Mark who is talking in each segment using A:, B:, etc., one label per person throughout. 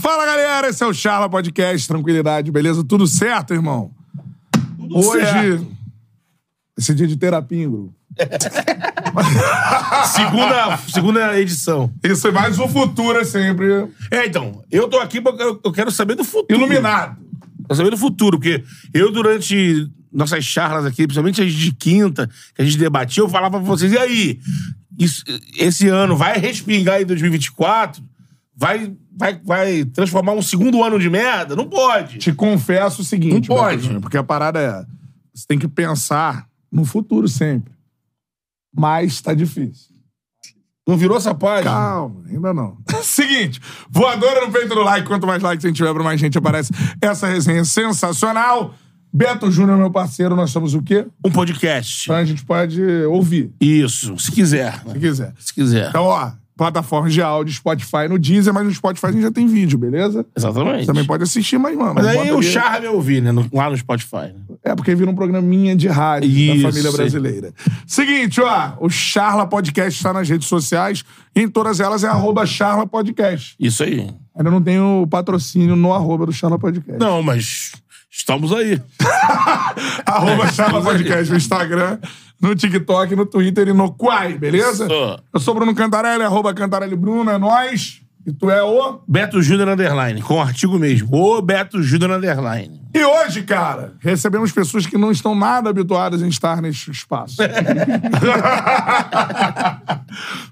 A: Fala galera, esse é o Charla Podcast, tranquilidade, beleza? Tudo certo, irmão? Hoje,
B: certo.
A: esse dia de terapia, em grupo.
B: Segunda, segunda edição.
A: Isso e mais o futuro é sempre
B: É, então, eu tô aqui porque eu eu quero saber do futuro.
A: iluminado.
B: Quero saber do futuro, porque eu, durante nossas charlas aqui, principalmente as de quinta, que a gente debatia, eu falava pra vocês, e aí? Isso- esse ano vai respingar em 2024? Vai, vai, vai transformar um segundo ano de merda? Não pode.
A: Te confesso o seguinte,
B: Não pode.
A: Betinho, porque a parada é, você tem que pensar no futuro sempre. Mas tá difícil.
B: Não virou essa página?
A: Calma, ainda não. Seguinte, voadora no peito do like. Quanto mais likes a gente tiver, pra mais gente aparece. Essa resenha é sensacional. Beto Júnior, meu parceiro, nós somos o quê?
B: Um podcast.
A: Então a gente pode ouvir,
B: Isso, se quiser. né?
A: se quiser.
B: Se quiser.
A: Então, ó, plataformas de áudio, Spotify no Deezer, mas no Spotify a gente já tem vídeo, beleza?
B: Exatamente.
A: Você também pode assistir, mas, mano.
B: Mas aí
A: bota
B: o
A: ali.
B: charme é ouvir, né? no- Lá no Spotify. né?
A: É porque vira um programinha de rádio
B: Isso,
A: da família
B: sim.
A: brasileira. Seguinte, ó, o Charla Podcast está nas redes sociais, e em todas elas é arroba Charla Podcast.
B: Isso aí.
A: Ainda não tem o patrocínio no arroba do Charla Podcast.
B: Não, mas estamos aí.
A: Arroba Charla Podcast no Instagram, no TikTok, no Twitter e no Quai, beleza?
B: Isso.
A: Eu sou Bruno Cantarelli, arroba Cantarelli Bruno, é nóis. E tu é o.
B: Beto Júnior Underline, com o artigo mesmo. Ô Beto Júnior Underline.
A: E hoje, cara, recebemos pessoas que não estão nada habituadas em estar neste espaço.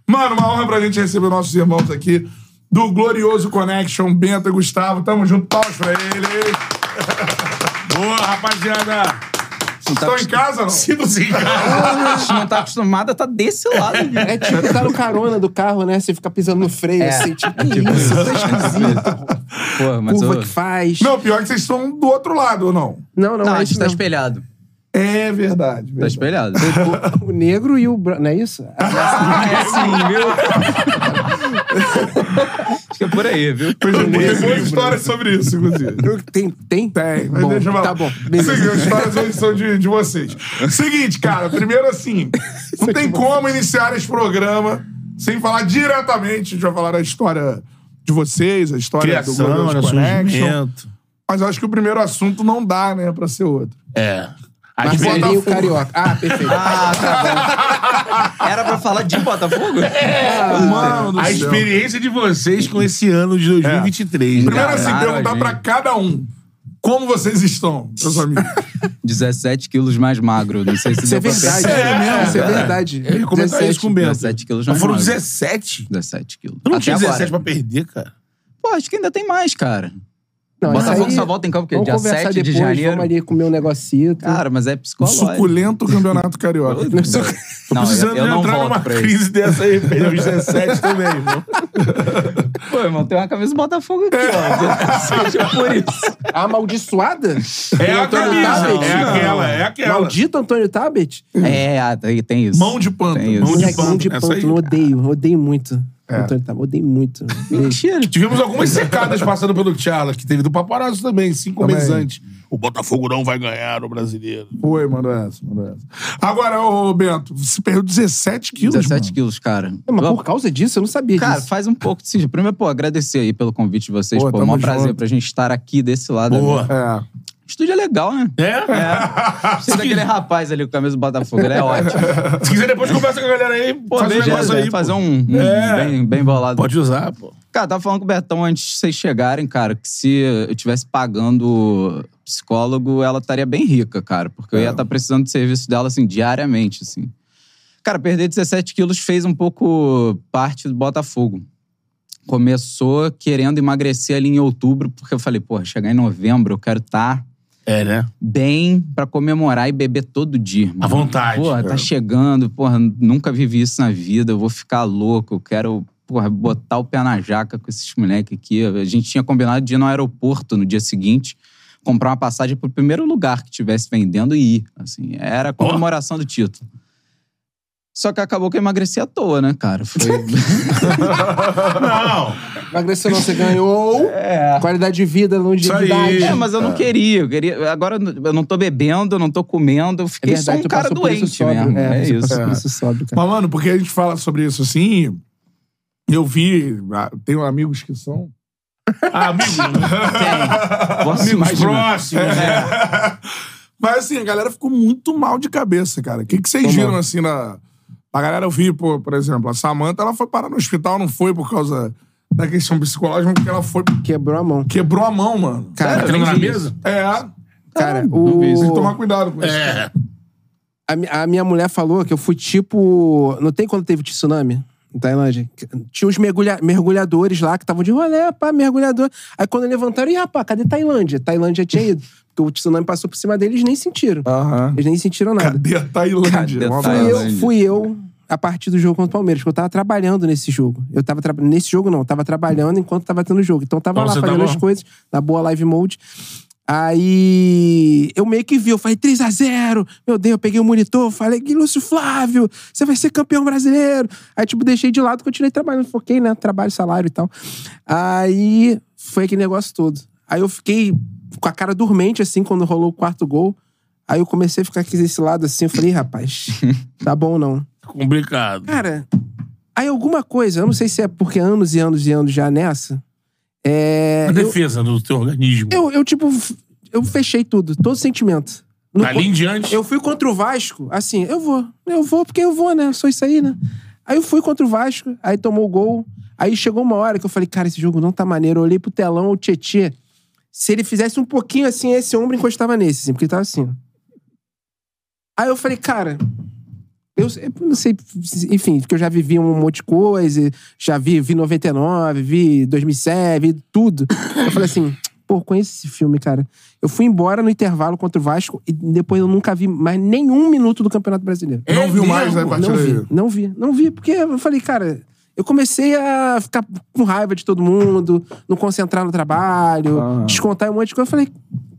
A: Mano, uma honra pra gente receber nossos irmãos aqui do Glorioso Connection, Bento e Gustavo. Tamo junto, paus pra eles.
B: Boa, rapaziada!
A: Estão em casa, não?
B: Sinto sim, cara.
C: Se não tá acostumada, tá desse lado.
D: É tipo o cara carona do carro, né? Você fica pisando no freio,
C: É.
D: assim, tipo, que isso, tá esquisito.
C: Pô, mas
D: Curva
C: eu...
D: que faz.
A: Não, pior que vocês estão do outro lado, ou não?
D: não, não,
C: Não,
D: é
C: a
D: isso
C: gente tá
D: mesmo.
C: espelhado.
A: É verdade.
C: Tá
A: verdade.
C: espelhado.
D: O negro e o branco, não é isso?
C: ah, é assim, viu? Acho que é por aí, viu?
A: Tem boas histórias sobre isso, inclusive.
D: Tem? Tem,
A: Tem, mas
D: bom,
A: deixa eu falar.
D: Tá bom,
A: Sim,
D: beleza.
A: as histórias hoje são de, de vocês. Seguinte, cara, primeiro assim, não
D: é
A: tem como iniciar esse programa sem falar diretamente, a gente vai falar da história de vocês, a história do
B: Criação, né?
A: Glorioso Connection.
B: Surgimento.
A: Mas eu acho que o primeiro assunto não dá, né, pra ser outro.
B: É. Às vezes-
D: Marcelinho Carioca. Ah, perfeito.
C: Tipo, Ah, tá bom. Era pra falar de Botafogo?
A: É.
D: Ah,
A: Mano do
B: a
A: céu.
B: experiência de vocês com esse ano de 2023. né?
A: Primeiro assim,
C: Cara,
A: perguntar
C: gente.
A: pra cada um como vocês estão, seus amigos.
C: 17 quilos mais magro. Não sei se
D: Isso é
C: deu pra
D: verdade,
C: perceber.
D: é mesmo, isso é verdade.
B: Eu ia comentar isso com o Bento.
C: 17 quilos
B: Mas
C: mais
B: foram
C: magro.
B: 17?
C: 17 quilos.
B: Eu não
C: Até
B: tinha 17
C: agora.
B: pra perder, cara.
C: Pô, acho que ainda tem mais, cara.
D: Não, isso
C: Botafogo
D: aí-
C: só volta em campo o quê?
D: Vamos
C: Dia
D: conversar
C: 7 de
D: depois,
C: janeiro.
D: vamos ali comer um negocito.
C: Cara, mas é psicológico.
A: Suculento Campeonato Carioca.
D: Não sou-
C: Não, eu, eu não
B: entrar numa
C: volto pra isso.
B: crise dessa aí, perder os 17 também, irmão.
C: Pô, irmão, tem uma camisa do Botafogo aqui, ó. Seja tipo por isso.
D: Amaldiçoada?
B: É a camisa,
D: Tabet?
B: é
D: Não.
B: aquela, é aquela.
D: Maldito Antônio Tabet?
C: É, ah, tem, tem isso.
A: Mão de panta.
C: Tem isso.
B: Mão de
D: Moleque,
B: pano,
D: mão de
B: essa aí.
D: pântano, odeio, odeio muito.
A: É.
D: Antônio Tabet, odeio muito.
C: Mentira.
B: Tivemos algumas secadas passando pelo Charla, que teve do paparazzo também, cinco
A: Também.
B: meses antes. O Botafogo não vai ganhar o brasileiro.
A: Foi, mandou essa, mandou essa. Agora, ô Bento, você perdeu 17 quilos,
C: 17
A: mano.
C: quilos, cara.
D: É, mas
C: Eu-
D: por causa disso, eu não sabia
C: Cara,
D: disso.
C: faz um pouco de sigilo. Primeiro, pô, agradecer aí pelo convite de vocês.
A: Pô,
C: Pô, é um
A: tamo
C: prazer
A: junto.
C: pra gente estar aqui desse lado.
B: Boa.
C: ali.
A: É.
C: estúdio é legal, né?
B: É?
C: Você tá daquele rapaz ali com a camisa do Botafogo, ele é ótimo.
B: Se quiser, depois conversa com a galera aí. Pô, faz um
C: Poderia
B: negócio aí.
C: fazer
B: pô.
C: um, um
B: É.
C: bem, bem bolado.
B: Pode usar, pô.
C: Cara, tava falando com o Bertão antes de vocês chegarem, cara, que se eu tivesse pagando psicólogo, ela estaria bem rica, cara. Porque eu ia estar precisando de serviço dela, assim, diariamente, assim. Cara, perder 17 quilos fez um pouco parte do Botafogo. Começou querendo emagrecer ali em outubro, porque eu falei, porra, chegar em novembro, eu quero estar
B: É, né?
C: bem pra comemorar e beber todo dia. Mano.
B: À vontade.
C: Porra, tá
B: É.
C: chegando, porra, nunca vivi isso na vida, eu vou ficar louco, eu quero, porra, botar o pé na jaca com esses moleques aqui. A gente tinha combinado de ir no aeroporto no dia seguinte, comprar uma passagem pro primeiro lugar que tivesse vendendo e ir. Assim, era a comemoração do título. Só que acabou que eu emagreci à toa, né, cara? Foi.
B: Não.
D: Emagreceu não, você ganhou. Qualidade de vida, longevidade.
B: Isso aí.
C: É, mas eu não queria. Eu queria. Agora eu não tô bebendo, eu não tô comendo, eu fiquei só um
D: É tu
C: cara
D: passou por isso
C: doente
D: sóbrio. né?
C: mesmo. É,
D: você
C: isso.
D: passou por isso sóbrio, cara.
A: Mas, mano, porque a gente fala sobre isso assim. Eu vi. ah, Tenho amigos que são.
B: Ah, amigo.
C: Posso
B: Amigos
C: imaginar.
B: próximos. né?
A: Mas assim, a galera ficou muito mal de cabeça, cara. O que, que vocês viram assim na. A galera, eu vi, pô, por exemplo, a Samanta, ela foi parar no hospital, não foi por causa da questão psicológica, porque ela foi.
D: Quebrou a mão.
A: Quebrou a mão, mano.
B: Tá
D: Cara,
B: entrando na
C: vi
B: mesa?
A: É.
D: cara,
A: Tem que
C: Então,
D: o...
A: tomar cuidado com isso.
B: É.
D: A, mi- a minha mulher falou que eu fui tipo. Não tem quando teve tsunami? Na Tailândia. Que- Tinha uns mergulha- mergulhadores lá que estavam de rolê, pá, mergulhador. Aí quando levantaram, e rapaz, cadê Tailândia? Tailândia tinha ido. Porque o tsunami passou por cima deles nem sentiram.
A: Aham.
D: Eles nem sentiram nada.
A: Cadê a Tailândia?
C: Cadê a
A: Um abraço.
D: Fui eu,
C: Tailândia?
D: fui eu a partir do jogo contra o Palmeiras, porque eu tava trabalhando nesse jogo. Eu tava tra- Nesse jogo não, eu tava trabalhando enquanto tava tendo jogo. Então eu tava
B: Então
D: lá
B: você
D: fazendo
B: tava-
D: as coisas, na boa live mode. Aí eu meio que vi, eu falei 3 a 0 Meu Deus, eu peguei o monitor, falei, "Que Lúcio Flávio, você vai ser campeão brasileiro. Aí, tipo, deixei de lado, continuei trabalhando, foquei, né? Trabalho, salário e tal. Aí foi aquele negócio todo. Aí eu fiquei com a cara dormente, assim, quando rolou o quarto gol. Aí eu comecei a ficar aqui desse lado assim, eu falei, "Ih, rapaz, tá bom não.
B: Complicado.
D: Cara, aí alguma coisa, eu não sei se é porque anos e anos e anos já nessa. É.
B: A
D: Eu,
B: defesa do teu organismo.
D: eu, eu, tipo, f- eu fechei tudo, todo sentimento. No-
B: Dali em diante.
D: eu fui contra o Vasco, assim, eu vou, eu vou porque eu vou, né? Sou isso aí, né? Aí eu fui contra o Vasco, aí tomou o gol. Aí chegou uma hora que eu falei, cara, esse jogo não tá maneiro. Eu olhei pro telão, o Tietchan. Se ele fizesse um pouquinho assim, esse ombro encostava nesse, assim, porque ele tava assim. ó. Aí eu falei, cara, eu, eu não sei, enfim, porque eu já vivi um monte de coisa, já vi, vi 99, vi 2007, vi tudo. Eu falei assim, pô, conheço esse filme, cara. Eu fui embora no intervalo contra o Vasco e depois eu nunca vi mais nenhum minuto do Campeonato Brasileiro.
A: Não viu mais, né,
B: É
A: a
B: mesmo?
A: partir
D: Não vi,
A: daí?
D: não vi, não vi, porque eu falei, cara, eu comecei a ficar com raiva de todo mundo, não concentrar no trabalho, descontar um monte de coisa. Eu falei,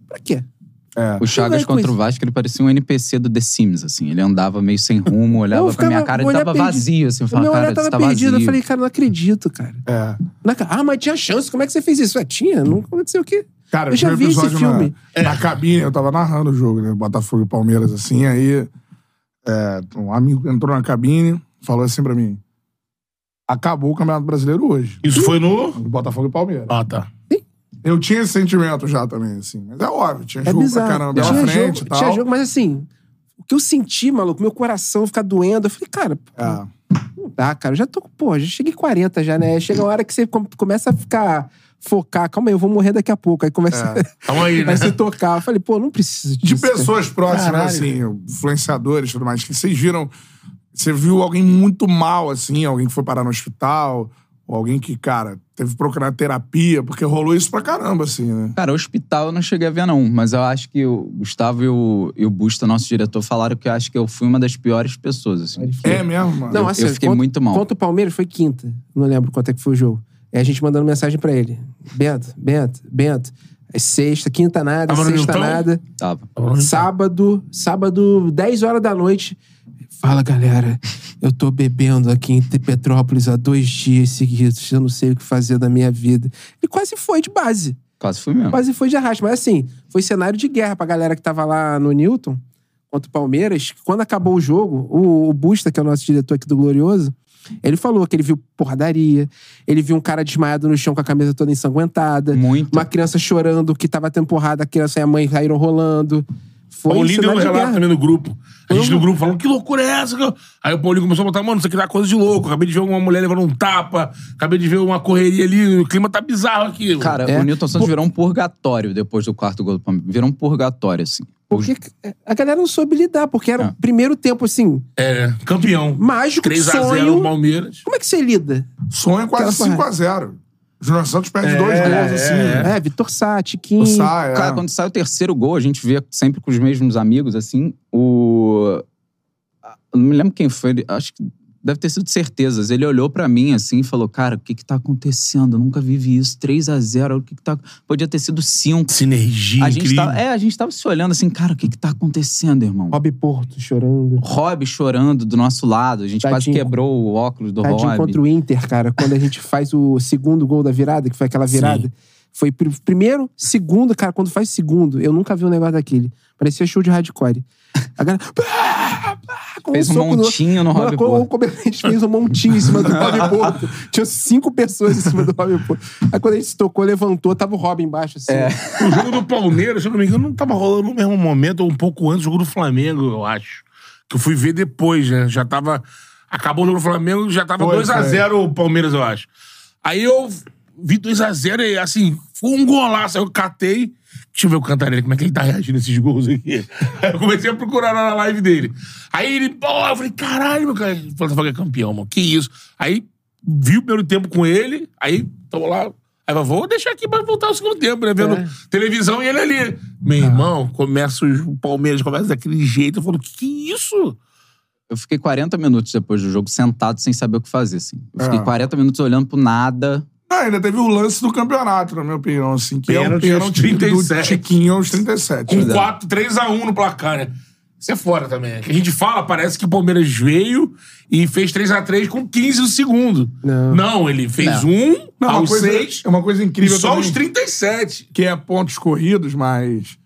D: pra quê?
C: O Chagas
D: ganhei com
C: contra o
D: isso.
C: Vasco, ele parecia um NPC do The Sims, assim. Ele andava meio sem rumo, olhava
D: Eu ficava-
C: pra minha cara
D: o
C: e
D: olhar
C: tava
D: perdido.
C: vazio, assim. Eu
D: O meu
C: falava, cara,
D: olhar
C: você
D: tava
C: tá
D: perdido.
C: vazio.
D: Eu falei, cara, não acredito, cara.
A: É.
D: Na ca- Ah, mas tinha chance. Como é que você fez isso? Ah, tinha. Não aconteceu o quê?
A: Cara,
D: eu já
A: meu
D: vi esse
A: episódio na-
D: filme.
A: Na, cabine, eu tava narrando o jogo, né? Botafogo e Palmeiras, assim, aí é, um amigo entrou na cabine, falou assim pra mim: acabou o Campeonato Brasileiro hoje.
B: Isso foi no.
A: Botafogo e Palmeiras.
B: Ah, tá.
A: Eu tinha esse sentimento já também, assim. Mas é óbvio, tinha
D: É
A: jogo
D: bizarro.
A: pra caramba
D: tinha
A: pela frente
D: jogo,
A: e tal.
D: tinha jogo, mas assim, o que eu senti, maluco, meu coração ficar doendo. Eu falei, cara,
A: É.
D: não dá, cara. Eu já tô, pô, já cheguei 40 já, né? Chega uma hora que você com- começa a ficar focar. Calma aí, eu vou morrer daqui a pouco. Aí começa
B: Tamo aí, né?
D: a se tocar. Eu falei, pô, não preciso
A: É. De
D: disso. né? cara.
A: pessoas próximas, assim, influenciadores e tudo mais, que vocês viram. Você viu alguém muito mal, assim, alguém que foi parar no hospital, ou alguém que, cara, teve que procurar terapia, porque rolou isso pra caramba, assim, né?
C: Cara, hospital eu não cheguei a ver, não. Mas eu acho que o Gustavo e o, e o Busta, nosso diretor, falaram que eu acho que eu fui uma das piores pessoas, assim.
A: É mesmo, mano.
D: Não,
C: Eu-
D: assim,
C: eu fiquei
D: contra-
C: muito mal.
D: Contra o Palmeiras foi quinta. Não lembro quanto é que foi o jogo. É a gente mandando mensagem pra ele. Bento, Bento, Bento. É sexta, quinta nada,
B: Tava no
D: sexta
B: Nilton?
D: nada.
C: Tava.
D: Sábado, sábado, 10 horas da noite. Fala, galera. Eu tô bebendo aqui em Petrópolis há dois dias seguidos. Eu não sei o que fazer da minha vida. Ele quase foi de base.
C: Quase fui mesmo.
D: Quase foi de arrasto. Mas assim, foi cenário de guerra pra galera que tava lá no Newton contra o Palmeiras. Quando acabou o jogo, o, o Busta, que é o nosso diretor aqui do Glorioso, Ele falou que ele viu porradaria, ele viu um cara desmaiado no chão com a camisa toda ensanguentada,
C: Muito.
D: uma criança chorando que tava tendo porrada, a criança e a mãe saíram rolando. Foi
B: Paulinho deu um
D: sinal de
B: relato
D: guerra.
B: também no grupo. A gente
D: Eu-
B: no grupo falando, que loucura é essa? Aí o Paulinho começou a botar, mano, isso aqui tá coisa de louco. Acabei de ver uma mulher levando um tapa, acabei de ver uma correria ali, o clima tá bizarro aqui.
C: Cara,
D: É.
C: o Newton Santos virou um purgatório depois do quarto gol do Palmeiras. Virou um purgatório, assim.
D: Porque é, a galera não soube lidar, porque era o
C: É.
D: primeiro tempo, assim,
B: É, campeão.
D: mágico,
B: 3x0
D: sonho.
B: no Palmeiras.
D: Como é que você lida?
A: Sonho é quase
D: Aquela porra.
A: 5x0. Júnior Santos
B: É,
A: perde dois gols, assim. né?
D: É, Vitor Sá, Tiquinho.
A: Sai, é.
C: Cara, quando sai o terceiro gol, a gente vê sempre com os mesmos amigos, assim, o... Ah, Não me lembro quem foi, ele- acho que deve ter sido certezas. Ele olhou pra mim, assim, e falou, cara, o que que tá acontecendo? Eu nunca vivi isso. 3 a 0 o que que tá... Podia ter sido 5.
B: Sinergia
C: A gente
B: incrível.
C: tava, é, a gente tava se olhando assim, cara, o que que tá acontecendo, irmão?
D: Rob Porto chorando.
C: Rob chorando do nosso lado. A gente quase
D: Tadinho.
C: quebrou o óculos do
D: Tadinho
C: Rob.
D: Tá, um contra o Inter, cara. Quando a gente faz o segundo gol da virada, que foi aquela virada. Foi pr- primeiro, segundo, cara. Quando faz segundo, eu nunca vi um negócio daquele. Parecia show de hardcore. A galera... pá, pá, com
C: Fez um
D: soco no-
C: montinho no Rob
D: Mano, como-
C: Porto.
D: como a gente fez um montinho em cima do Rob Porto. Tinha cinco pessoas em cima do Rob Porto. Aí quando a gente se tocou, levantou, tava o Rob embaixo, assim.
C: É.
B: O jogo do Palmeiras, se eu não me engano, não tava rolando no mesmo momento, ou um pouco antes do jogo do Flamengo, eu acho. Que eu fui ver depois, né? Já tava. Acabou o jogo do Flamengo, já tava
A: Foi,
B: 2x0 o Palmeiras, eu acho. Aí eu vi 2x0 e, assim, foi um golaço. Aí eu catei. Deixa eu ver o Cantarelli, como é que ele tá reagindo a esses gols aqui. Aí eu comecei a procurar na live dele. Aí ele, pô, eu falei, caralho, meu cara, o Botafogo é campeão, mano, que isso. Aí vi o primeiro tempo com ele, aí tô lá. Aí eu falei, vou deixar aqui pra voltar o segundo tempo, né? Vendo
D: É.
B: televisão e ele ali. Meu irmão, começa os- o Palmeiras, começa daquele jeito. Eu falo, que isso?
C: Eu fiquei 40 minutos depois do jogo sentado sem saber o que fazer, assim. Eu
D: Ah.
C: fiquei
A: É.
C: 40 minutos olhando pro nada.
A: Não, ainda teve o lance do campeonato, na minha opinião, assim, que
B: Pênalti
A: é um
B: aos
A: pênalti
B: 37.
A: do Tiquinho aos 37.
B: Com 4, 3x1 no placar, né? Isso é fora também. né? Que a gente fala, parece que o Palmeiras veio e fez 3x3 com 15 no segundo.
D: Não.
B: ele fez
C: Não.
B: um
A: Não, uma
B: aos
A: coisa,
B: 6
A: é uma coisa
B: e
A: incrível
B: só
A: também,
B: os 37.
A: que é pontos corridos, mas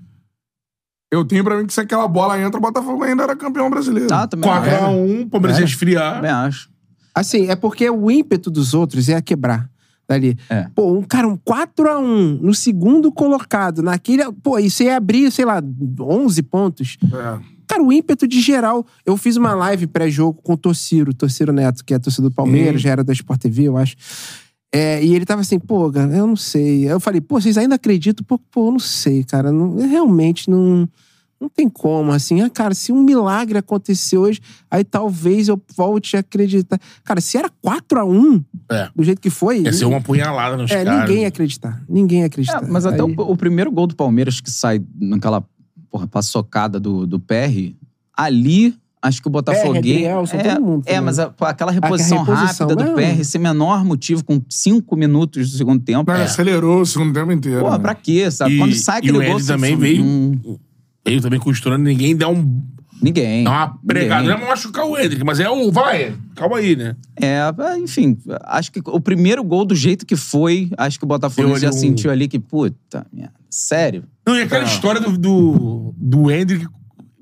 A: eu tenho pra mim que se aquela bola entra, o Botafogo ainda era campeão brasileiro.
C: Tá,
D: um.
C: também. acho.
B: 4x1, o Palmeiras ia esfriar.
C: Também acho.
D: Assim, é porque o ímpeto dos outros é quebrar. Dali.
C: É.
D: Pô, um cara, um 4x1 no segundo colocado, naquele. Pô, isso ia abrir, sei lá, 11 pontos.
A: É.
D: Cara, o ímpeto de geral. Eu fiz uma live pré-jogo com o Torciro, Torciro Neto, que é torcedor do
B: Uhum.
D: Palmeiras, já era da Sport TV, eu acho. É, e ele tava assim, pô, cara, eu não sei. Eu falei, pô, vocês ainda acreditam? Pô, pô eu não sei, cara. Não, é, realmente não, não tem como, assim. Ah, cara, se um milagre acontecer hoje, aí talvez eu volte a acreditar. Cara, se era 4 a 1
B: É.
D: do jeito que foi.
B: Ia ser uma punhalada nos
D: É,
B: caras.
D: ninguém ia acreditar. Ninguém ia acreditar.
C: É, mas até
D: Aí-
C: o, o primeiro gol do Palmeiras que sai naquela porra, paçocada do, do PR, ali acho que o Botafoguense.
D: Adrielson,
C: é,
D: todo mundo
C: é,
D: também.
C: mas a- pô, aquela reposição,
D: reposição,
C: rápida do
D: é.
C: PR, sem menor motivo, com cinco minutos do segundo tempo.
A: Não,
C: É.
A: Acelerou o segundo tempo inteiro.
C: Porra,
A: né?
C: pra quê? Sabe?
B: E-
C: Quando sai
B: e
C: aquele
B: o
C: gol.
B: L
C: você
B: também
C: fala,
B: veio-
C: "Hum,
B: Ele também costurando, ninguém dá um
C: ninguém.
B: Dá uma pregada. Não
C: ninguém.
B: é machucar o Hendrick, mas é o. Vai, calma aí, né?
C: É, enfim, acho que o primeiro gol, do jeito que foi, acho que o Botafogo
B: Deu
C: já
B: ali um-
C: sentiu ali que, puta, merda, sério?
B: Não, e aquela história do, do, do Hendrick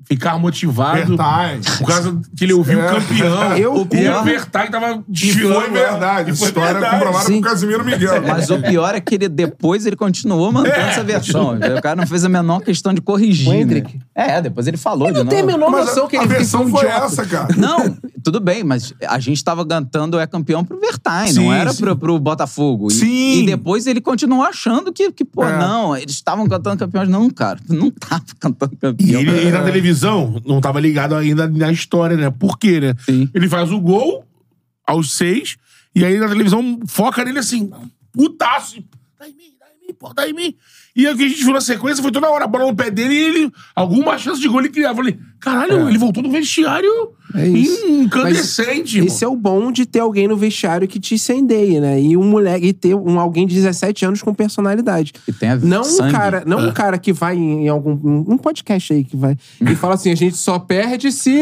B: ficar motivado
A: Verdade.
B: por causa que ele ouviu
A: É.
B: o campeão.
D: Eu-
B: o e
D: porra.
B: o Vertag tava
A: E
B: desfilando.
A: foi verdade.
B: né? E foi
A: História é
B: verdade.
A: comprovada
D: Sim.
A: por Casimiro Miguel.
C: Mas o pior é que ele, depois ele continuou mantendo
B: É.
C: essa versão. entendeu? O cara não fez a menor questão de corrigir.
D: O
C: né?
D: Hendrick?
C: É, depois ele falou de
D: Não tem a
C: novo.
D: menor
A: Mas
B: é
D: noção
A: a,
D: que
A: a
D: ele que
A: versão
D: um
A: foi
D: idiota.
A: essa, cara.
C: Não, tudo bem, mas a gente tava cantando é campeão pro Vertain,
A: Sim,
C: não era
A: sim.
C: pro, pro Botafogo. E,
A: Sim.
C: E depois ele continuou achando que, que pô,
A: É.
C: não, eles estavam cantando campeões. Não, cara, não tava cantando
B: E
C: campeão.
B: ele, ele na televisão não tava ligado ainda na história, né? Por quê, né?
C: Sim.
B: Ele faz o gol aos seis, e aí na televisão foca nele assim, putaço. Dá em mim, dá em mim, pô, dá em mim. E aí o que a gente viu na sequência foi toda hora, a bola no pé dele e ele, alguma chance de gol ele criava. Eu falei, caralho, ele voltou no vestiário
D: É isso.
B: incandescente. irmão.
D: Isso é o bom de ter alguém no vestiário que te incendeia, né? E um moleque e ter um alguém de 17 anos com personalidade.
C: Que tem a
D: Não um
C: sangue.
D: cara, não um cara que vai em, em algum um, um podcast aí que vai e fala assim, a gente só perde se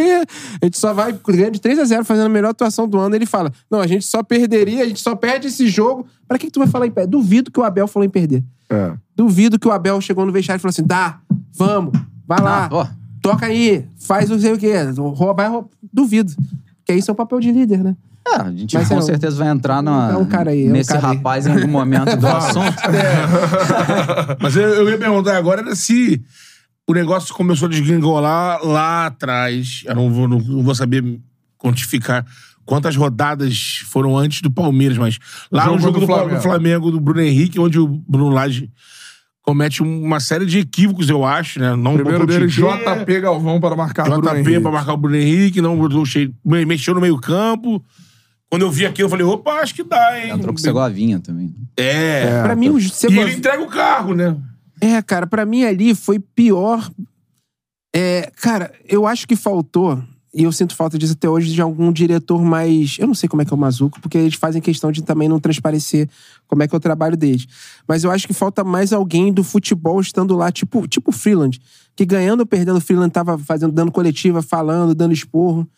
D: a gente só vai ganhando de 3 a 0 fazendo a melhor atuação do ano, ele fala: "Não, a gente só perderia, a gente só perde esse jogo". Pra que que tu vai falar em pé? Duvido que o Abel falou em perder.
A: É.
D: Duvido que o Abel chegou no vestiário e falou assim: "Dá, vamos, vai lá".
C: Ah, pô.
D: Toca aí, faz não sei o quê. Rouba, vai roubar. Duvido. Porque isso é o papel de líder, né?
C: É, a gente
D: Mas
C: com
D: é um-
C: certeza vai entrar na,
D: é um cara aí, é um
C: nesse
D: cara aí.
C: rapaz em algum momento do assunto.
B: Mas eu, eu ia perguntar agora era se o negócio começou a desgringolar lá atrás. Eu não vou, não, não vou saber quantificar quantas rodadas foram antes do Palmeiras, mas lá
A: Jogo
B: no jogo
A: do
B: do Flamengo.
A: Flamengo.
B: do Flamengo, do Bruno Henrique, onde o Bruno Lage comete uma série de equívocos, eu acho, né? Não
A: Primeiro
B: botou o
A: dele,
B: Tietê,
A: JP Galvão para marcar Bruno
B: JP
A: Henrique.
B: pra marcar o Bruno Henrique, não botou o Che- mexeu no meio campo. Quando eu vi aqui, eu falei, opa, acho que dá, hein?
C: Entrou com o Segovinha também.
B: É.
D: Pra mim, o
B: E
D: Segovia...
B: ele entrega o carro, né?
D: É, cara, pra mim ali foi pior. É, cara, eu acho que faltou, e eu sinto falta disso até hoje, de algum diretor mais. Eu não sei como é que é o Mazuco, porque eles fazem questão de também não transparecer como é que é o trabalho deles. Mas eu acho que falta mais alguém do futebol estando lá, tipo, tipo o Freeland, que ganhando ou perdendo, o Freeland tava fazendo, dando coletiva, falando, dando esporro.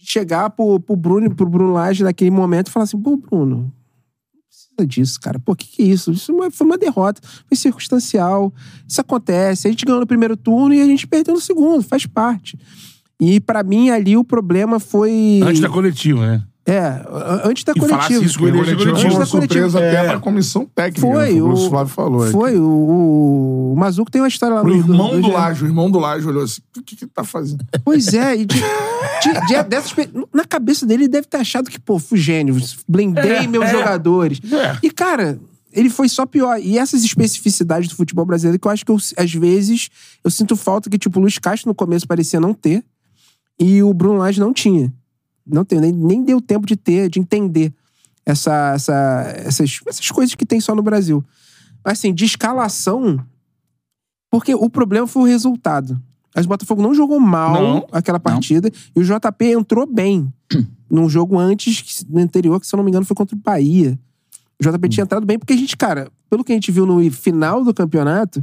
D: Chegar pro, pro Bruno, pro Bruno Lage naquele momento e falar assim: pô, Bruno, precisa disso, cara. Pô, que que é isso? Isso não é- foi uma derrota, foi circunstancial. Isso acontece. A gente ganhou no primeiro turno e a gente perdeu no segundo, faz parte. E pra mim ali o problema foi
B: Antes da coletiva, né?
D: é, a- antes da
B: E falasse
D: coletiva.
B: isso com ele,
A: O coletivo
D: Antes
A: foi uma
D: da coletiva.
A: surpresa
B: É.
A: até para a comissão técnica.
D: Foi,
A: né? o,
D: o-
A: Flávio falou. aí.
D: Foi o, o, o Mazuco tem uma história lá
A: O
D: no
A: irmão do
D: GE.
A: Laje, o irmão do Laje olhou assim: o que que tá fazendo?
D: Pois é, e de- de- de- dessas pe- na cabeça dele ele deve ter achado que, pô, fui gênio, blindei meus jogadores.
A: É.
D: E, cara, ele foi só pior. E essas especificidades do futebol brasileiro que eu acho que, eu, às vezes, eu sinto falta que, tipo, o Luiz Castro no começo parecia não ter e o Bruno Lage não tinha. Não tem, nem, nem deu tempo de ter, de entender essa, essa, essas, essas coisas que tem só no Brasil. Mas, assim, de escalação, porque o problema foi o resultado. Mas o Botafogo não jogou mal
B: Não.
D: aquela partida e o JP entrou bem num jogo antes, que- no anterior, que se eu não me engano foi contra o Bahia. O JP
B: Hum.
D: tinha entrado bem porque a gente, cara, pelo que a gente viu no final do campeonato,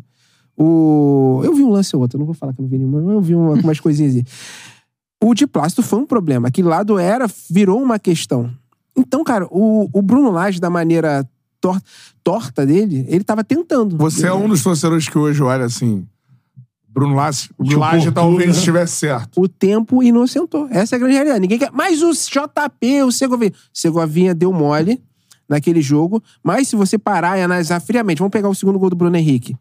D: o... eu vi um lance ou outro, eu não vou falar que eu não vi nenhuma, mas eu vi uma- umas coisinhas aí. O de plástico foi um problema. Aquele lado era, virou uma questão. Então, cara, o, o Bruno Lage, da maneira tor- torta dele, ele tava tentando.
A: Você é um dos torcedores que hoje olha assim: Bruno Laje, o
B: Que
A: Laje
B: oportuno,
A: talvez
B: né?
A: estivesse certo.
D: O tempo inocentou. Essa é a grande realidade. Ninguém quer. Mas o JP, o Segovinha. Segovinha deu mole naquele jogo. Mas se você parar e analisar friamente, vamos pegar o segundo gol do Bruno Henrique.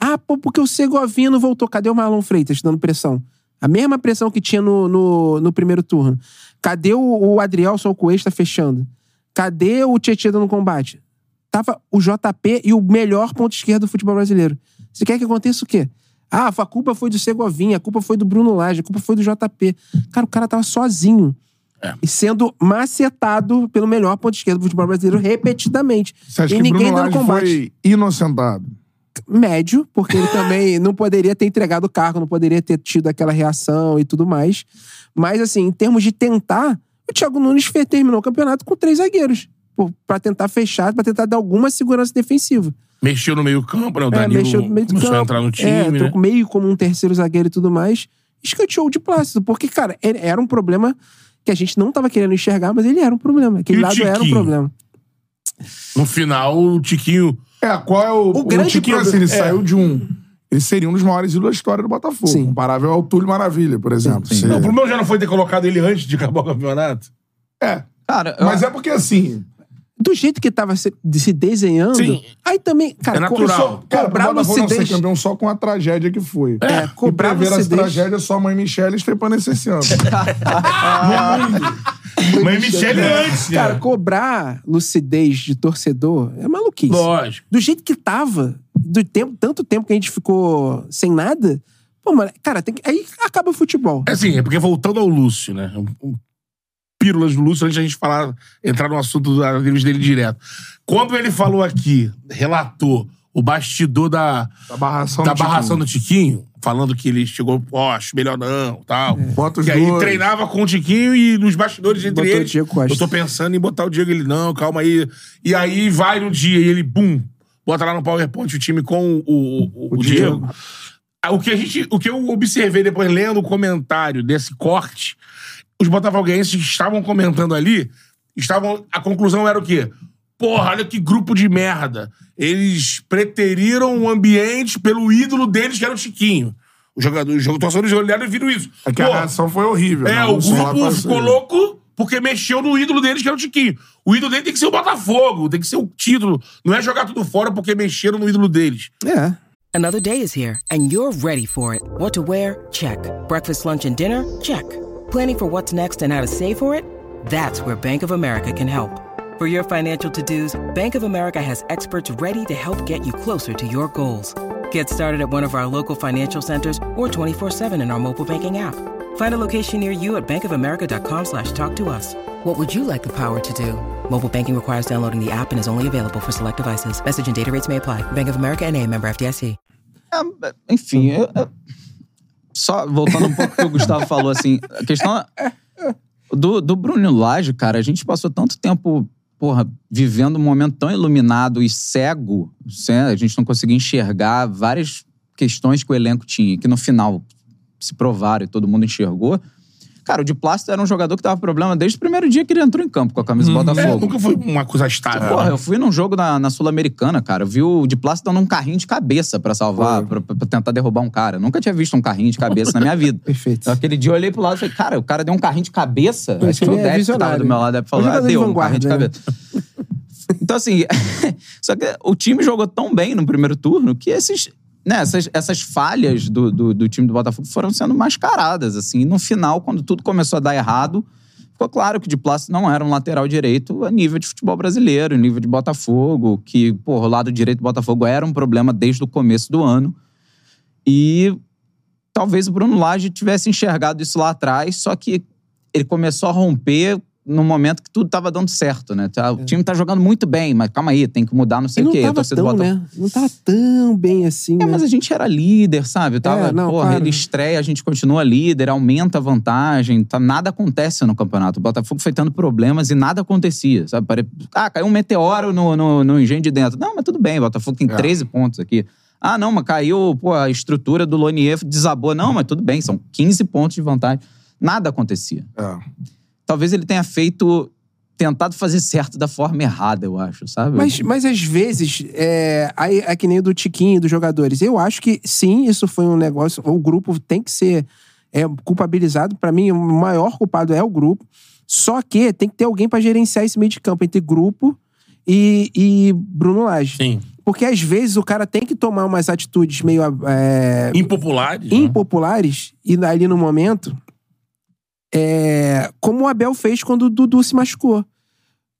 D: Ah, pô, porque o Segovinha não voltou. Cadê o Marlon Freitas dando pressão? A mesma pressão que tinha no, no, no primeiro turno. Cadê o, o Adrielson ou o Cuesta fechando? Cadê o Tietchan dando combate? Tava o JP e o melhor ponto esquerdo do futebol brasileiro. Você quer que aconteça o quê? Ah, a culpa foi do Segovinha, a culpa foi do Bruno Lage, a culpa foi do JP. Cara, o cara tava sozinho. E sendo macetado pelo melhor ponto esquerdo do futebol brasileiro repetidamente.
A: Você acha
D: e
A: que
D: ninguém
A: Bruno
D: dando
A: Laje
D: combate
A: foi inocentado?
D: médio, porque ele também não poderia ter entregado o cargo, não poderia ter tido aquela reação e tudo mais. Mas, assim, em termos de tentar, o Thiago Nunes fe- terminou o campeonato com três zagueiros. pô, Pra tentar fechar, pra tentar dar alguma segurança defensiva.
B: Mexeu no meio-campo, né? O Danilo
D: É, mexeu no meio do
B: começou a
D: campo.
B: entrar no time,
D: é,
B: né?
D: trocou meio como um terceiro zagueiro e tudo mais. Escanteou de Plácido, porque, cara, ele- era um problema que a gente não tava querendo enxergar, mas ele era um problema. Aquele
B: E o
D: lado era um
B: Tiquinho?
D: problema.
B: No final, o Tiquinho...
A: É, qual é o. O,
D: grande
A: Tiquinho,
D: problema-
A: assim, ele
D: é.
A: saiu de um. Ele seria um dos maiores ídolos da história do Botafogo.
D: Sim.
A: Comparável ao Túlio Maravilha, por exemplo. Se-
B: Não, o problema já não foi ter colocado ele antes de acabar o campeonato?
A: É.
C: Cara, eu-
A: Mas é porque assim.
D: Do jeito que tava se, se desenhando,
B: Sim.
D: aí também, cara,
B: É natural.
D: começou-
A: Cara,
D: cobrar
A: o Botafogo não ser
D: lucidez.
A: campeão só com a tragédia que foi.
D: É,
A: E pra
D: cobrar
A: ver essa
D: lucidez.
A: tragédia, sua mãe Michelle estepando esse ano.
B: Mas Michele antes, né?
D: Ah. Cara, cobrar lucidez de torcedor é maluquice.
B: Lógico.
D: Do jeito que tava, do tempo, tanto tempo que a gente ficou sem nada, pô, mano, cara, tem que- aí acaba o futebol.
B: É assim, é porque voltando ao Lúcio, né? Um- um- Pílulas do Lúcio, antes da gente falar, entrar no assunto da entrevista dele direto. Quando ele falou aqui, relatou o bastidor da,
A: Da barração
B: da
A: do Tiquinho.
B: barração do Tiquinho, falando que ele chegou, ó, acho melhor não, tal.
A: Bota os
B: que aí
A: dois.
B: treinava com o Tiquinho e nos bastidores entre
D: Botou o
B: eles.
D: Diego Costa.
B: Eu tô pensando em botar o Diego, ele não, calma aí. E aí vai no dia e ele, bum, bota lá no PowerPoint o time com o, o, o- o Diego. Ah, O que, a gente, o que eu observei depois lendo o comentário desse corte, os botafoguenses que estavam comentando ali, estavam a conclusão era o quê? Porra, olha que grupo de merda. Eles preteriram o ambiente pelo ídolo deles, que era o Chiquinho. Os jogadores, os torcedores olharam e viram isso.
A: É que a
B: Pô,
A: reação foi horrível.
B: é,
A: né?
B: o
A: Vamos falar
B: grupo
A: pra
B: ficou
A: você.
B: louco porque mexeu no ídolo deles, que era o Tiquinho. O ídolo dele tem que ser o Botafogo, tem que ser o título. Não é jogar tudo fora porque mexeram no ídolo deles.
D: É.
E: Another day is here, and you're ready for it. What to wear? Check. Breakfast, lunch, and dinner? Check. Planning for what's next and how to save for it? That's where Bank of America can help. For your financial to dos, Bank of America has experts ready to help get you closer to your goals. Get started at one of our local financial centers or 24-7 in our mobile banking app. Find a location near you at bankofamerica.com slash talk to us. What would you like the power to do? Mobile banking requires downloading the app and is only available for select devices. Message and data rates may apply. Bank of America and a member FDIC.
C: É, enfim, eu- eu- só voltando um pouco que o Gustavo falou, assim, a questão do, do Bruno Lage, cara, a gente passou tanto tempo, porra, vivendo um momento tão iluminado e cego, cé- a gente não conseguia enxergar várias questões que o elenco tinha, que no final se provaram e todo mundo enxergou. Cara, o de Plácido era um jogador que tava problema desde o primeiro dia que ele entrou em campo com a camisa do
B: É,
C: Botafogo.
B: nunca foi uma coisa estável.
C: Ah,
B: né?
C: Porra, eu fui num jogo na, na Sul-Americana, cara. Eu vi o de Plácido dando um carrinho de cabeça pra salvar, pra, pra tentar derrubar um cara. Eu nunca tinha visto um carrinho de cabeça na minha vida.
D: Perfeito.
C: Então, Aquele dia eu olhei pro lado e falei, cara, o cara deu um carrinho de cabeça. Acho que foi o
D: ele é
C: Depp que tava
D: visionário.
C: do meu lado e falou,
D: É um
C: ah,
D: jogador de
C: deu um carrinho de
D: vanguarda,
C: cabeça. então, assim, só que o time jogou tão bem no primeiro turno que esses. Né, essas, essas falhas do, do, do time do Botafogo foram sendo mascaradas, assim. E no final, quando tudo começou a dar errado, ficou claro que o de Plácido não era um lateral direito a nível de futebol brasileiro, nível de Botafogo, que, porra, o lado direito do Botafogo era um problema desde o começo do ano. E talvez o Bruno Lage tivesse enxergado isso lá atrás, só que ele começou a romper no momento que tudo tava dando certo, né? Tá, O time tá jogando muito bem, mas calma aí, tem que mudar não
D: É. E
C: sei o
D: não
C: quê. a
D: tava
C: torcida do
D: tão,
C: Botafogo-
D: né? Não tava tão bem assim,
C: É,
D: né?
C: mas a gente era líder, sabe? Eu Tava,
D: É, não,
C: porra,
D: claro.
C: ele estreia, a gente continua líder, aumenta a vantagem, tá, nada acontece no campeonato. O Botafogo foi tendo problemas e nada acontecia, sabe? Pare- Ah, caiu um meteoro no, no, no engenho de dentro. Não, mas tudo bem, o Botafogo
D: É.
C: tem 13 pontos aqui. Ah, não, mas caiu, pô, a estrutura do Lonier desabou. Não, mas tudo bem, são 15 pontos de vantagem. Nada acontecia
A: É.
C: talvez ele tenha feito. Tentado fazer certo da forma errada, eu acho, sabe?
D: Mas, mas às vezes, é, aí é que nem do Tiquinho, dos jogadores. Eu acho que sim, isso foi um negócio. O grupo tem que ser é, culpabilizado. Pra mim, o maior culpado é o grupo. Só que tem que ter alguém pra gerenciar esse meio de campo entre grupo e, e Bruno Lage.
B: Sim.
D: Porque às vezes o cara tem que tomar umas atitudes meio é,
B: Impopulares.
A: Uhum.
B: né?
D: impopulares e ali no momento, é, como o Abel fez quando o Dudu se machucou.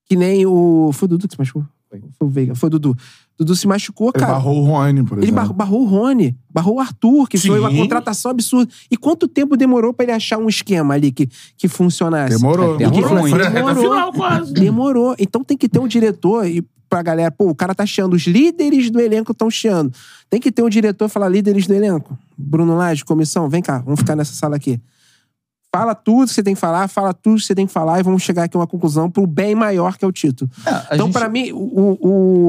D: Que nem o. Foi o Dudu que se machucou? Foi o Veiga. Foi o Dudu. Dudu se machucou,
A: Ele
D: cara.
A: barrou o Rony, né? por exemplo.
D: Ele bar- barrou o Rony, barrou o Arthur, que foi uma
B: Sim.
D: contratação absurda. E quanto tempo demorou pra ele achar um esquema ali que, que funcionasse?
A: Demorou.
C: Ele
B: Demorou,
C: barrou Assim, muito.
B: foi na reta
D: Demorou.
B: final quase.
D: Demorou. Então tem que ter um diretor e pra galera, pô, o cara tá chiando, os líderes do elenco estão chiando. Tem que ter um diretor e falar, líderes do elenco, Bruno Lage, comissão, vem cá, vamos ficar nessa sala aqui. Fala tudo que você tem que falar, fala tudo que você tem que falar e vamos chegar aqui a uma conclusão pro bem maior que é o título.
C: É, a
D: então,
C: gente-
D: pra mim, o, o-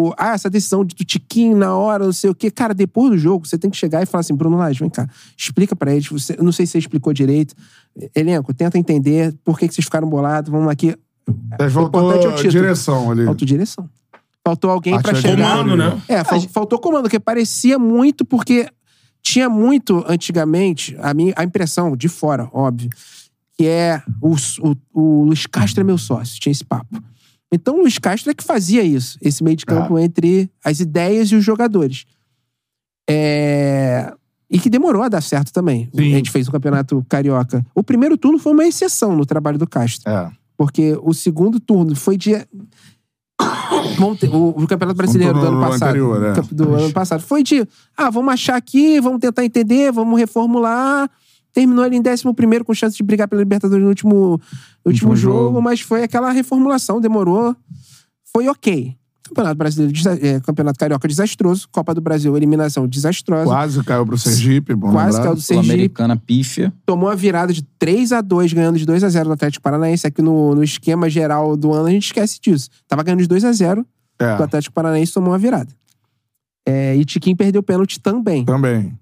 D: o- ah, essa decisão de- do Tiquinho na hora, não sei o quê, cara, depois do jogo, você tem que chegar e falar assim, Bruno Lage, vem cá, explica pra eles, você, eu não sei se você explicou direito, elenco, tenta entender por que, que vocês ficaram bolados, vamos aqui,
A: Mas voltou
D: importante é o título.
A: direção ali.
D: Faltou direção. Faltou alguém
A: Parte
D: pra
A: da
D: chegar.
B: Comando, né?
D: É, fal- faltou comando, porque parecia muito, porque tinha muito antigamente, a, minha, a impressão de fora, óbvio, que é o, s- o, o Luiz Castro é meu sócio, tinha esse papo. Então o Luiz Castro é que fazia isso, esse meio de
A: Ah.
D: campo entre as ideias e os jogadores. É, E que demorou a dar certo também.
A: Sim.
D: A gente fez o campeonato carioca. O primeiro turno foi uma exceção no trabalho do Castro.
A: É.
D: Porque o segundo turno foi de. Monte- O, o Campeonato Brasileiro do
A: turno
D: ano né? passado.
A: anterior, é.
D: Campe- Do ano passado. Foi de. Ah, vamos achar aqui, vamos tentar entender, vamos reformular. Terminou ali em 11 com chance de brigar pela Libertadores no último, no último
A: Último
D: jogo,
A: jogo.
D: mas foi aquela reformulação, demorou. Foi ok. Campeonato Brasileiro, desa- é, Campeonato Carioca desastroso, Copa do Brasil, eliminação desastrosa.
A: Quase caiu pro Sergipe, bom
D: Quase
A: lembrar.
D: caiu do Sergipe
C: Sul-Americana pífia.
D: tomou a virada de 3 a 2 ganhando de 2 a 0 do Atlético Paranaense. Aqui no, no esquema geral do ano, a gente esquece disso. Tava ganhando de 2 a 0
A: É,
D: do Atlético Paranaense tomou a virada. É, e Tiquinho perdeu o pênalti também.
A: também.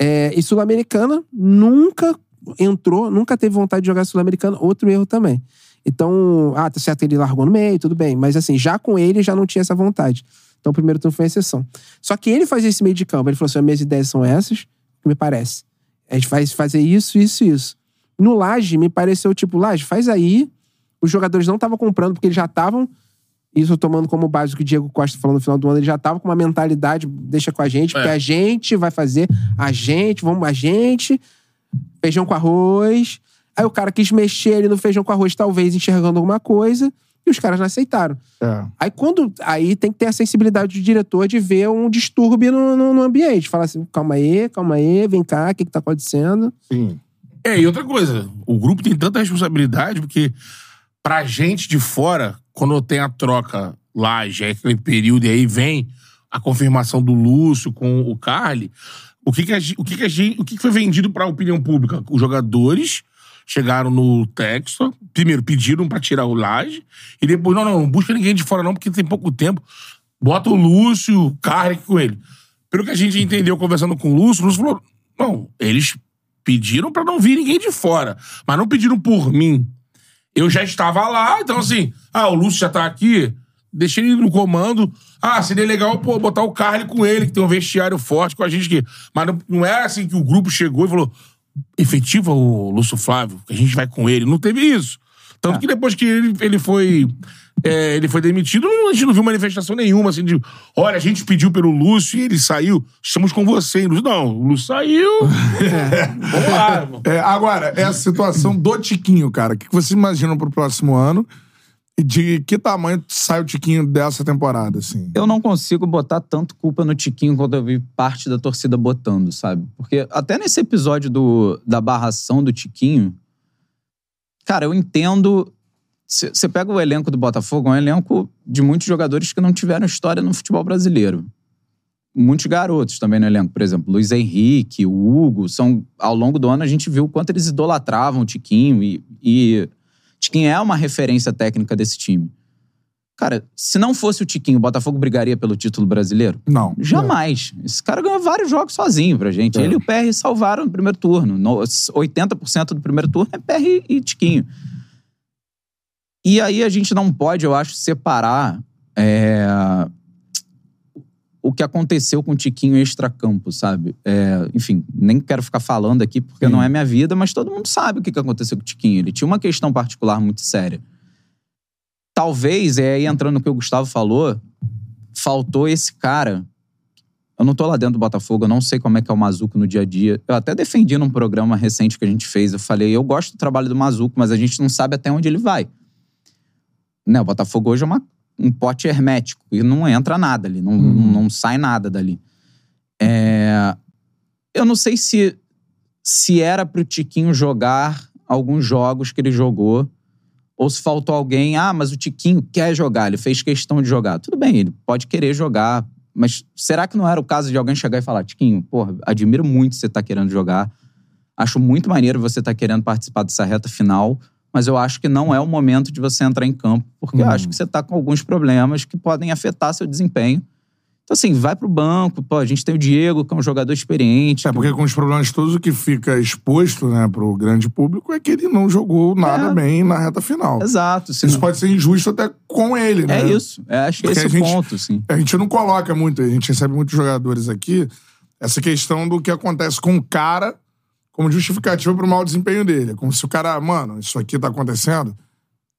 D: É, e Sul-Americana nunca entrou, nunca teve vontade de jogar Sul-Americana. Outro erro também. Então, ah, tá certo, ele largou no meio, tudo bem. Mas assim, já com ele, já não tinha essa vontade. Então, o primeiro turno foi a exceção. Só que ele fazia esse meio de campo. Ele falou assim, as minhas ideias são essas, que me parece. A gente faz fazer isso, isso e isso. No Laje, me pareceu tipo, Laje, faz aí, os jogadores não estavam comprando, porque eles já estavam. Isso eu tomando como base o que o Diego Costa falou no final do ano, ele já estava com uma mentalidade, deixa com a gente, porque a gente vai fazer, a gente, vamos, a gente, feijão com arroz. Aí o cara quis mexer ali no feijão com arroz, talvez enxergando alguma coisa, e os caras não aceitaram.
A: É.
D: Aí quando. Aí tem que ter a sensibilidade do diretor de ver um distúrbio no, no- no ambiente. Falar assim, calma aí, calma aí, vem cá, o que, que tá acontecendo?
A: Sim.
B: É, e outra coisa, o grupo tem tanta responsabilidade, porque pra gente de fora, quando tem a troca lá, já é aquele período, e aí vem a confirmação do Lúcio com o Carly, o que que, a, gen- o que, que, a, gen- o que, que foi vendido pra opinião pública? Os jogadores chegaram no texto, primeiro pediram pra tirar o Laje, e depois, não, não, não busca ninguém de fora não, porque tem pouco tempo, bota o Lúcio, o Carly com ele. Pelo que a gente entendeu conversando com o Lúcio, o Lúcio falou, não, eles Pediram pra não vir ninguém de fora, mas não pediram por mim. Eu já estava lá, então assim, ah, o Lúcio já tá aqui, deixei ele no comando. Ah, seria legal pô, botar o Carly com ele, que tem um vestiário forte com a gente aqui. Mas não, não é assim que o grupo chegou e falou: efetiva o Lúcio Flávio, que a gente vai com ele. Não teve isso. Tanto
C: Tá.
B: que depois que ele, ele foi. é, ele foi demitido, não- a gente não viu manifestação nenhuma, assim, de olha, a gente pediu pelo Lúcio e ele saiu, estamos com você. E o Lúcio, não, o Lúcio saiu.
C: É.
B: Vamos lá, irmão.
A: É, agora, essa situação do Tiquinho, cara. O que que vocês imaginam pro próximo ano? E de que tamanho sai o Tiquinho dessa temporada, assim?
C: Eu não consigo botar tanto culpa no Tiquinho quanto eu vi parte da torcida botando, sabe? Porque até nesse episódio do, da barração do Tiquinho, cara, eu entendo. Você pega o elenco do Botafogo, é um elenco de muitos jogadores que não tiveram história no futebol brasileiro. Muitos garotos também no elenco, por exemplo, Luiz Henrique, o Hugo, são, ao longo do ano a gente viu o quanto eles idolatravam o Tiquinho e, e Tiquinho é uma referência técnica desse time. Cara, se não fosse o Tiquinho, o Botafogo brigaria pelo título brasileiro?
A: Não.
C: Jamais. Esse cara ganhou vários jogos sozinho pra gente. Ele e o PR salvaram no primeiro turno. No- 80% do primeiro turno é PR e Tiquinho. E aí a gente não pode, eu acho, separar é, o que aconteceu com o Tiquinho extracampo, sabe? É, enfim, nem quero ficar falando aqui porque não é minha vida, mas todo mundo sabe o que que aconteceu com o Tiquinho. Ele tinha uma questão particular muito séria. Talvez, é aí entrando no que o Gustavo falou, faltou esse cara. Eu não tô lá dentro do Botafogo, eu não sei como é que é o Mazuco no dia a dia. Eu até defendi num programa recente que a gente fez, eu falei, eu gosto do trabalho do Mazuco, mas a gente não sabe até onde ele vai. Né, o Botafogo hoje é uma- um pote hermético e não entra nada ali, não, não sai nada dali. É, eu não sei se, se era pro Tiquinho jogar alguns jogos que ele jogou ou se faltou alguém, ah, mas o Tiquinho quer jogar, ele fez questão de jogar. Tudo bem, ele pode querer jogar, mas será que não era o caso de alguém chegar e falar, Tiquinho, porra, admiro muito você tá querendo jogar, acho muito maneiro você tá querendo participar dessa reta final, mas eu acho que não é o momento de você entrar em campo, porque
A: Uhum.
C: eu acho que você tá com alguns problemas que podem afetar seu desempenho. Então, assim, vai pro banco, pô, a gente tem o Diego, que é um jogador experiente.
A: É, porque com os problemas todos, o que fica exposto, né, pro grande público é que ele não jogou nada
C: É.
A: bem na reta final.
C: Exato. se
A: Isso
C: não-
A: pode ser injusto até com ele, né?
C: É isso. É, acho que
A: Porque
C: esse é
A: a
C: o
A: gente-
C: ponto, sim.
A: A gente não coloca muito, a gente recebe muitos jogadores aqui, essa questão do que acontece com o cara como justificativa pro mau desempenho dele. É Como se o cara, mano, isso aqui tá acontecendo,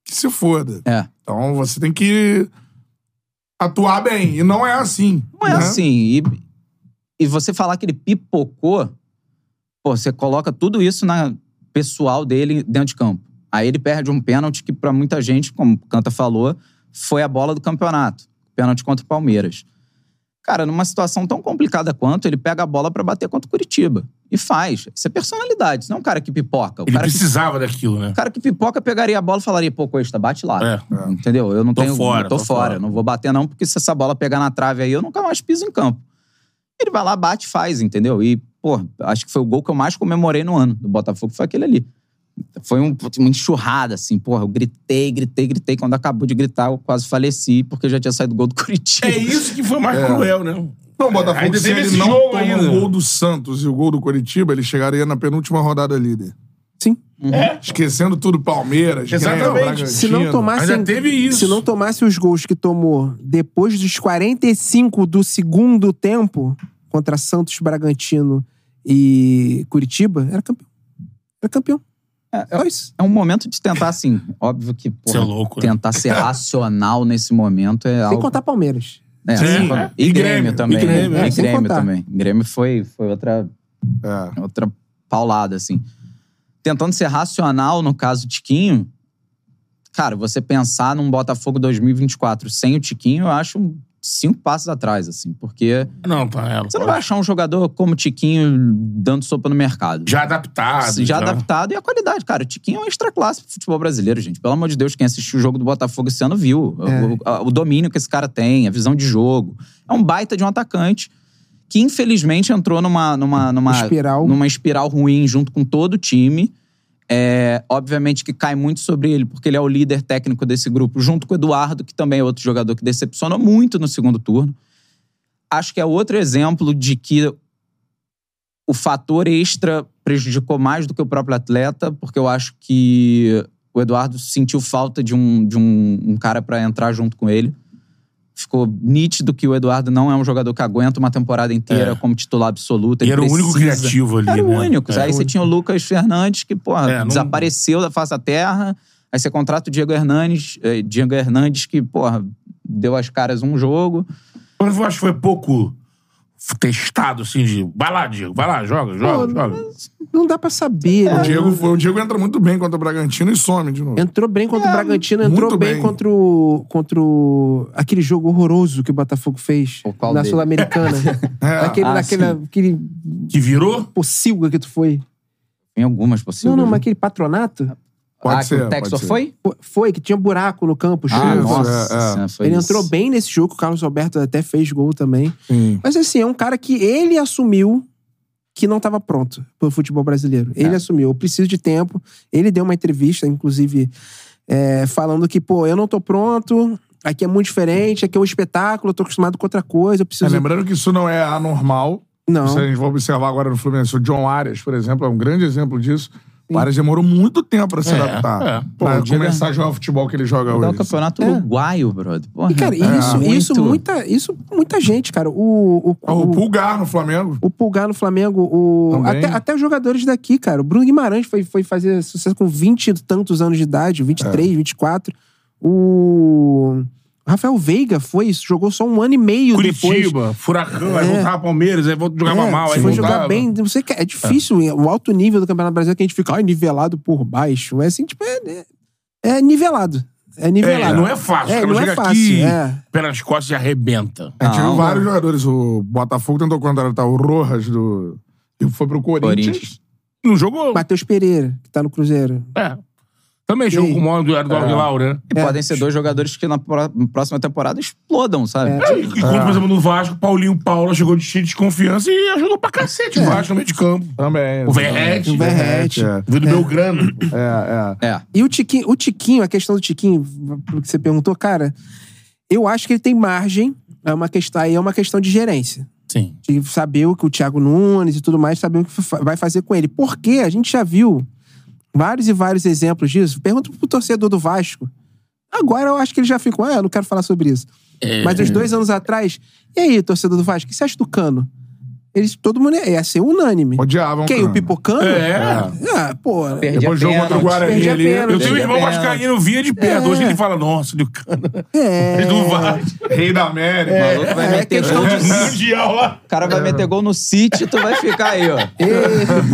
A: que se foda.
C: É.
A: Então você tem que atuar bem. E não é assim.
C: Não é
A: né?
C: assim. E, e você falar que ele pipocou, pô, você coloca tudo isso na pessoal dele dentro de campo. Aí ele perde um pênalti que, pra muita gente, como o Canta falou, foi a bola do campeonato. Pênalti contra o Palmeiras. Cara, numa situação tão complicada quanto, ele pega a bola pra bater contra o Curitiba. E faz. Isso é personalidade. Isso não é um cara que pipoca. O
B: Ele
C: cara que
B: precisava daquilo, né?
C: o cara que pipoca pegaria a bola e falaria, pô, Costa, bate lá.
B: É,
A: é.
C: Entendeu? Eu não
B: Tô
C: tenho.
B: fora,
C: tô,
B: tô
C: fora.
B: fora.
C: Não vou bater, não, porque se essa bola pegar na trave aí, eu nunca mais piso em campo. Ele vai lá, bate e faz, entendeu? E, pô, acho que foi o gol que eu mais comemorei no ano do Botafogo, foi aquele ali. Foi um- uma enxurrada, assim, porra. Eu gritei, gritei, gritei. Quando acabou de gritar, eu quase faleci, porque já tinha saído o gol do Curitiba.
B: É isso que foi mais cruel, né?
A: Não, Então, o Botafogo,
B: Ainda
A: se
B: teve
A: ele
B: esse
A: não
B: jogo
A: toma
B: ainda.
A: o gol do Santos e o gol do Curitiba, ele chegaria na penúltima rodada líder. É?
D: Sim.
A: Esquecendo tudo Palmeiras,
B: Uhum. Exatamente.
A: Grêmio, Bragantino.
D: Se não tomasse,
B: Ainda teve isso.
D: se não tomasse os gols que tomou depois dos 45 do segundo tempo contra Santos, Bragantino e Curitiba, era campeão. Era campeão. Só isso.
C: É um momento de tentar, assim, óbvio que, porra,
B: Ser louco, né?
C: tentar ser racional nesse momento é
D: Sem
C: algo...
D: contar Palmeiras.
C: É,
B: Sim,
C: sem contar.
B: é.
C: E,
B: E
C: Grêmio,
B: Grêmio,
C: também.
B: e
C: né? E
B: Grêmio,
C: Grêmio,
D: é, sem contar.
C: também. Grêmio foi, foi outra,
A: É.
C: outra paulada, assim. Tentando ser racional, no caso Tiquinho, cara, você pensar num Botafogo 2024 sem o Tiquinho, eu acho um- cinco passos atrás, assim, porque
B: Não, tá. É,
C: você não vai achar um jogador como o Tiquinho dando sopa no mercado.
B: Já adaptado.
C: Já adaptado e a qualidade, cara. O Tiquinho é uma extra classe pro futebol brasileiro, gente. Pelo amor de Deus, quem assistiu o jogo do Botafogo esse ano viu. O, a- o domínio que esse cara tem, a visão de jogo. É um baita de um atacante que, infelizmente, entrou numa, numa, numa,
D: Espiral.
C: numa espiral ruim junto com todo o time. É, obviamente que cai muito sobre ele, porque ele é o líder técnico desse grupo, junto com o Eduardo, que também é outro jogador que decepcionou muito no segundo turno. Acho que é outro exemplo de que o fator extra prejudicou mais do que o próprio atleta, porque eu acho que o Eduardo sentiu falta de um, de um, um cara pra entrar junto com ele. Ficou nítido que o Eduardo não é um jogador que aguenta uma temporada inteira
B: É.
C: como titular absoluto.
B: E
C: ele
B: era o único
C: precisa.
B: criativo ali.
C: Era o
B: né?
C: único.
B: É.
C: aí você tinha o Lucas Fernandes, que, porra,
B: É, não-
C: desapareceu da face da terra. Aí você contrata o Diego Hernandes, eh, Diego Hernandes, que, porra, deu as caras um jogo.
B: Mas eu acho que foi pouco testado, assim, de. Vai lá, Diego, vai lá, joga, joga,
D: Pô,
B: joga.
D: Não dá pra saber.
A: O
D: né?
A: Diego, foi- o Diego entra muito bem contra o Bragantino e some de novo.
D: Entrou bem contra o Bragantino,
A: É, muito
D: entrou bem,
A: bem.
D: contra o, contra o- aquele jogo horroroso que o Botafogo fez
C: O qual
D: na
C: dele?
D: Sul-Americana.
A: É.
D: Naquele,
C: Ah,
D: naquele,
C: sim.
D: aquele
B: Que virou?
D: pocilga que tu foi.
C: Em algumas possíveis.
D: Não, não, mas aquele patronato
A: Pode
C: ah,
A: ser,
C: que o Texor
A: pode ser.
C: foi?
D: fo- foi, que tinha buraco no campo.
C: Ah,
D: chuva.
C: nossa.
A: é, é.
C: senhora, foi
D: Ele
C: isso.
D: entrou bem nesse jogo, o Carlos Alberto até fez gol também.
A: Sim.
D: Mas assim, é um cara que ele assumiu que não estava pronto pro futebol brasileiro.
C: É.
D: Ele assumiu, eu preciso de tempo. Ele deu uma entrevista, inclusive, é, falando que, pô, eu não tô pronto, aqui é muito diferente, aqui é um espetáculo, eu tô acostumado com outra coisa, eu
A: É,
D: preciso.
A: lembrando que isso não é anormal.
D: não.
A: Se a gente for observar agora no Fluminense, o John Arias, por exemplo, é um grande exemplo disso. O Arias demorou muito tempo pra se
B: É,
A: adaptar.
B: é.
C: Pô, o
A: Pra
C: Diego- um
A: começar a jogar o futebol que ele joga
C: Dá é o
A: hoje.
C: campeonato uruguaio, brother. Porra,
D: É. E, cara,
C: é
D: isso, isso, muita, isso, muita gente, cara. O, o,
A: Ah, O Pulgar no Flamengo.
D: o Pulgar no Flamengo, o...
A: Também.
D: até, até os jogadores daqui, cara. O Bruno Guimarães foi, foi fazer sucesso com 20 e tantos anos de idade, 23, 24. O Rafael Veiga foi, jogou só um ano e meio depois.
B: Curitiba, Furacão, aí voltava pro Palmeiras, aí voltava, jogava
D: É,
B: mal, aí
D: foi
B: voltava.
D: jogar bem, não sei o que. É difícil o alto nível do Campeonato Brasileiro que a gente fica ai, nivelado por baixo. É assim, tipo, é, é, é nivelado. É nivelado.
B: É, não é fácil. o cara
D: não
B: chega
D: é fácil.
B: aqui,
D: é.
B: pelas costas e arrebenta.
A: A gente
C: Não,
A: viu
C: não.
A: vários jogadores. O Botafogo tentou contratar o Rojas do. E foi pro Corinthians.
C: Corinthians.
B: Não jogou?
D: Matheus Pereira, que tá no Cruzeiro.
B: É. Também jogou
D: aí?
B: com o maior do Eduardo
D: É.
B: Hilal, né?
C: E É. podem ser dois jogadores que na pró- próxima temporada explodam, sabe?
D: É.
B: E quando, por exemplo, no Vasco, Paulinho Paula chegou de cheio de desconfiança e ajudou pra cacete
D: É.
B: o Vasco no meio de campo.
A: Também.
B: O Verrete.
D: O Verrete.
A: É,
B: Veio do Belgrano.
A: é. é.
C: É.
D: E o Tiquinho, o Tiquinho, a questão do Tiquinho, pelo que você perguntou, cara, eu acho que ele tem margem. É uma questão, aí é uma questão de gerência.
B: Sim.
D: De saber o que o Thiago Nunes e tudo mais, saber o que fa- vai fazer com ele. Porque a gente já viu vários e vários exemplos disso. Pergunta pro torcedor do Vasco. Agora eu acho que ele já ficou, ah, eu não quero falar sobre isso.
B: É.
D: Mas uns dois anos atrás, e aí, torcedor do Vasco, o que você acha do Cano? Eles, todo mundo "É, ia ia ser unânime.
A: Odiavam.
D: Quem?
A: cara.
D: O Pipocano?
B: É.
D: Ah, pô.
C: Perdi
A: Depois
C: a
A: jogou contra o
C: pênalti.
A: Guarani
D: Tá, Perdi a
A: ali.
D: pênalti.
B: Eu tenho um
C: Ele é
B: irmão
C: perna.
B: vascaíno via de perda. Hoje ele fala, nossa, Lucana.
D: É.
B: Do Vasco.
A: Rei da América.
C: O maluco vai
D: É,
C: meter
D: questão
C: gol.
D: de- É.
B: Mundial lá.
C: O cara vai meter gol no City, tu vai ficar aí, ó.
D: Ei,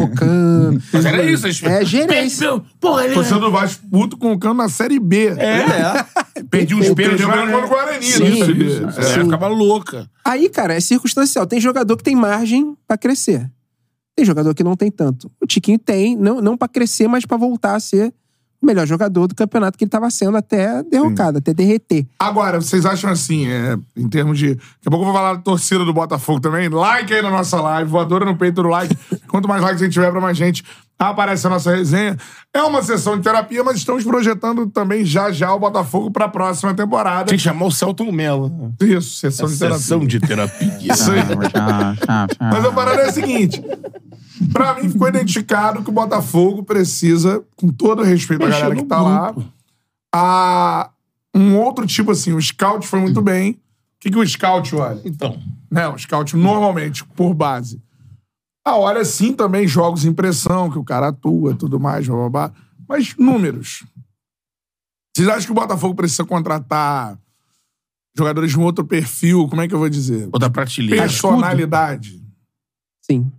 D: Pipocano.
B: Mas era isso. eles-
D: É, gerência.
B: Perdeu. Porra, ele...
A: Torcedor
D: é-
A: do Vasco puto com o cano na Série B. É.
C: É.
B: Perdi uns pênaltis.
A: Jogando
B: jogava
A: contra o
B: contra o
A: Guarani.
D: Sim.
A: né?
B: Guarani.
A: Série B.
D: Sim.
B: Essa época ficava louca.
D: Aí, cara, é circunstancial. Tem jogador que tem margem pra crescer. Tem jogador que não tem tanto. O Tiquinho tem, não, não para crescer, mas pra voltar a ser o melhor jogador do campeonato que ele tava sendo até derrocado, até derreter.
A: Agora, vocês acham assim, é, em termos de. Daqui a pouco eu vou falar da torcida do Botafogo também. Like aí na nossa live, voadora no peito do like. Quanto mais likes a gente tiver pra mais gente, aparece a nossa resenha. É uma sessão de terapia, mas estamos projetando também já já o Botafogo pra próxima temporada.
B: Tem que chamar o Celton Mello. É
A: Isso, sessão de terapia.
B: Sessão de terapia.
A: Isso aí. Mas a parada é a seguinte. Pra mim ficou identificado que o Botafogo precisa, com todo o respeito à
B: Mexeu
A: galera que
B: no
A: tá lá, a um outro tipo assim, o scout foi muito bem. O que, que o scout olha?
B: Então,
A: né? O scout normalmente, por Ah, assim, base. A hora sim também jogos de impressão, que o cara atua e tudo mais, blá, blá, blá. Mas números. Vocês acham que o Botafogo precisa contratar jogadores de um outro perfil? Como é que eu vou dizer?
B: Ou da prateleira.
A: Personalidade.
D: Sim.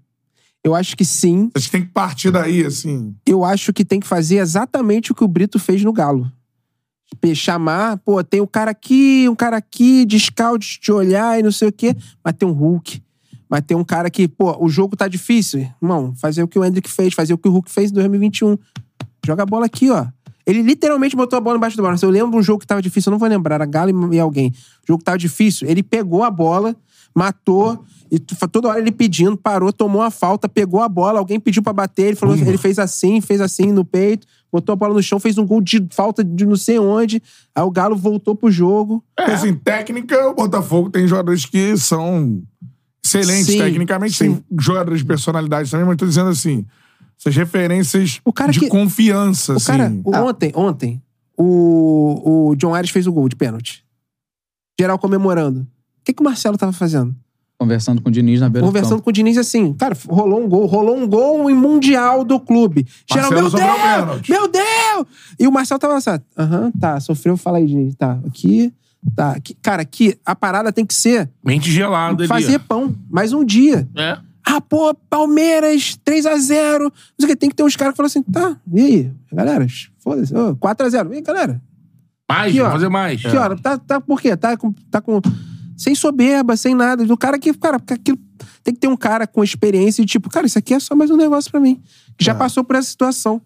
D: Eu acho que sim.
A: Vocês têm que partir daí, assim.
D: Eu acho que tem que fazer exatamente o que o Brito fez no Galo. Pe- Chamar, pô, tem um cara aqui, um cara aqui, de scout, te olhar e não sei o quê. Mas tem um Hulk. Mas tem um cara que, pô, o jogo tá difícil. Irmão, fazer o que o Hendrick fez, fazer o que o Hulk fez em 2021. Joga a bola aqui, ó. Ele literalmente botou a bola embaixo do braço. Eu lembro um jogo que tava difícil, eu não vou lembrar, era Galo e e alguém. O jogo que tava difícil, ele pegou a bola, matou, e tu- toda hora ele pedindo, parou, tomou a falta, pegou a bola, alguém pediu pra bater, ele falou, ele fez assim, fez assim no peito, botou a bola no chão, fez um gol de falta de não sei onde. Aí o Galo voltou pro jogo.
A: Porque, assim, técnica, o Botafogo tem jogadores que são excelentes
D: Sim,
A: tecnicamente,
D: sim.
A: tem jogadores de personalidade também, mas tô dizendo assim, essas referências
D: O cara
A: de
D: que-
A: confiança,
D: O
A: assim.
D: cara, o- ontem, ontem, o, o John Ares fez o gol de pênalti. Geral comemorando. O que, que o Marcelo tava fazendo?
C: Conversando com o Diniz na beira
D: Conversando
C: do campo.
D: com o Diniz assim, cara, rolou um gol, rolou um gol em mundial do clube. Geral,
A: Marcelo
D: meu
A: sofreu
D: Deus!
A: pênalti.
D: Meu Deus! E o Marcelo tava assim, aham, tá, sofreu, fala aí, Diniz, tá, aqui, tá. Aqui. Cara, aqui a parada tem que ser
B: Mente gelada ali.
D: fazer pão, mais um dia.
B: É.
D: Ah, pô, Palmeiras, 3x0. Não sei o que, tem que ter uns caras que falam assim, tá, e aí, galera, foda-se, ô, 4x0. E aí, galera,
B: Mais,
D: Aqui, ó.
B: vamos fazer mais.
A: É.
D: que hora? Tá, tá por quê? Tá com, tá com. Sem soberba, sem nada. Do cara que, cara, porque aquilo- tem que ter um cara com experiência e tipo, cara, isso aqui é só mais um negócio pra mim.
A: É.
D: Que já passou por essa situação.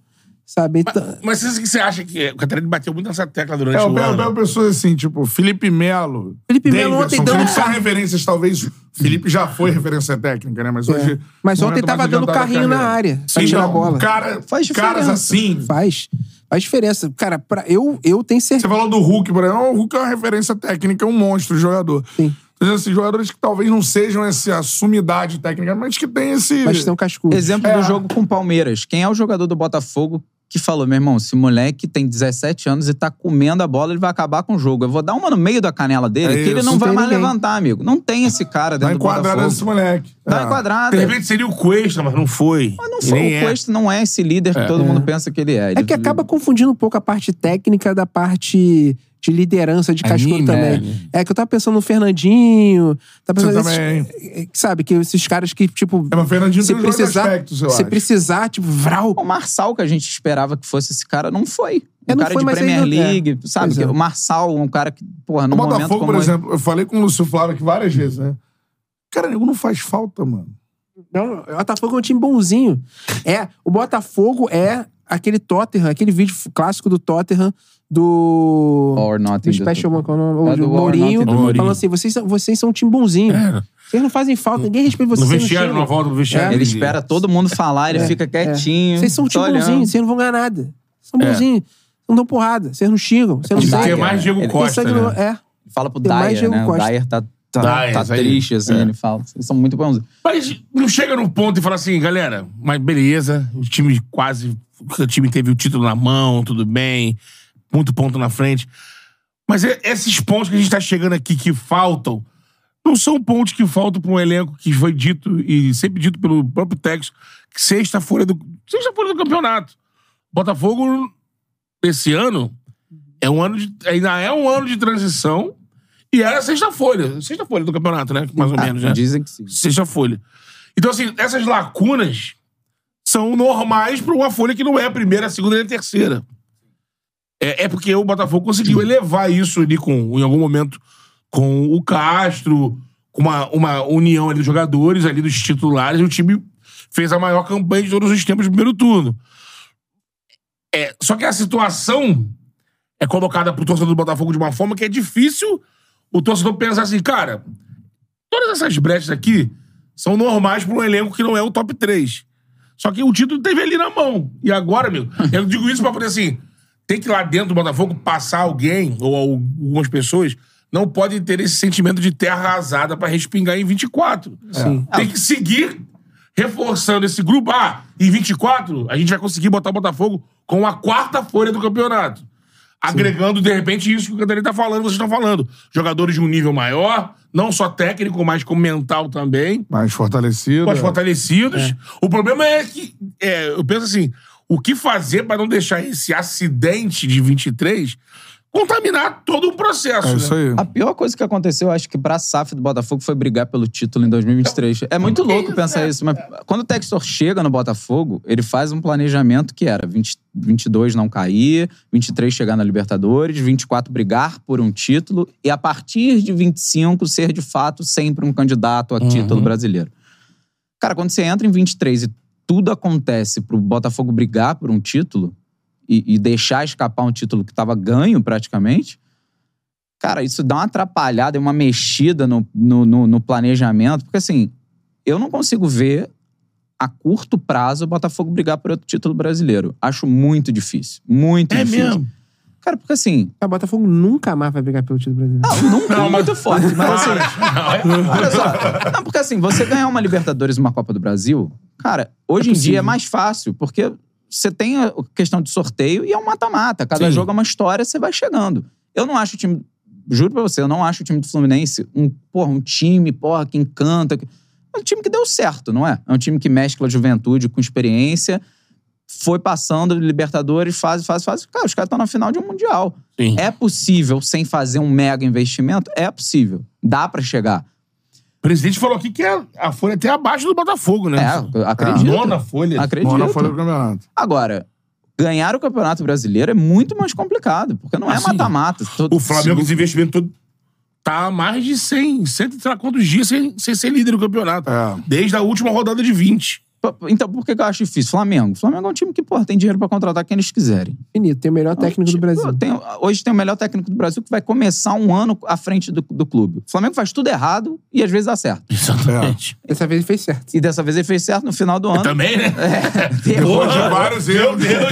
D: Sabe? Então,
B: Mas você, você acha que. é? O Catarina bateu muito nessa tecla durante
A: É, eu
B: o
A: pego, eu
B: ano.
A: pego pessoas assim, tipo, Felipe Melo.
D: Felipe Melo
A: Davidson,
D: ontem um dando
A: que não são
D: carro.
A: referências, talvez. Felipe já foi referência técnica, né? Mas hoje.
D: É. Mas
A: no
D: ontem
A: momento
D: tava
A: mais
D: dando
A: adiantado da
D: carrinho na
A: carreira.
D: área pra
A: Sim,
D: tirar a
A: não,
D: bola.
A: Cara,
C: Faz diferença.
A: caras assim.
D: Faz. Faz diferença. Cara, pra, eu, eu tenho
A: Você
D: certeza.
A: falou do Hulk, por exemplo. O Hulk é uma referência técnica, é um monstro de jogador.
D: Sim.
A: Então, Esses jogadores que talvez não sejam essa um sumidade técnica, mas que tem esse.
D: Mas tem um cascudo.
C: Exemplo
A: É.
C: do jogo com o Palmeiras. Quem é o jogador do Botafogo que falou, meu irmão, esse moleque tem 17 anos e tá comendo a bola, ele vai acabar com o jogo. Eu vou dar uma no meio da canela dele
A: É
C: que ele
A: isso.
C: não,
D: Não
C: vai
D: tem
C: mais
D: ninguém.
C: levantar, amigo. Não tem esse cara
A: Tá
C: dentro do
A: enquadrado
C: Botafogo.
A: esse moleque.
C: Tá
A: É.
C: enquadrado.
B: De repente seria o Cuesta, mas não foi.
C: Mas não foi,
B: Nem
C: o Cuesta não é esse líder que todo mundo pensa que ele é.
D: É que acaba confundindo um pouco a parte técnica da parte de liderança de cascudo
C: Anime,
D: também. É que eu tava pensando no Fernandinho. Tava
A: né? Você
D: pensando nesses-
A: também.
D: é, sabe, que esses caras que, tipo.
A: É, mas o Fernandinho
D: se
A: tem os dois
D: precisar,
A: aspectos, eu
D: Se
A: acho.
D: precisar, tipo, vral.
C: O Marçal, que a gente esperava que fosse esse cara, não foi. Um
D: É, não
C: cara
D: foi,
C: de
D: mas
C: Premier
D: ainda- é.
C: League, sabe?
D: Pois é.
C: O Marçal, um cara que, porra,
A: O
C: num momento
A: Botafogo,
C: como é-
A: por
C: esse-
A: exemplo, eu falei com o Lúcio Flávio aqui várias vezes, né? Cara, nego não faz falta, mano.
D: Não, o Botafogo é um time bonzinho. É, o Botafogo é aquele Tottenham, aquele vídeo f- clássico do Tottenham do.
C: Or not
D: do
C: in
D: Special
C: the-
D: Man, qual é o nome?
C: É,
D: do
C: do
D: Mourinho,
C: Or Not in
B: the- Mourinho.
D: falando assim: vocês, são- vocês são um time bonzinho.
B: É.
D: Vocês não fazem falta, ninguém respeita vocês.
B: No
D: vocês não
B: vestiário,
D: chegam.
B: na volta do vestiário.
C: É, Ele
B: dele.
C: espera todo mundo falar, ele fica quietinho.
D: É, Vocês são um time
C: só Tá olhando.
D: bonzinho, vocês não vão ganhar nada. São
A: É.
D: bonzinhos. Não dão porrada, vocês não xingam, vocês não
C: Ele
B: Tem
D: saem.
C: Zaga,
B: mais
C: né?
B: Diego
C: Ele
D: Tem
B: Costa.
D: sangue
B: Né?
D: no- É.
C: Fala pro
D: Tem mais
C: Dyer,
D: Diego
C: né? O
D: Costa.
C: Dyer tá, tá,
B: Dyer,
C: tá
B: isso aí.
C: triste, assim,
B: É.
C: ele fala. Vocês são muito bons.
B: Mas não chega num ponto e fala assim, galera, mas beleza, o time quase. O time teve o título na mão, tudo bem, muito ponto na frente. Mas é- esses pontos que a gente tá chegando aqui que faltam, não são pontos que faltam para um elenco que foi dito e sempre dito pelo próprio Texas, que sexta folha do. Sexta folha do campeonato. Botafogo, esse ano, é um ano de. Ainda é um ano de transição. E era a sexta folha. Sexta folha do campeonato, né? Mais ou
C: Ah,
B: menos, né?
C: Dizem que sim.
B: seja folha. Então, assim, essas lacunas são normais para uma folha que não é a primeira, a segunda e a terceira. É, é porque o Botafogo conseguiu elevar isso ali com, em algum momento com o Castro, com uma, uma união ali dos jogadores, ali dos titulares, e o time fez a maior campanha de todos os tempos do primeiro turno. É, só que a situação é colocada pro torcedor do Botafogo de uma forma que é difícil o torcedor pensar assim, cara, todas essas brechas aqui são normais para um elenco que não é o top 3. Só que o título teve ali na mão. E agora, meu, eu digo isso para poder assim, tem que lá dentro do Botafogo passar alguém ou algumas pessoas não podem ter esse sentimento de terra arrasada para respingar em 24.
D: Sim.
B: Tem que seguir reforçando esse grupo. Ah, em 24 a gente vai conseguir botar o Botafogo com a quarta folha do campeonato. Agregando, de repente, isso que o Catarina tá falando, vocês estão falando. Jogadores de um nível maior, não só técnico, mas como mental também
A: Mais fortalecido.
B: mais fortalecidos. O problema é que, é, eu penso assim, o que fazer pra não deixar esse acidente de 23 contaminar todo o processo.
A: É
B: né?
A: isso aí.
C: A pior coisa que aconteceu, acho que pra SAF do Botafogo foi brigar pelo título em 2023. É muito louco pensar isso, mas quando o Textor chega no Botafogo, ele faz um planejamento que era 20 22 não cair, 23 chegar na Libertadores, 24 brigar por um título e a partir de 25 ser de fato sempre um candidato a título brasileiro. Cara, quando você entra em 23 e tudo acontece pro Botafogo brigar por um título e, e deixar escapar um título que tava ganho praticamente, cara, isso dá uma atrapalhada, uma mexida no, no, no- no planejamento, porque assim, eu não consigo ver a curto prazo o Botafogo brigar por outro título brasileiro. Acho muito difícil. Muito
B: É
C: difícil.
B: mesmo.
C: Cara, porque assim,
D: O Botafogo nunca mais vai brigar pelo título brasileiro.
C: nunca é muito forte, mas assim,
B: Não, é-
C: Olha só. Não, porque assim, você ganhar uma Libertadores e uma Copa do Brasil, cara, hoje em dia é mais fácil, porque você tem a questão de sorteio e é um mata-mata. Cada
F: Sim.
C: jogo é uma história, você vai chegando. Eu não acho o time. Juro pra você, eu não acho o time do Fluminense um, porra, um time, porra, que encanta. que- É um time que deu certo, não é? É um time que mescla juventude com experiência. Foi passando Libertadores, fase, fase, fase. Cara, os caras estão na final de um Mundial.
F: Sim.
C: É possível sem fazer um mega investimento? É possível. Dá pra chegar.
B: O presidente falou aqui que a, a folha é até abaixo do Botafogo, né?
C: É, eu
B: a
C: acredito.
B: nona folha.
C: Acredito.
A: Bom, na folha do campeonato.
C: Agora, ganhar o Campeonato Brasileiro é muito mais complicado, porque não é
F: Assim,
C: mata-mata. Todo-
B: O Flamengo, com esse investimento todo, tá há mais de 100, 100 e sei lá quantos dias sem, sem ser líder do campeonato.
A: É.
B: Desde a última rodada de 20.
C: P- p- Então, por que que eu acho difícil? Flamengo. Flamengo é um time que, porra, tem dinheiro pra contratar quem eles quiserem.
D: Finito, tem o melhor técnico do
C: Tipo,
D: Brasil.
C: tem- hoje tem o melhor técnico do Brasil que vai começar um ano à frente do, do clube. O Flamengo faz tudo errado e às vezes dá certo.
B: Exatamente.
D: Dessa vez ele fez certo.
C: E dessa vez ele fez certo no final do ano.
B: Também, né?
C: Errou.
A: Depois de vários
B: Meu
A: erros.
B: Deus.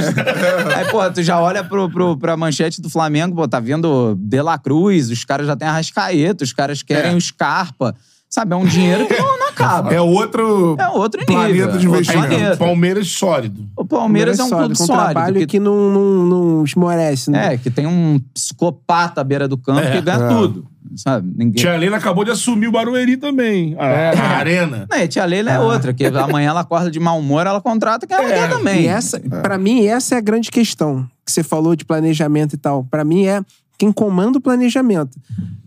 C: Aí, pô, tu já olha pro, pro, pra manchete do Flamengo, pô, tá vendo De La Cruz, os caras já têm a Rascaeta, os caras querem o Scarpa. Sabe, é um dinheiro que não, não acaba.
A: É outro.
C: É outro nível.
A: Planeta de
C: Outro
A: investimento.
C: planeta.
B: Palmeiras sólido.
C: O Palmeiras é um clube
D: com
C: sólido.
D: trabalho que,
C: que-
D: não, não, não esmorece, né?
C: É, que tem um psicopata à beira do campo
B: É.
C: que ganha tudo. Sabe? Ninguém...
B: Tia Helena acabou de assumir o Barueri também. A, a Arena.
C: Não, e a tia Leila é outra, que amanhã ela acorda de mau humor, ela contrata quem ela quer também.
D: E essa, pra mim, essa é a grande questão que você falou de planejamento e tal. Pra mim é quem comanda o planejamento.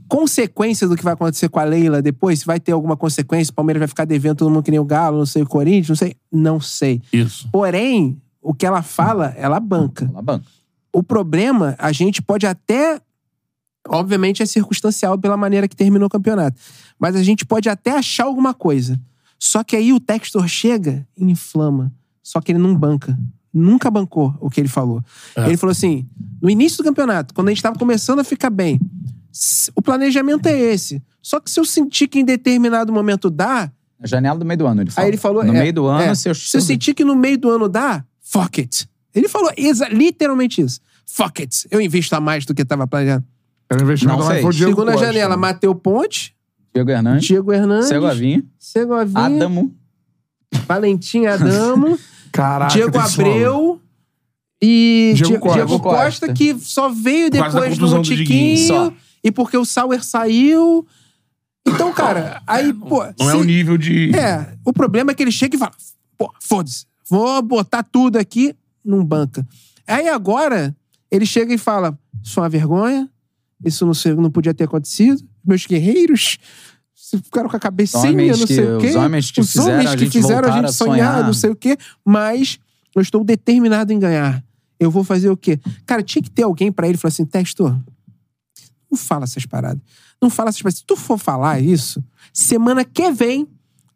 D: Consequência do que vai acontecer com a Leila depois, se vai ter alguma consequência, o Palmeiras vai ficar devendo todo mundo que nem o Galo, não sei o Corinthians, não sei, não sei.
B: Isso.
D: Porém, o que ela fala, ela banca.
C: Ela banca.
D: O problema, a gente pode até. Obviamente é circunstancial pela maneira que terminou o campeonato. Mas a gente pode até achar alguma coisa. Só que aí o Textor chega e inflama. Só que ele não banca. Nunca bancou o que ele falou. Ele falou assim: no início do campeonato, quando a gente estava começando a ficar bem, s- o planejamento é esse. Só que se eu sentir que em determinado momento dá,
C: É A janela do meio do ano, ele falou.
D: Aí ele falou.
C: No
D: é,
C: meio do ano,
D: é,
C: seu...
D: se eu sentir que no meio do ano dá, fuck it. Ele falou exa- literalmente isso. Fuck it. Eu invisto a mais do que estava planejado.
A: Era um investimento
C: Não
A: lá,
C: sei.
A: foi o Diego
D: Segunda
A: Costa.
D: janela, Mateu Ponte,
C: Diego Hernandes,
D: Diego Hernandes,
C: Segovinha,
D: Segovinha,
C: Adamo.
D: Valentim Adamo,
A: Caraca,
D: Diego
A: tem esse maluco.
D: Abreu e
A: Diego
D: Di-
A: Costa.
D: Costa,
C: Costa.
D: que só veio
B: Por causa da
D: depois
B: contusão
D: do
B: do Diguinho,
C: só.
D: Tiquinho. E porque o Sauer saiu. Então, cara, aí, pô.
B: Não é
D: se-
B: o nível de.
D: É, o problema é que ele chega e fala: pô, foda-se, vou botar tudo aqui num banca. Aí agora, ele chega e fala: isso é uma vergonha, isso não, sei- não podia ter acontecido, meus guerreiros. se Ficaram com a
C: Os homens
D: cabecinha, não
C: que-
D: sei o quê.
C: os homens que
D: Os
C: fizeram
D: homens
C: a
D: que
C: gente
D: fizeram a
C: voltar
D: gente
C: a
D: sonhar,
C: sonhar."
D: não sei o quê. Mas eu estou determinado em ganhar. Eu vou fazer o quê? Cara, tinha que ter alguém pra ele falar assim, Textor, não fala essas paradas. Não fala essas paradas. Se tu for falar isso, semana que vem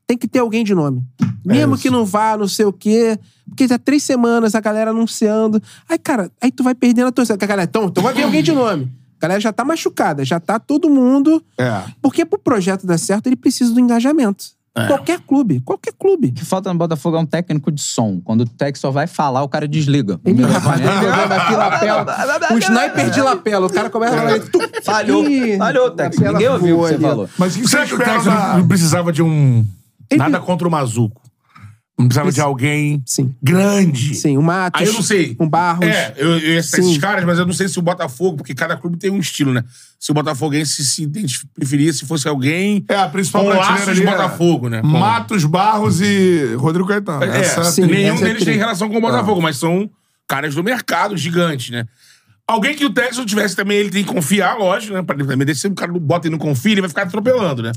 D: tem que ter alguém de nome.
B: É
D: Mesmo que não vá, não sei o quê. Porque já três semanas a galera anunciando. Aí, cara, aí tu vai perdendo a torcida. Que a galera, então, então vai vir alguém de nome. A galera já tá machucada, já tá todo mundo.
A: É.
D: Porque pro projeto dar certo, ele precisa do engajamento.
B: É.
D: Qualquer clube, qualquer clube.
C: O que falta no Botafogo é um técnico de som. Quando o técnico só vai falar, o cara desliga.
D: Ele
C: O
D: tá fazendo
C: microfone-
D: programa aqui,
C: É
D: lapela. O sniper de lapela. O cara começa a
B: É.
D: falar. tu-
C: Falhou.
D: Ih,
C: Falhou, Tex.
D: lapela
C: Ninguém ouviu o
D: voa
C: que você
D: ali, ó.
C: falou.
A: Mas o que
B: Será
A: você
B: que o
A: espera
B: Texas
A: da...
B: não precisava de um.
D: Ele-
B: Nada contra o Mazuco. Não precisava
D: Isso.
B: de alguém
D: Sim.
B: grande.
D: Sim, um Matos.
B: Aí eu não sei.
D: Um Barros.
B: É, eu, eu ia citar
D: Sim.
B: esses caras, mas eu não sei se o Botafogo, porque cada clube tem um estilo, né? Se o Botafoguense se identif- preferia, se fosse alguém.
A: É, a principal
B: com
A: prateleira
B: laços
A: ali
B: Um de
A: é
B: Botafogo, né? Com-
A: Matos, Barros e Rodrigo Caetano.
B: É,
A: Ah, Essa
D: sim.
A: tri-
B: nenhum
D: essa é
B: deles
D: tri.
B: tem relação com o Botafogo, mas são caras do mercado, gigantes, né? Alguém que o Texas tivesse também, ele tem que confiar, lógico, né? Pra ele também descer, o cara não bota e não confia, ele vai ficar atropelando, né?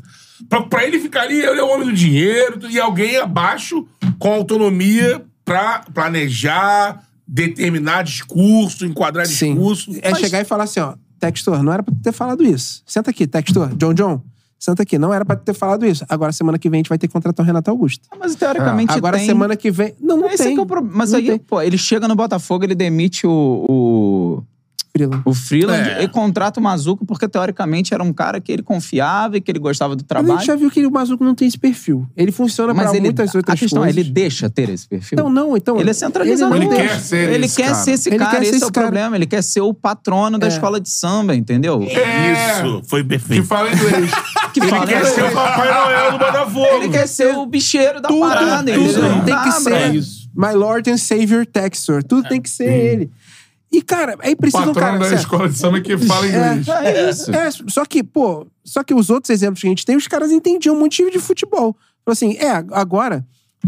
B: Pra, pra ele ficar ali, ele é o homem do dinheiro e alguém abaixo com autonomia pra planejar, determinar discurso, enquadrar
D: Sim.
B: discurso.
D: É
B: Mas-
D: chegar e falar assim, ó, Textor, não era pra tu ter falado isso. Senta aqui, Textor, John John, senta aqui, não era pra tu ter falado isso. Agora semana que vem a gente vai ter que contratar o Renato Augusto.
C: Ah, Mas teoricamente
D: Ah, Agora
C: tem...
D: semana que vem, não, não
C: Esse
D: tem.
C: é que é o problema. Mas
D: Não
C: aí,
D: tem.
C: pô, ele chega no Botafogo, ele demite o... o...
D: Frila.
C: O Freeland
B: É.
C: e contrata o Mazuco porque, teoricamente, era um cara que ele confiava e que ele gostava do
D: Mas
C: trabalho.
D: a gente já viu que o Mazuco não tem esse perfil. Ele funciona
C: Mas
D: pra
C: ele,
D: muitas outras
C: a questão
D: coisas.
C: é, ele deixa ter esse perfil?
D: Então, não, então.
C: Ele é centralizador.
D: Ele, não
A: Ele
D: deixa.
A: quer ser
C: Ele
A: esse
C: quer
A: cara.
C: ser esse
D: Ele
C: cara,
D: quer ser
C: esse, é
D: esse
C: o
D: cara.
C: problema. Ele quer ser o patrono da
D: É.
C: escola de samba, entendeu?
B: É Isso, foi
A: Que
B: perfeito.
A: fala inglês.
C: Que
B: ele
C: fala-
B: quer ser o Papai Noel do Botafogo.
C: Ele quer ser o bicheiro da
D: Tudo,
C: parada,
D: tudo
C: entendeu?
D: né? tem
C: Tá,
D: que
C: bro.
D: ser É My Lord and Savior Textor. Tudo tem que ser ele. E, cara, aí precisa um
A: Patrono
D: cara.
A: da
D: assim, ó,
A: escola de samba que fala inglês.
D: É,
C: É isso.
D: É, só que, pô, só que os outros exemplos que a gente tem, os caras entendiam muito time de futebol. Falou assim, é, agora,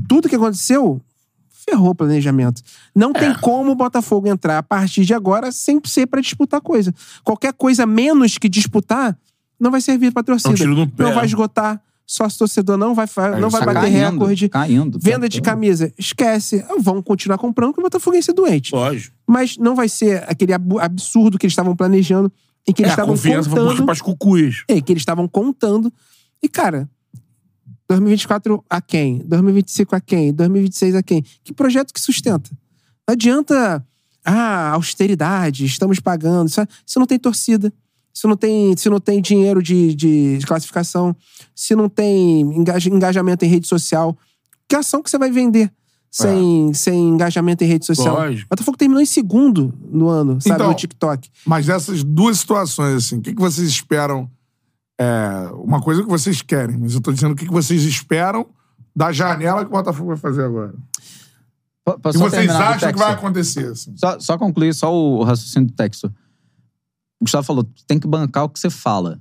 D: tudo que aconteceu ferrou o planejamento. Não
C: É.
D: tem como o Botafogo entrar a partir de agora sem ser pra disputar coisa. Qualquer coisa menos que disputar não vai servir pra torcida.
B: É um tiro no pé.
D: Não vai esgotar. Sócio torcedor não vai, fa- não vai
C: Tá
D: bater
C: caindo,
D: recorde.
C: Tá Caindo.
D: Venda de camisa, esquece. Vão continuar comprando porque o Botafogo ia ser doente
B: Lógico.
D: mas não vai ser aquele abu- absurdo que eles estavam planejando e
B: É,
D: que eles
B: a
D: estavam
B: confiança foi
D: contando.
B: puxar pras cucuias.
D: É, que eles estavam contando. E, cara, 2024 a quem? 2025 a quem? 2026 a quem? Que projeto que sustenta? Não adianta. Ah, austeridade, estamos pagando. Isso, é, isso não tem torcida. Se não tem, se não tem dinheiro de, de classificação, se não tem engaja- engajamento em rede social, que ação que você vai vender sem, sem engajamento em rede social?
B: É. Lógico.
D: Botafogo terminou em segundo no ano, sabe,
A: Então,
D: no TikTok.
A: Mas dessas duas situações, assim, o que, que vocês esperam? É, uma coisa que vocês querem, mas eu tô dizendo o que, que vocês esperam da janela que o Botafogo vai fazer agora.
C: O
A: E vocês acham que vai acontecer, assim.
C: Só, só concluir só o raciocínio do texto. O Gustavo falou, tem que bancar o que você fala.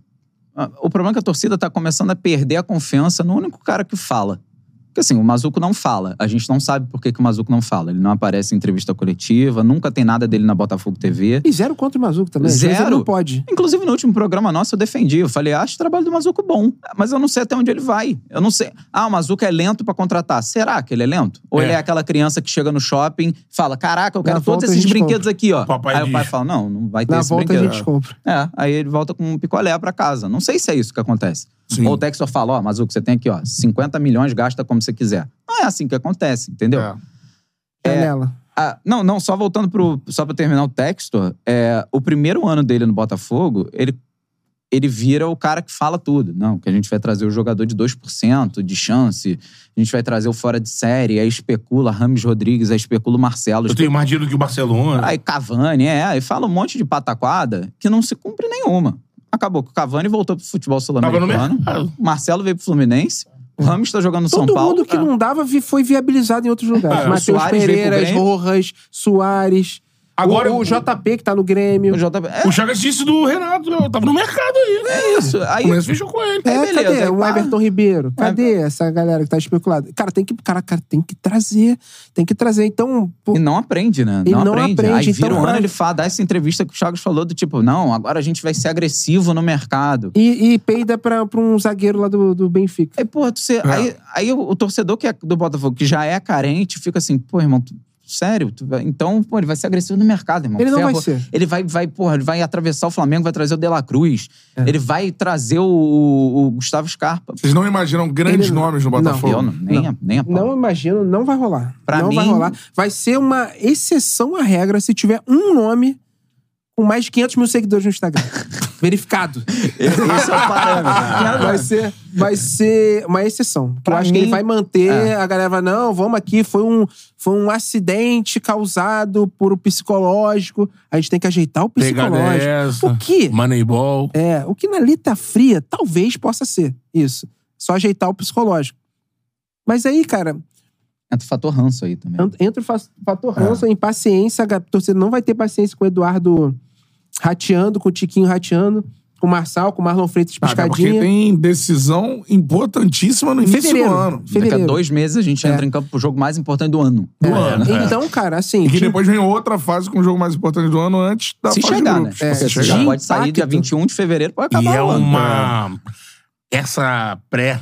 C: Ah, O problema é que a torcida tá começando a perder a confiança no único cara que fala. Porque assim, o Mazuco não fala. A gente não sabe por que, que o Mazuco não fala. Ele não aparece em entrevista coletiva, nunca tem nada dele na Botafogo TV.
D: E zero contra o Mazuco também. Às vezes ele
C: Zero?
D: Não pode.
C: Inclusive, no último programa nosso, eu defendi. Eu falei, "Ah, acho o trabalho do Mazuco bom, mas eu não sei até onde ele vai. Eu não sei. Ah, o Mazuco é lento pra contratar. Será que ele é lento? Ou
B: É.
C: ele é aquela criança que chega no shopping, fala, caraca, eu quero
D: Na
C: todos
D: volta a
C: esses
D: gente
C: brinquedos aqui, ó.
B: Papai
C: aí o pai
B: diz.
C: fala, não, não vai ter
D: Na
C: esse
D: volta a
C: brinquedo.
D: gente compra.
C: É, aí ele volta com um picolé pra casa. Não sei se é isso que acontece.
A: Sim.
C: Ou o Textor fala, ó, Mazuco, você tem aqui, ó, 50 milhões, gasta como você quiser. Não é assim que acontece, entendeu?
A: É.
D: Janela.
C: Ah, não, não, só voltando pro. Só pra terminar o Textor, é, o primeiro ano dele no Botafogo, ele, ele vira o cara que fala tudo. Não, que a gente vai trazer o jogador de 2% de chance, a gente vai trazer o fora de série, aí especula Rames Rodrigues, aí especula o Marcelo.
B: Eu tenho mais dinheiro do que o Barcelona.
D: Ah,
C: Aí Cavani, é, aí fala um monte de pataquada que não se cumpre nenhuma. Acabou que o Cavani voltou pro futebol
B: Tava no
C: sul-americano,
B: mercado.
C: o Marcelo veio pro Fluminense, o Rames tá jogando no São
D: Todo
C: Paulo.
D: mundo que não dava vi- foi viabilizado em outros lugares.
C: É, o
D: Matheus
C: Suárez veio pro
D: Pereiras,
C: Grêmio.
D: Rojas, Soares.
B: Agora-
D: o, o JP que tá no
C: O
D: Grêmio.
C: JP é,
B: O Chagas disse do Renato, eu tava no mercado aí, né?
C: é isso. Aí,
B: O Fluminense fechou com ele.
C: aí
D: É,
C: beleza,
D: cadê
C: aí
D: o
C: pá. É.
D: Everton Ribeiro? Cadê essa galera que tá especulada? Cara, tem que, cara, cara, tem que trazer. Tem que trazer. Então, pô,
C: E não aprende, né?
D: Ele não
C: aprende.
D: aprende,
C: Aí vira um
D: então,
C: ano,
D: pra-
C: ele fala, dá essa entrevista que o Chagas falou do tipo, não, agora a gente vai ser agressivo no mercado.
D: e, e peida pra, pra um zagueiro lá do, do Benfica.
C: Aí, porra, tu, você,
D: É.
C: aí, aí o, o torcedor que é do Botafogo, que já é carente, fica assim, pô, irmão, tu- sério? Tu vai- então, pô, ele vai ser agressivo no mercado, irmão.
D: Ele não
C: Ferro-
D: vai ser.
C: Ele vai, vai, porra, ele vai atravessar o Flamengo, vai trazer o De La Cruz.
D: É.
C: Ele vai trazer o, o- o Gustavo Scarpa.
A: Vocês não imaginam grandes
D: Ele-
A: nomes no
D: não,
A: Botafogo?
C: Eu não- nem, a, nem a pau.
D: Não imagino, não vai rolar.
C: Pra
D: não vai
C: mim-
D: rolar. Vai ser uma exceção à regra se tiver um nome com mais de 500 mil seguidores no Instagram. Verificado. Ah,
C: Esse é o parâmetro.
D: né? vai ser, vai ser uma exceção. Eu
C: Pra
D: acho que
C: mim-
D: ele vai manter
C: É.
D: a galera vai, não, vamos aqui, foi um, foi um acidente causado por o psicológico. A gente tem que ajeitar o
C: né?
D: psicológico. O que?
B: Moneyball.
D: É, o que na lita fria talvez possa ser isso. Só ajeitar o psicológico. Mas aí, cara,
C: Entra o fator ranço aí também.
D: Ent- Entra o fa- fator
A: É.
D: ranço, a impaciência. A torcida não vai ter paciência com o Eduardo rateando, com o Tiquinho rateando, com o Marçal, com o Marlon Freitas
A: Ah, até porque
D: piscadinha.
A: tem decisão importantíssima no
D: Em
A: início
D: fevereiro.
A: do ano.
C: Daqui a
D: fevereiro.
C: dois meses a gente entra em campo pro jogo mais importante do ano.
D: É.
C: Do ano.
D: Então, cara, assim.
A: E que
D: time-
A: depois vem outra fase com o jogo mais importante do ano antes da
C: Se
A: fase de
C: chegar, né?
A: grupos.
D: É,
A: Se
C: Porque
D: se
A: chegar.
C: já
D: De
C: pode sair dia
D: impacto.
C: 21 de fevereiro, pode
B: E
D: Tá
C: acabar
B: é
C: o ano.
B: uma.
D: É.
B: Essa pré.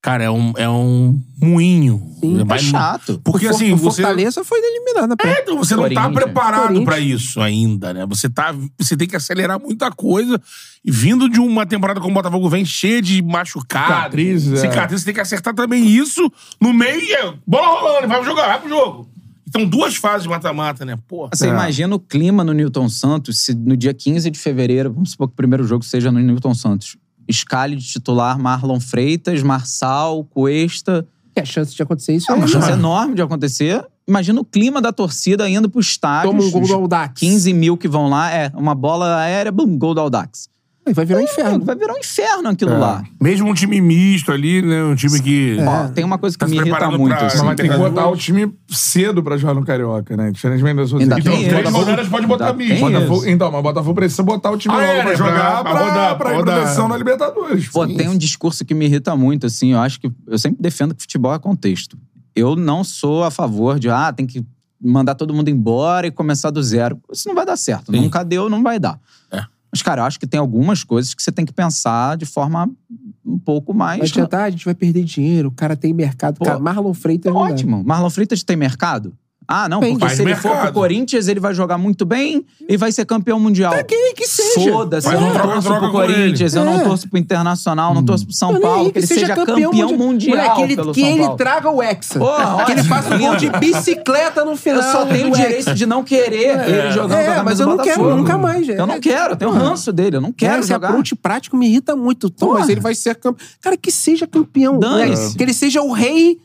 B: Cara, é um, é um moinho.
D: Sim. tá
B: Vai-
C: É chato.
B: Porque
D: o For-
B: assim,
D: o
B: você.
D: Fortaleza foi eliminado né? na pré.
B: É, então você não tá
C: Corinthians.
B: preparado
D: Corinthians.
B: pra isso ainda, né? Você, tá, você tem que acelerar muita coisa. E vindo de uma temporada como o Botafogo vem, cheia de machucado.
A: Cicatrizes, é.
B: Cicatriz, você tem que acertar também isso no meio. e é bola rolando, vai pro jogo, vai pro jogo. Então, duas fases de mata-mata, né? Porra.
A: Assim,
D: É.
C: Você imagina o clima no Newton Santos se no dia 15 de fevereiro, vamos supor que o primeiro jogo seja no Newton Santos. Escale de titular Marlon Freitas, Marçal, Cuesta.
D: Que a chance de acontecer isso
C: É
D: é
C: uma chance
D: enorme.
C: enorme de acontecer. Imagina o clima da torcida indo pro estádio.
D: Toma um gol
C: os
D: do Aldax.
C: 15 mil que vão lá, é uma bola aérea, bum, gol do Aldax.
D: Aí Vai virar um
C: Mano,
D: inferno.
C: Vai virar um inferno aquilo
D: É.
C: lá.
B: Mesmo um time misto ali, né? Um time que.
C: Ó, tem uma coisa que
B: Tá se
C: me irrita
B: preparando
C: muito.
B: pra-
C: assim.
B: pra-
A: Tem que botar o time cedo pra jogar no Carioca, né? Diferentemente das outras
C: Ainda
A: equipes.
C: tem
B: Então,
D: né?
B: três
C: isso.
B: rodadas pode botar
C: Ainda tem
B: misto.
C: isso.
A: Botafogo- então, mas o Botafogo precisa botar o time
B: Ah,
A: logo
B: é,
A: pra
B: né?
A: jogar
B: Pra
A: pra, pra,
B: rodar, pra
A: ir pra
B: rodar.
A: decisão na Libertadores.
C: Pô, tem um discurso que me irrita muito, assim. Eu acho que. Eu sempre defendo que futebol é contexto. Eu não sou a favor de, ah, tem que mandar todo mundo embora e começar do zero. Isso não vai dar certo.
B: Sim. É.
C: Nunca deu, não vai dar. Mas, cara, eu acho que tem algumas coisas que você tem que pensar de forma um pouco mais.
D: Vai tentar, a gente vai perder dinheiro. O cara tem mercado.
C: Pô,
D: Cara, Marlon Freitas não dá.
C: Ótimo. Marlon Freitas tem mercado? Ah, não,
D: Tem.
C: porque
B: Faz
C: se ele for
B: mercado.
C: pro Corinthians, ele vai jogar muito bem e vai ser campeão mundial.
D: Quem que seja.
C: Foda-se,
B: Mas
C: eu não
B: troca-
C: torço
B: troca
C: pro
B: com ele.
C: Corinthians, eu não
D: É.
C: torço pro Internacional, não torço pro São
D: Não, nem aí,
C: Paulo, que ele seja campeão, mundial
D: Moleque, ele-
C: pelo
D: que
C: São
D: ele
C: Paulo.
D: traga o Hexa.
C: Porra,
D: que ele
C: olha,
D: faça um gol de bicicleta no final.
C: Eu só tenho o
D: do Hexa.
C: direito de não querer ele jogando
D: É,
C: com a camisa
D: mas
C: do
D: eu não quero
C: Botafogo.
D: nunca mais, é.
C: Eu não quero, eu tenho ranço dele, eu não
D: Cara,
C: quero
D: esse
C: jogar.
D: approach prático me irrita muito. Então,
C: Porra.
D: mas ele vai ser campeão. Cara, que seja campeão.
C: Dane-se.
D: né? Que ele seja o rei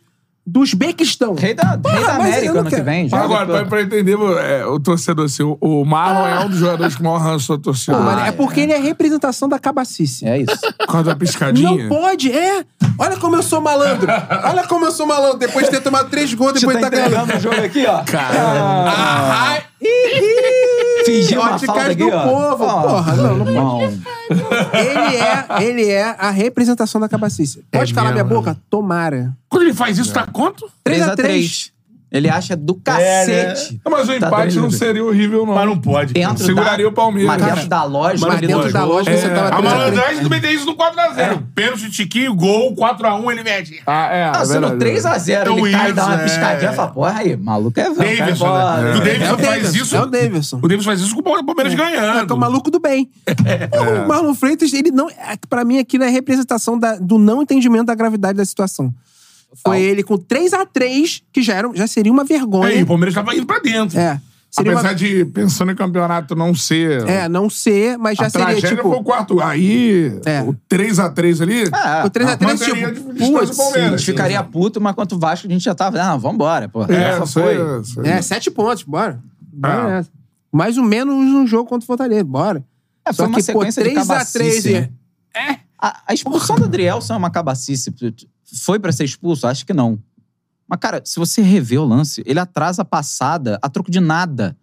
D: do Uzbequistão.
C: Rei da, rei da
D: mas eu
C: América
D: não
C: ano que
D: quero.
C: vem, joga
A: Agora, pra,
C: pelo-
A: pra entender é, o torcedor, assim, o, o Marlon é um dos jogadores que maior ranço da torcida.
D: Pô, mano,
C: Ah,
D: é porque ele é a representação da cabacice.
C: É isso.
A: Por causa da piscadinha.
D: Não pode, é. Olha como eu sou malandro. Olha como eu sou malandro. Depois de ter tomado três gols, depois tá, ganhando.
C: o jogo aqui, ó.
D: Ah,
C: Fingiu uma
D: Óticas
C: falta aqui,
D: do
C: ó.
D: povo,
C: Ó,
D: porra, não, não pode.
C: irmão.
D: ele, é, ele é a representação da cabacice.
C: É
D: Pode calar minha boca?
C: né?
D: Tomara.
B: Quando ele faz
A: É.
B: isso, tá quanto?
C: 3x3. Ele acha do cacete.
B: É,
A: Não, Mas o
C: Tá
A: empate
C: doido.
A: não seria horrível, não.
B: Mas não pode.
C: Dentro
A: Seguraria
C: da,
A: o Palmeiras.
C: Mas dentro
A: Cara,
C: da loja,
D: Mas
C: marido
D: dentro
C: do
D: da
C: jogo.
D: loja você tava
B: É, A
D: 3 a 3.
B: malandragem também tem isso no 4x0. Pênalti, Tiquinho, gol, 4x1, ele mete.
A: Ah, é.
B: Tá
C: Ah, sendo
A: verdade.
C: 3x0,
B: Então
C: ele cai,
B: isso,
C: dá uma
B: é.
C: piscadinha e fala, porra, aí, maluco é velho.
B: Davidson, né? O
D: É o
B: Davidson faz
D: Davidson,
B: isso.
D: é o Davidson.
B: O Davidson faz isso com o Palmeiras
D: É que é o
B: ganhando.
D: maluco do bem.
A: É.
D: O Marlon Freitas, ele não. é, Pra mim, aquilo é representação da- do não entendimento da gravidade da situação. Foi ele com 3 a 3 que já, era, um, já seria uma vergonha.
B: Aí, o Palmeiras tava indo pra dentro.
D: É. Seria
A: Apesar
D: uma,
A: de, pensando em campeonato não ser...
D: É, não ser, mas já
A: a
D: seria
A: tragédia foi o
D: tipo.
A: quarto. Aí,
D: É.
A: o 3x3 ali...
C: Ah,
D: O 3x3,
A: Manteria
D: tipo.
A: de distância do
C: a
A: Palmeiras.
C: gente ficaria puto, mas quanto Vasco a gente já tava, ah, vambora, porra.
A: É,
C: Essa
A: isso
C: foi.
A: aí, isso aí.
D: É, sete pontos, bora. bora
A: Ah.
D: nessa. Mais ou menos um jogo contra o Fortaleza, bora.
C: É, foi
D: Só
C: uma
D: que, pô,
C: sequência de
D: 3 a é. 3
C: cabacice. né? A, a expulsão do Adriel só é uma cabacice. Foi pra ser expulso? Acho que não. Mas, cara, se você rever o lance, ele atrasa a passada a troco de nada.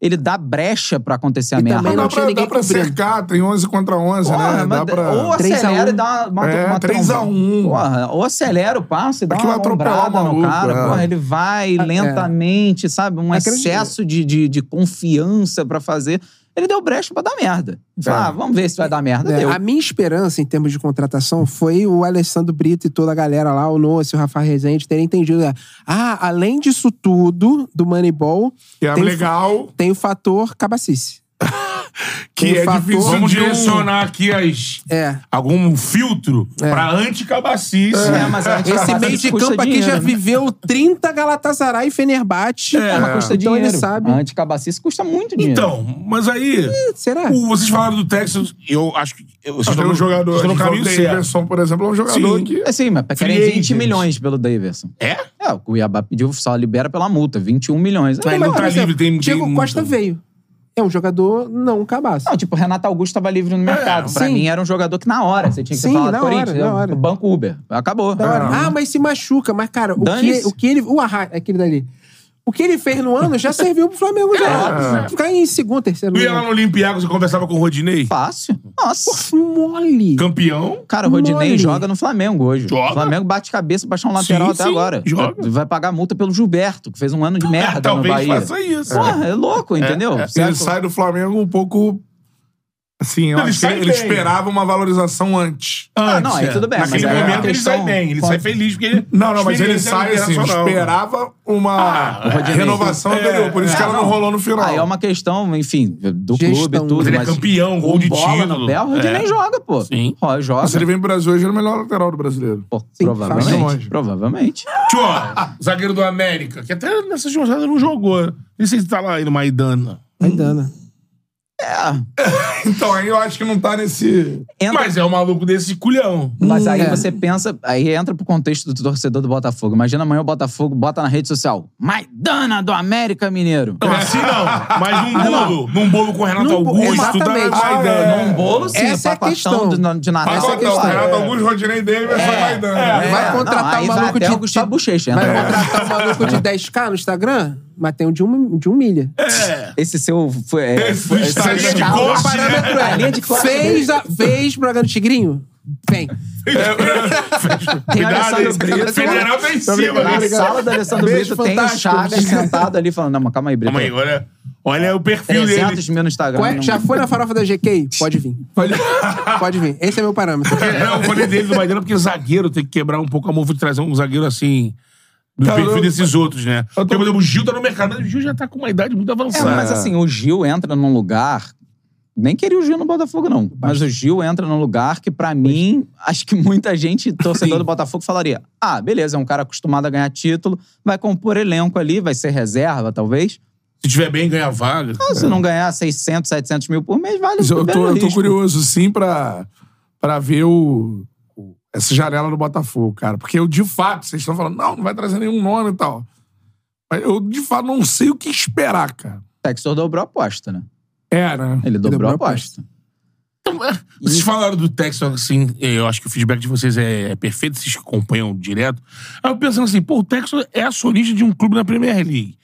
C: Ele dá brecha pra acontecer a
D: E
C: merda.
D: também
A: Dá
D: não
A: pra,
D: tinha ninguém
A: dá pra
D: cobrindo. é,
A: cercar, tem 11 contra 11,
C: Porra,
A: né? Dá
C: mas
A: pra...
C: ou
D: Três a
C: acelera
D: um.
C: e dá uma, uma,
A: É,
C: uma
A: três
C: tromba-
A: a um.
C: Porra, ou acelera o passo e dá
A: Aqui
C: uma
A: É vai atropelar o
C: lombrada no
A: maluco,
C: cara.
A: é.
C: Porra, ele vai
D: Ah, é.
C: lentamente, sabe? Um
D: Acredito.
C: excesso de, de, de confiança pra fazer. Ele deu brecha pra dar merda. Ele
A: É.
C: falou, Ah, vamos ver se vai dar merda.
D: É,
C: Deu.
D: a minha esperança em termos de contratação foi o Alessandro Brito e toda a galera lá, o Noce, o Rafa Rezende, terem entendido. né? Ah, além disso tudo, do Moneyball,
A: Que é
D: tem-
A: legal,
D: tem o fator cabacice.
A: que
D: tem
A: é
D: fator-
A: difícil
B: Vamos
A: de um-
B: direcionar aqui as,
D: É.
B: algum filtro
A: É.
B: pra anticabacice.
C: É, mas a gente
D: Esse
C: sabe
D: meio
C: que
D: de
C: custa
D: campo aqui
C: dinheiro, né?
D: já viveu 30 Galatasaray e Fenerbahçe.
C: É, mas custa
D: então
C: dinheiro. Ah.
D: ele sabe.
C: A anticabacice custa muito dinheiro.
B: Então, mas aí...
A: É.
D: Será?
B: o- vocês falaram do Texas, eu acho que... eu- Vocês
A: Tem
B: estão
A: um jogador...
B: vocês estão no caminho
A: Davidson,
B: certo.
A: por exemplo, é um jogador
B: Sim.
A: que...
C: É sim, mas querem
B: Free
C: 20
B: agent.
C: milhões pelo Davidson.
B: É?
C: É, o Cuiabá pediu, só libera pela multa, 21 milhões. É,
B: Mas
C: mas-
B: não tá
D: por exemplo,
B: livre, tem-
D: Diego
B: tem-
D: Costa veio. É um jogador não um cabaço.
C: Não, tipo, o Renato Augusto tava livre
A: É,
C: no mercado. pra
D: sim.
C: mim era um jogador que na hora você tinha que
D: Sim,
C: falar
D: na
C: do Corinthians.
D: hora, na
C: eu-
D: hora.
C: O banco Uber. Acabou.
D: Da hora. Ah, mas se machuca. Mas, cara, o que,
C: Dane-se.
D: o que ele. O Arra, aquele dali. O que ele fez no ano já serviu pro Flamengo
C: É.
D: já. Ficar em segundo, terceiro
B: Tu ia lá no
D: lugar.
B: Olympiacos e conversava com o Rodinei?
C: Fácil. Nossa. Hum.
D: Mole.
B: Campeão?
C: Cara, o Rodinei
D: Mole.
C: joga no Flamengo hoje.
B: Joga?
C: O Flamengo bate cabeça pra achar um lateral
B: Sim,
C: até
B: sim,
C: agora.
B: joga. Ah,
C: Vai pagar multa pelo Gilberto, que fez um ano de merda no
B: É, Talvez
C: Bahia.
B: faça isso.
C: Porra, é louco, entendeu?
A: Ele sai do Flamengo um pouco. Assim, eu
B: Não, ele
A: acho que
B: sai
A: ele
B: bem.
A: esperava uma valorização antes.
C: Ah, não, aí
B: é.
C: tudo bem,
B: Naquele
C: mas é
B: momento
C: uma
B: ele sai
C: questão-
B: bem, ele
C: Quando-
B: sai feliz porque ele...
A: Não, não, mas ele
B: Experiência
A: sai assim,
B: internacional.
A: esperava uma
B: Ah, o
C: Rodinei.
A: renovação anterior, por isso
C: É,
A: que ela não
C: não.
A: rolou no final.
C: Aí é uma questão, enfim, do
D: Gestão.
C: clube e
D: Mas
C: tudo.
B: ele é
C: mas
B: campeão, gol
C: com
B: de
C: bola
B: título.
C: No pé, o Rodinei
B: É.
C: joga, pô.
B: Sim.
C: Ó, joga.
A: Se ele vem pro Brasil hoje, ele é o melhor lateral do brasileiro.
C: Pô,
D: Sim,
C: provavelmente.
A: fácil. Longe.
C: Provavelmente.
B: Tio, ó, zagueiro do América, que até nessa jornada não jogou. Nem sei se tá lá aí no Maidana.
D: Ainda, né?
A: Então aí eu acho que não tá nesse.
C: Entra,
B: Mas é um maluco desse culhão.
C: mas aí
D: é.
C: você pensa, aí entra pro contexto do torcedor do Botafogo. Imagina amanhã o Botafogo bota na rede social: Maidana do América Mineiro.
B: Não, assim não. Mas
C: Ah,
B: num bolo, num bolo com o Renato
D: Num bo-
B: Augusto, da
D: Exatamente.
B: Maidana.
C: Um bolo,
B: assim,
C: sim,
D: Essa é a
C: um
D: questão.
C: pacotão de, de é Natal.
A: Agora
C: que
A: não,
C: vai.
A: Renato Augusto, Rodinei Davis, foi Maidana.
B: né?
C: É,
D: Vai contratar
C: aí
D: um
C: vai
D: maluco
C: até É.
D: de-
C: o Gustavo Bochecha.
D: Vai
C: entra.
D: contratar um maluco de 10k no Instagram, mas tem um de um, de um milha.
C: Esse seu foi. É,
A: Esse
C: foi-
A: Instagram
C: esse
B: de
C: seu-
B: corte,
C: o parâmetro
B: né?
C: é, a linha de corte dele.
D: Fez, a, fez programa do Tigrinho? Vem.
C: Tem Alessandro
B: hein?
C: Brito.
B: Federal tá em
C: Tá
B: cima,
C: Na
B: né?
C: sala do Alessandro
D: Beijo
C: Brito tem o
D: fantástico.
C: Chagas sentado ali falando: Não, mas calma aí, Brito.
B: Calma aí, olha, olha o perfil dele. é
C: 300 mil no Instagram.
D: Ué,
C: não-
D: é já foi na farofa da GK? Pode vir. Pode vir. Esse é meu parâmetro.
B: Não, eu falei dele do Maidana porque zagueiro tem que quebrar um pouco a mão de trazer um zagueiro assim. Do
C: Tá
A: Cara,
B: perfil
A: eu-
B: desses outros, né?
A: tô-
B: Porque, por exemplo, o Gil tá no mercado, mas o Gil já tá com uma idade muito
C: É,
B: avançada.
C: mas assim, o Gil entra num lugar. Nem queria o Gil no Botafogo, não. Mas o Gil entra num lugar que, pra mim, acho que muita gente, torcedor do Botafogo, falaria: ah, beleza, é um cara acostumado a ganhar título, vai compor elenco ali, vai ser reserva, talvez.
B: Se tiver bem, ganha vaga.
C: Então,
D: É.
C: se não ganhar 600, 700 mil por mês, vale
A: Mas eu,
C: o
A: tô, eu tô
C: risco.
A: curioso, sim, pra, pra ver o, o- essa janela do Botafogo, cara. Porque eu, de fato, vocês estão falando, não, não vai trazer nenhum nome e tal. Mas eu, de fato, não sei o que esperar, cara.
C: O Textor dobrou a aposta, né?
A: É, né?
C: Ele dobrou, a aposta.
B: Vocês falaram do Texas, assim, eu acho que o feedback de vocês é perfeito, vocês acompanham direto. Aí eu pensando assim, pô, o Texas é acionista de um clube na Premier League.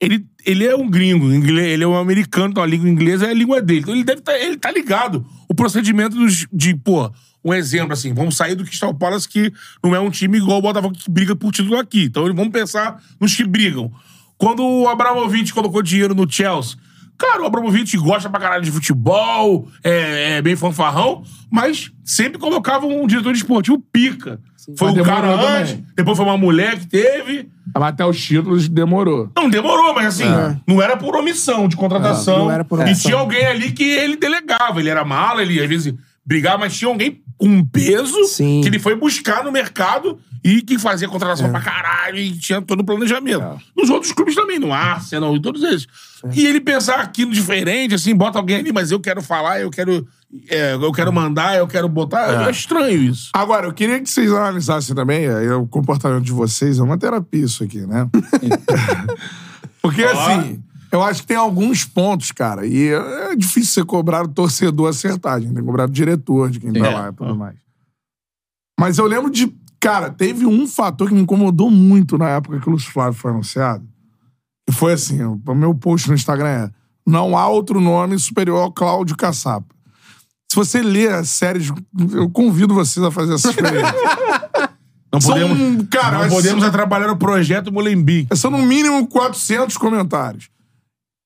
B: Ele, ele é um gringo, ingle- ele é um americano, então a língua inglesa é a língua dele. Então ele deve tá, ele tá ligado. O procedimento dos- de, pô, um exemplo assim, vamos sair do Crystal Palace que não é um time igual o Botafogo que briga por título aqui. Então vamos pensar nos que brigam. Quando o Abramovich colocou dinheiro no Chelsea, Cara, o Abramovich gosta pra caralho de futebol, é, é bem fanfarrão, mas sempre colocava um diretor esportivo pica. Foi
A: Mas
B: o cara
A: demorou
B: antes,
A: também.
B: depois foi uma mulher que teve.
A: Mas até os títulos demorou.
B: Não, demorou, mas assim, não era por omissão de contratação.
D: É. Não, não era por
B: E
D: omissão.
B: tinha alguém ali que ele delegava. Ele era mala, ele às vezes brigava, mas tinha alguém com um peso
D: Sim. É.
B: que ele foi buscar no mercado e que fazia contratação pra caralho e tinha todo o planejamento. Nos outros clubes também, no Arsenal e todos eles.
D: É.
B: E ele pensar aquilo diferente, assim, bota alguém ali, mas eu quero falar, eu quero, é, eu quero mandar, eu quero botar. É, estranho isso.
A: Agora, eu queria que vocês analisassem também eh, o comportamento de vocês. É uma terapia isso aqui, né? Porque, assim, eu acho que tem alguns pontos, cara. E é difícil você cobrar o torcedor acertar. A gente tem que cobrar o diretor de quem tá
B: É.
A: lá e tudo mais. Mas eu lembro de... Cara, teve um fator que me incomodou muito na época que o Luiz Flávio foi anunciado. E foi assim, o meu post no Instagram é não há outro nome superior ao Cláudio Caçapa. Se você ler as séries, eu convido vocês a fazer essa experiência.
B: Não
A: São,
B: podemos,
A: cara,
B: não
A: mas-
B: podemos atrapalhar o projeto Molembique.
A: São no mínimo 400 comentários.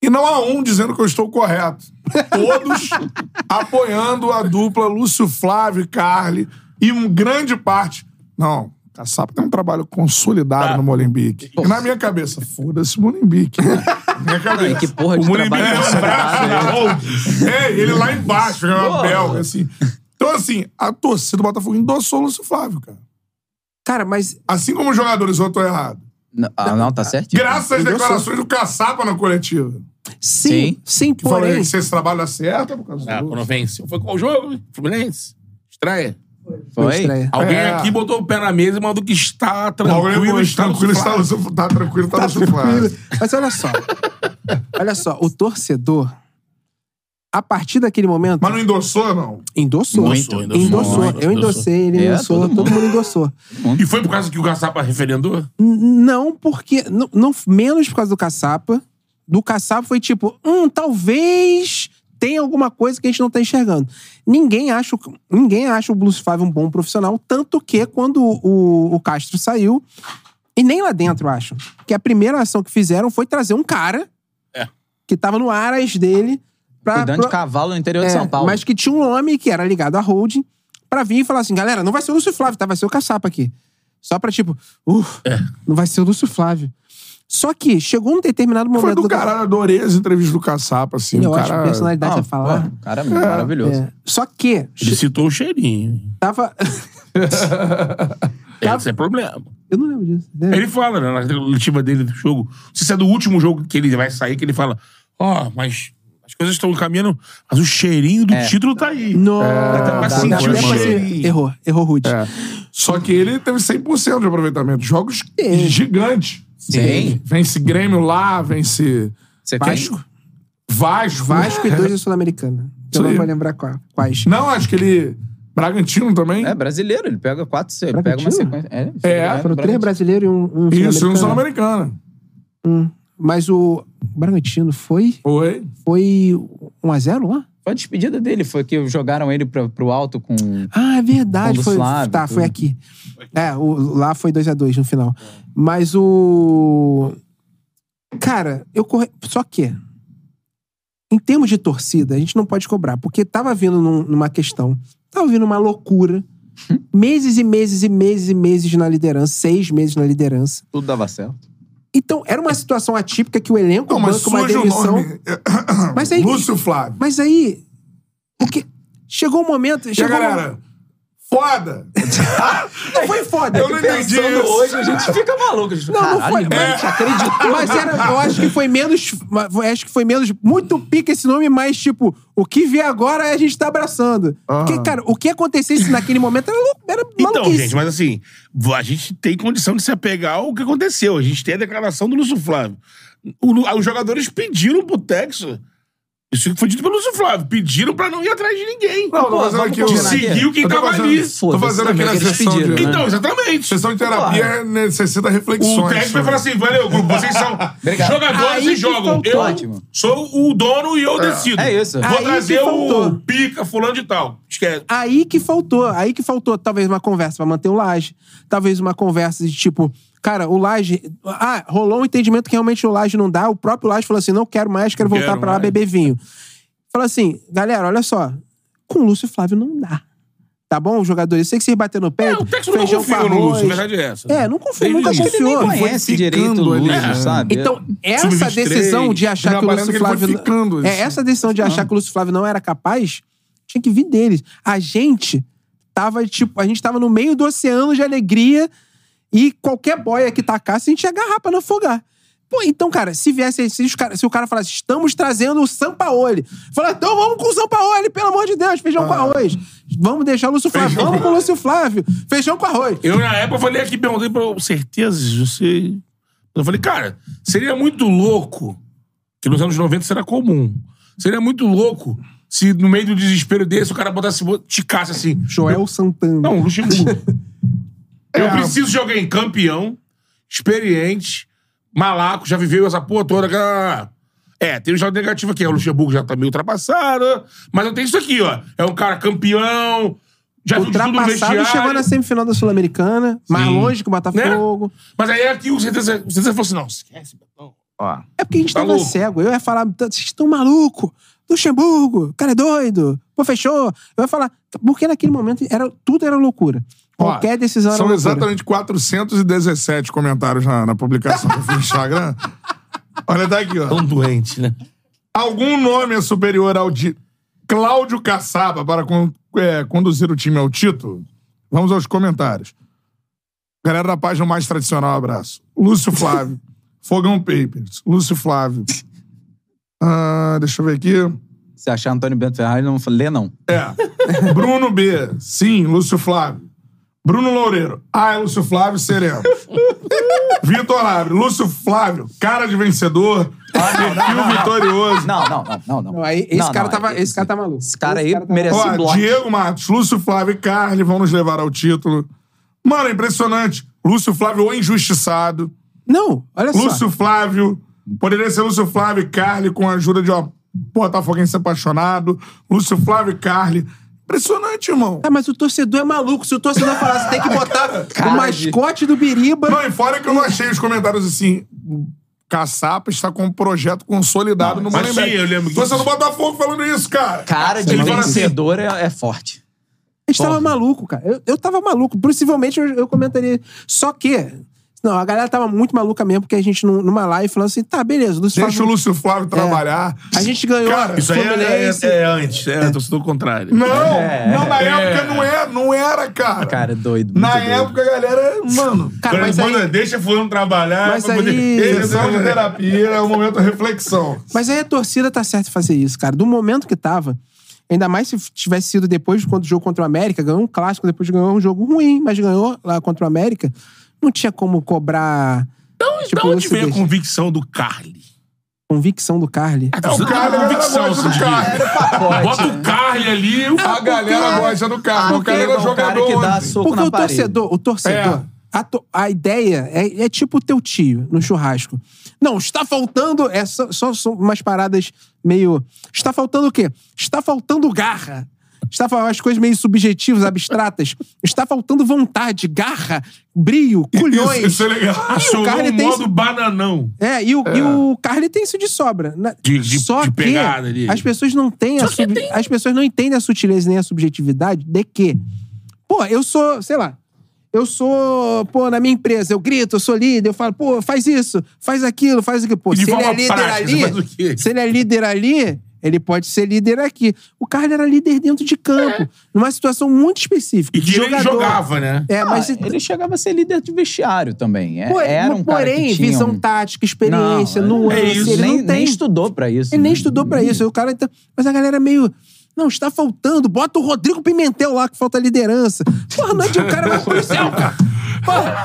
A: E não há um dizendo que eu estou correto. Todos apoiando a dupla Lúcio Flávio e Carli. E um grande parte. Não, Caçapa tem um trabalho
B: Tá.
A: consolidado no Molembique. E na minha cabeça, foda-se né? o Molembique. Na minha
C: E que
A: cabeça.
C: porra de trabalho
A: é um braço
C: consolidado, né?
A: da Gold. É, e ele lá embaixo, é uma belga, assim. Então, assim, a torcida do Botafogo endossou o Lúcio Flávio, cara.
D: Cara, mas
A: Assim como os jogadores, eu tô errado.
C: Não, ah, não, tá certo.
A: Graças às declarações do Caçapa na coletiva.
D: sim,
C: Sim.
D: sim,
A: Que falou
D: porém.
A: que se esse trabalho dá certo é por causa
B: Ah,
A: do
B: quando venceu. Foi qual jogo? hein? Fluminense? Estreia.
D: Foi
C: Foi?
D: estreia.
B: Alguém
A: É.
B: aqui botou o pé na mesa e mandou que está
A: Logo ele
B: tranquilo,
A: foi,
B: está
A: tranquilo,
B: tranquilo,
A: está tá tranquilo, tá no suplado.
D: Mas olha só. Olha só, o torcedor, a partir daquele momento.
A: Mas não endossou, não.
D: Endossou.
B: Endossou, endossou.
D: Endossou.
B: Muito,
D: Eu
B: endossou.
D: endossei, ele
C: É,
D: endossou,
C: todo
D: todo,
C: mundo.
D: mundo endossou.
B: E foi por causa que o Caçapa referendou?
D: N- Não, porque. Não, não- menos por causa do caçapa. Do caçapa foi tipo, hum, talvez tenha alguma coisa que a gente não tá enxergando. Ninguém acha, o- ninguém acha o Bruce Favre um bom profissional, tanto que quando o, o Castro saiu, e nem lá dentro, eu acho, que a primeira ação que fizeram foi trazer um cara
B: É.
D: que tava no aras dele pra.
C: Cuidando
D: pro-
C: de cavalo no interior de
D: é,
C: São Paulo.
D: Mas que tinha um nome que era ligado à holding pra vir e falar assim, galera, não vai ser o Lúcio Flávio, tá? Vai ser o Caçapa aqui. Só pra tipo, uff,
A: É.
D: não vai ser o Lúcio Flávio. Só que chegou um determinado momento...
A: Foi do
D: Caçapa.
A: caralho, adorei as entrevistas do Caçapa, assim.
D: Ele é
A: o
D: ótimo,
A: cara... Ah,
D: personalidade pra
C: Não,
D: falar.
C: pô, cara, maravilhoso.
D: É. Só que
B: Ele citou o cheirinho.
D: tava...
B: Esse é problema.
D: Eu não lembro disso. né?
B: Ele fala, né, na coletiva dele do jogo. Não sei se é do último jogo que ele vai sair, que ele fala: Ó, mas as coisas estão caminhando, mas o cheirinho do título tá aí.
D: Não,
B: dá
A: tá,
B: pra
D: dá,
B: sentir
D: dá pra
B: o
D: sentir.
B: cheirinho.
D: Errou, errou Ruth.
A: É. Só que ele teve 100% de aproveitamento. Jogos
D: Sim.
A: gigantes.
C: Sim.
A: Vence Grêmio lá, vence
C: Você quer-
D: Vasco,
A: Vasco.
D: Vasco e dois da Sul-Americana. Eu
A: Isso aí.
D: não vou lembrar qual- quais.
A: Não, acho que ele... Bragantino também.
C: É, brasileiro, ele pega quatro, ele pega uma
D: Bragantino?
C: sequência. É,
A: É,
D: Foram três
C: Bragantino.
D: brasileiros e um, um
A: Isso, e um
D: sul-americano.
A: Sul-Americano.
D: Mas o Bragantino foi...
A: Oi.
D: Foi 1x0 lá?
C: Foi a despedida dele, foi que jogaram ele pra, pro alto com.
D: Ah, é verdade.
C: Paulo
D: Foi,
C: Flávio,
D: tá,
C: tudo.
D: foi aqui. É, o- lá foi 2x2 no final. Mas o. Cara, eu corri. Só que. Em termos de torcida, a gente não pode cobrar, porque tava vindo num- numa questão. Tava vindo uma loucura. Meses e meses e meses e meses na liderança, seis meses na liderança.
C: Tudo dava certo.
D: Então, era uma situação atípica que o elenco
A: Não, mas
D: banca uma
A: surge o
D: demissão.
A: nome.
D: Mas aí-
A: É, Lúcio Flávio.
D: Mas aí. Porque chegou o momento.
A: E a
D: Chegou uma-
A: galera? Tipo, Foda!
D: Não foi foda.
A: Eu não entendi isso.
C: gente fica maluco.
D: Não, não foi.
C: Mano, te acreditou.
D: Mas era, eu acho que foi menos. mas Acho que foi menos. Muito pica esse nome, mas, tipo, o que vier agora a gente tá abraçando. Porque, cara, o que acontecesse naquele momento era, lou- era
B: Então,
D: maluquice.
B: gente, mas assim, a gente tem condição de se apegar ao que aconteceu. A gente tem a declaração do Lúcio Flávio. O Lu- os jogadores pediram pro Texas. Isso foi dito pelo Lúcio Flávio. Pediram pra não ir atrás de ninguém.
A: Não, tô
C: Pô,
A: fazendo
C: vamos
A: aqui o.
C: combinar
B: De seguir o que
A: Eu tô
B: tava
A: fazendo-
B: ali.
A: Tô
C: Foda-se,
A: fazendo
C: né,
A: aqui na
C: mas eles
A: sessão
C: pediram,
A: de.
C: né?
B: Então, exatamente.
A: Sessão de terapia é necessita reflexões.
B: O técnico vai
A: sobre-
B: falar assim: valeu, grupo, vocês são
C: Obrigado.
B: jogadores
D: Aí
B: e
D: que
B: jogam.
D: faltou.
B: Eu
C: Ótimo.
B: sou o dono e eu decido.
C: É isso.
B: Vou
D: Aí que
B: trazer o
D: faltou.
B: pica, fulano de tal. Esquece.
D: Aí que faltou, aí que faltou talvez uma conversa pra manter o Laje, talvez uma conversa de tipo, cara, o Laje, ah, rolou um entendimento que realmente o Laje não dá, o próprio Laje falou assim, não quero mais, quero voltar
B: Quero
D: pra lá
B: mais.
D: beber vinho. Fala assim, galera, olha só, com o Lúcio Flávio não dá. Tá bom, os jogadores? Eu sei que vocês bateram no pé,
B: É, o Texas não
D: feijão com
B: confia no Lúcio, a
D: arroz.
B: verdade é essa.
D: É, não confio,
B: Ele-
D: nunca
B: acho que ele
C: Nem
D: confiou.
C: conhece
A: ficando
C: direito o
A: ali,
C: Lúcio,
A: né?
C: sabe?
D: Então, essa
B: Sub-23,
D: decisão de
A: ele
D: achar que o
A: aparece
D: Lúcio
A: que ele foi
D: Flávio.
A: ficando,
D: é,
A: assim.
D: essa decisão de achar que o Lúcio Flávio não era capaz tinha que vir deles. A gente tava, tipo, a gente tava no meio do oceano de alegria e qualquer boia que tacasse, a gente ia agarrar pra não afogar. Pô, então, cara, se viesse, se, os cara- se o cara falasse, estamos trazendo o Sampaoli. Fala, então vamos com o Sampaoli, pelo amor de Deus, feijão com arroz. Vamos deixar o Lúcio Flávio,
A: Feijão
D: vamos
A: com
D: com o Lúcio Flávio, feijão com arroz.
B: Eu, na época, falei aqui, perguntei pra eu, certezas, você. Eu falei, cara, seria muito louco, que nos anos 90 será comum. Seria muito louco se no meio do desespero desse o cara botasse, ticasse assim.
D: Joel Santana.
B: Não, Luxemburgo. Eu
D: É.
B: preciso de alguém campeão, experiente, malaco, já viveu essa porra toda. cara. É, tem um lado negativo aqui. O Luxemburgo já tá meio ultrapassado, mas eu tenho isso aqui, ó. É um cara campeão, já viu de tudo no
D: ultrapassado e chegou na
B: vestiário.
D: semifinal da Sul-Americana, mais
B: Sim. Né?
D: longe que o Botafogo.
B: Mas aí é aqui o certeza, o certeza falou assim: não, esquece, Betão.
C: Ó,
D: É porque a gente
B: Tá
D: tava
B: louco.
D: cego. Eu ia falar, "Tá, vocês estão malucos. Luxemburgo, o cara é doido. Pô, fechou. Eu ia falar, porque naquele momento era, tudo era loucura.
A: Ó,
D: Qualquer decisão era
A: São
D: loucura.
A: exatamente 417 comentários na, na publicação que eu fiz no Instagram. Olha, tá aqui, ó.
B: Tão doente, né?
A: Algum nome é superior ao de Cláudio Caçaba para con- é, conduzir o time ao título? Vamos aos comentários. Galera da página mais tradicional, abraço. Lúcio Flávio. Fogão Papers. Lúcio Flávio. Ah, deixa eu ver aqui.
C: se achar Antônio Bento Ferrari, não lê, não.
A: É. Bruno B. Sim, Lúcio Flávio. Bruno Loureiro. Ah, é Lúcio Flávio, seremos. Vitor Labre. Lúcio Flávio, cara de vencedor.
C: Ah,
B: Perfil vitorioso.
C: Não, não, não, não. não.
D: Não, aí esse
C: Não, não,
D: cara
C: é
D: tava- esse cara tá maluco.
C: Esse cara
D: Esse
C: aí
D: cara tá
C: merece
A: Ó,
C: um bloco.
A: Diego Matos, Lúcio Flávio e Carly vão nos levar ao título. Mano, é impressionante. Lúcio Flávio, o injustiçado.
D: Não, olha só.
A: Lúcio Flávio. Poderia ser Lúcio Flávio e Carly com a ajuda de um botafoguense apaixonado. Lúcio Flávio e Carly. Impressionante, irmão.
D: Ah, mas o torcedor é maluco. Se o torcedor falasse, tem que botar
C: Cara
D: o
C: de-
D: mascote do Biriba.
A: Não, e fora que eu não achei os comentários assim. o Caçapa está com um projeto consolidado no
B: mas
A: Molenbeek.
B: sim, eu lembro que-
A: Você do Botafogo falando isso, cara.
C: Cara de
A: Ele fala assim,
C: vencedor é, é forte.
D: A gente tava
C: Porra.
D: maluco, cara. Eu, eu tava maluco. Possivelmente eu, eu comentaria. Só que. Não, a galera tava muito maluca mesmo, porque a gente num- numa live falou assim: tá, beleza, Lúcio
A: Deixa o
D: Flávio-
A: Lúcio Flávio trabalhar.
D: É. A gente ganhou.
A: Cara,
B: Isso aí é,
D: Fluminense.
B: é, é antes, é torcedor contrário.
A: Não,
C: É.
A: não, na
B: É.
A: época não era, não era, cara.
C: Cara, é doido.
A: na
C: muito doido.
A: época a galera, mano,
D: Cara, mas aí-
B: Manda, deixa fulano trabalhar.
D: Mas
B: pra
D: aí-
B: Sessão de terapia.
A: terapia é um momento de reflexão.
D: Mas aí a torcida tá certa em fazer isso, cara. Do momento que tava, ainda mais se tivesse sido depois quando o jogo contra o América, ganhou um clássico, depois ganhou um jogo ruim, mas ganhou lá contra o América, não tinha como cobrar
B: Da onde
D: você
B: veio a
D: deixa-
B: convicção do Carly?
D: convicção do Carly.
B: É o
A: Carly, a galera gosta do Carly.
B: Bota o Carly ali. o-
A: A galera gosta do carro. O
C: Porque
A: cara
C: é
A: era
C: um cara
A: jogador.
C: que dá
A: ontem.
C: soco
D: Porque
C: na
D: o
C: parede.
D: torcedor, o
A: É.
D: torcedor, a, to- a ideia é, é tipo o teu tio no churrasco. Não, está faltando. É só, só- são umas paradas meio. Está faltando o quê? Está faltando garra. Está faltando as coisas meio subjetivas, abstratas. Está faltando vontade, garra, brilho, culhões.
A: Isso, isso é legal.
B: Acionou
D: Carly
B: o
D: tem
B: modo
D: isso-
B: bananão.
D: É, e o, e o Carly tem isso de sobra. Na-
B: De- de-
D: Só
B: de
D: que
B: pegada ali.
D: as pessoas não têm a sub- as pessoas não entendem a sutileza nem a subjetividade de que, pô, eu sou, sei lá, eu sou, pô, na minha empresa, eu grito, eu sou líder, eu falo, pô, faz isso, faz aquilo, faz aquilo. Pô,
B: E de
D: se ele é
B: forma
D: líder
B: prática, você faz o quê?
D: ali, se ele é líder ali, ele pode ser líder aqui. O Carly era líder dentro de campo, numa situação muito específica.
B: E que
D: de
B: ele
D: jogador.
B: jogava, né?
D: É, mas
C: Ah, ele chegava a ser líder de vestiário também. É,
D: pô,
C: era um cara
D: porém,
C: que tinha
D: visão
C: um...
D: tática, experiência,
C: não,
D: nuance,
B: é isso.
D: ele
C: nem,
D: não tem.
C: nem estudou pra isso.
D: Ele nem
C: né?
D: estudou pra isso. Aí O cara, então, mas a galera é meio. Não, está faltando. Bota o Rodrigo Pimentel lá que falta liderança. Porra, não é de o cara é um policial, cara. Porra.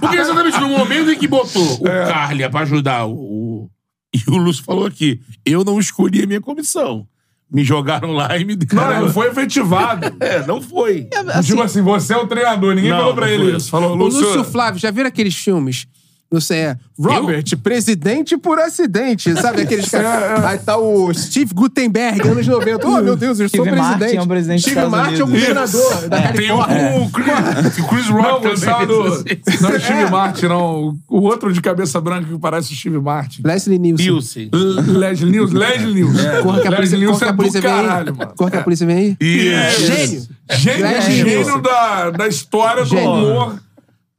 B: Porque é exatamente no momento em que botou o
A: É.
B: Carly é pra ajudar o, o- E o Lúcio falou aqui: eu não escolhi a minha comissão. Me jogaram lá e me
A: Não,
B: deram.
A: ele foi efetivado.
B: É, não foi.
A: Não Digo assim, você é o treinador. Ninguém
B: Não,
A: falou pra
B: não
A: ele
B: foi.
A: isso. Falou,
D: O
A: Lúcio...
D: Lúcio Flávio, já viram aqueles filmes? Não sei, é. Robert, presidente por acidente. Sabe aqueles
A: É,
D: caras? Aí tá o Steve Gutenberg, anos 90. Oh, meu Deus, eu sou
C: Steve Martin
D: presidente.
C: é um presidente dos
D: Steve
C: Estados
D: Martin é o
C: Unidos.
D: governador da
B: Tem o,
D: Califórnia. é
B: o Chris, o Chris
A: Não,
B: Rock
A: gostava
B: também.
A: do...
B: assim.
A: Não é Steve Martin, não. O- O outro de cabeça branca que parece o Steve Martin.
D: Leslie Nielsen.
B: Pilsen.
A: L- Leslie News,
B: É.
A: Leslie News.
D: Corre que a polícia,
A: Leslie News
D: corre que
A: é
D: a
A: do
D: polícia vem
A: caralho,
D: aí.
A: mano.
D: Corre que a polícia vem aí.
B: Yes.
D: Gênio.
A: Gênio, é
D: Leslie
A: gênio
D: Nielsen.
A: da, da história
D: Gênio.
A: do humor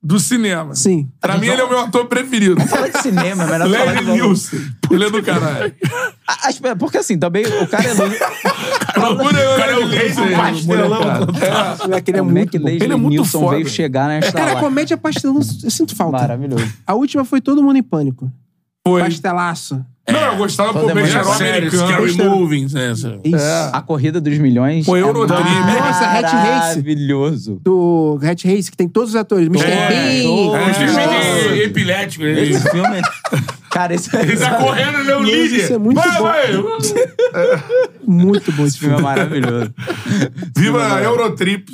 A: do cinema.
D: Sim.
A: Pra mim, ele é o meu ator preferido.
C: Fala de cinema, é melhor falar de
A: Leslie
C: bagulho.
A: Nielsen. Ele é do caralho.
C: Ah, as- Porque assim, também o cara é louco.
A: Procura
B: O cara é o
A: Leslie
B: rei do
A: Nielsen,
B: pastelão.
A: molecada.
D: Aquele é
C: Como é
D: muito
C: que
D: bom.
C: Leslie
A: Ele é muito
C: Nielsen
A: foda. é
C: veio chegar nesta
D: Cara, a
C: hora?
D: comédia é pastelão, eu sinto falta.
C: Maravilhoso.
D: A última foi Todo Mundo em Pânico.
A: Foi.
D: Pastelaço.
A: Não, eu gostava
C: Toda
A: por bem,
C: manhã
A: era um
B: Séries,
A: americano.
B: Scary Movings, né? essa.
C: É.
D: Isso.
C: A corrida dos milhões.
A: Pô,
C: é
A: Eurotrip.
D: Nossa, Red Race.
C: Maravilhoso.
D: Do Rat Race, que tem todos os atores. Mr.
B: É,
D: Bean.
B: O Steve
A: Nossa.
B: Martin é epilético.
D: né?
B: Ele
C: Esse filme. é- Cara, esse
B: ele tá correndo, ele é o
D: Meu Deus,
B: líder.
D: isso é muito
B: vai,
D: bom.
B: vai.
D: Muito bom esse
C: filme é
D: filme.
C: maravilhoso.
A: Viva a Eurotrip.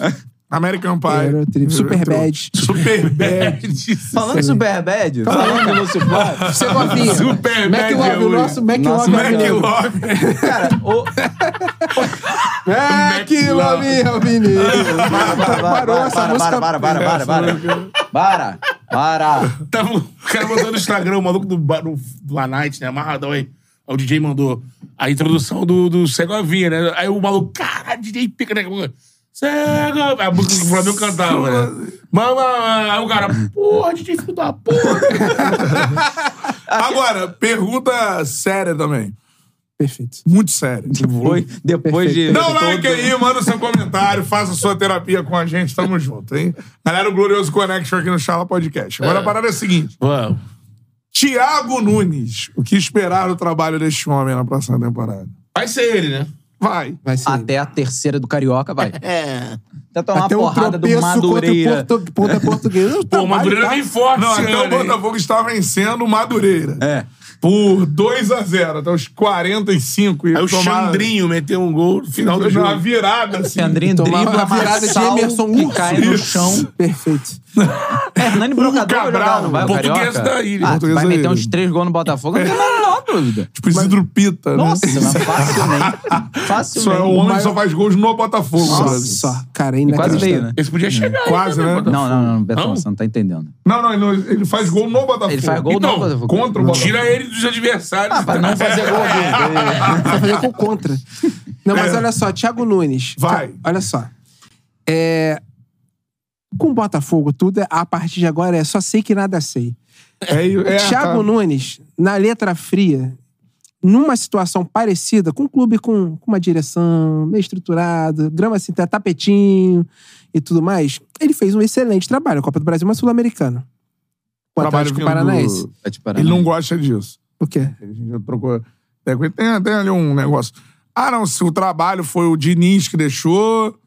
A: American Pie.
D: Eurotrip, É. Superbad.
A: Superbad.
C: Falando de Superbad, falando do Lúcio Flávio.
D: Você gosta
A: Superbad
D: Mac
A: é
D: Love, o
A: hoje.
D: nosso Mac
C: Nossa,
D: Love.
C: Mac
A: Mac
D: Love.
A: Love.
C: Cara, o.
D: Mac Love, é o menino.
C: Para,
D: Parou
C: para,
D: essa
C: para,
D: música.
C: para, para, para, para, para. Para, para.
B: Tava- o cara mandou no Instagram, o maluco do, ba- do, do A Night, né? Amarradão aí. Aí O DJ mandou a introdução do, do Segovinha, né? Aí o maluco, caralho, DJ pica, né? Cega... A música que o Flamengo cantava, né? Mama, aí o cara, porra, DJ filho da porra.
A: Agora, pergunta séria também.
D: Perfeito.
A: Muito séria.
C: Depois, depois de.
A: Dá um like
C: todo-
A: aí, manda seu comentário, faça sua terapia com a gente, tamo junto, hein? Galera, o Glorioso Connection aqui no Charla Podcast. Agora a parada é a seguinte:
B: Vamos.
A: Tiago Nunes, o que esperar do trabalho deste homem na próxima temporada?
B: Vai ser ele, né?
A: Vai.
D: Vai ser.
C: Até a terceira do Carioca, vai.
B: É.
C: Até tomar
D: Até
C: uma
D: um
C: porrada do
D: tropeço
C: Madureira.
D: contra o Porto- Ponta Portuguesa.
B: Pô, o Madureira
D: Trabalho,
B: vem
D: tá?
B: forte,
A: Não,
B: esse
A: até o
B: ano, hein?
A: Botafogo está vencendo o Madureira.
C: É.
A: por 2x0, até os 45. E
B: Aí o
A: tomaram-
B: Xandrinho meteu um gol no final do
A: Deu uma
B: jogo.
A: virada, assim.
C: Sandrinho
D: Tomar
C: dribla,
D: uma virada de
C: Marçal,
D: Emerson
C: que
D: Urso.
C: cai no
A: Isso.
C: chão.
D: Perfeito.
C: É, Hernani
D: Um
C: Brocador vai jogar,
B: Cabral,
C: não vai o
B: português
C: Carioca?
B: da ilha.
C: Ah,
A: Português
C: vai
A: da
C: meter
A: ilha.
C: uns três gols no Botafogo, não tem a menor dúvida.
A: Tipo Isidro Pita,
C: Nossa,
A: né?
C: mas né? facilmente.
A: Só é o
C: Facilmente.
A: homem que só faz gols no Botafogo.
D: Só,
A: sabe?
D: só. Cara, é
C: E
D: ainda
C: quase veio, né?
B: Esse podia chegar aí,
A: Quase, né?
C: Não, não, não, Betão,
B: Não?
C: você não tá entendendo.
A: Não, não, ele não- ele faz gol no Botafogo.
C: Ele faz gol
B: Então,
C: no Botafogo.
A: Contra o
C: Não.
A: Botafogo.
B: Tira ele dos adversários.
C: Ah, pra não fazer gol dele.
D: Vai fazer com contra. Não, mas olha só, Thiago Nunes.
A: É. Vai.
D: Ca- Olha só. É, Com o Botafogo, tudo é- a partir de agora é só sei que nada sei.
B: assim,
A: É, é,
D: Thiago
A: tá.
D: Nunes, na letra fria, numa situação parecida, com um clube com, com uma direção meio estruturada, grama assim, tá- tapetinho e tudo mais, ele fez um excelente trabalho. A Copa do Brasil, uma sul-americana. Com o
A: Trabalho
D: Atlético
A: que o do-
D: Paranaense.
C: Vai te parar,
A: Ele
C: né?
A: não gosta disso.
D: O quê?
A: A gente já trocou. ideia com ele. Tem, tem ali um negócio. Ah, não, se o trabalho foi o Diniz que deixou,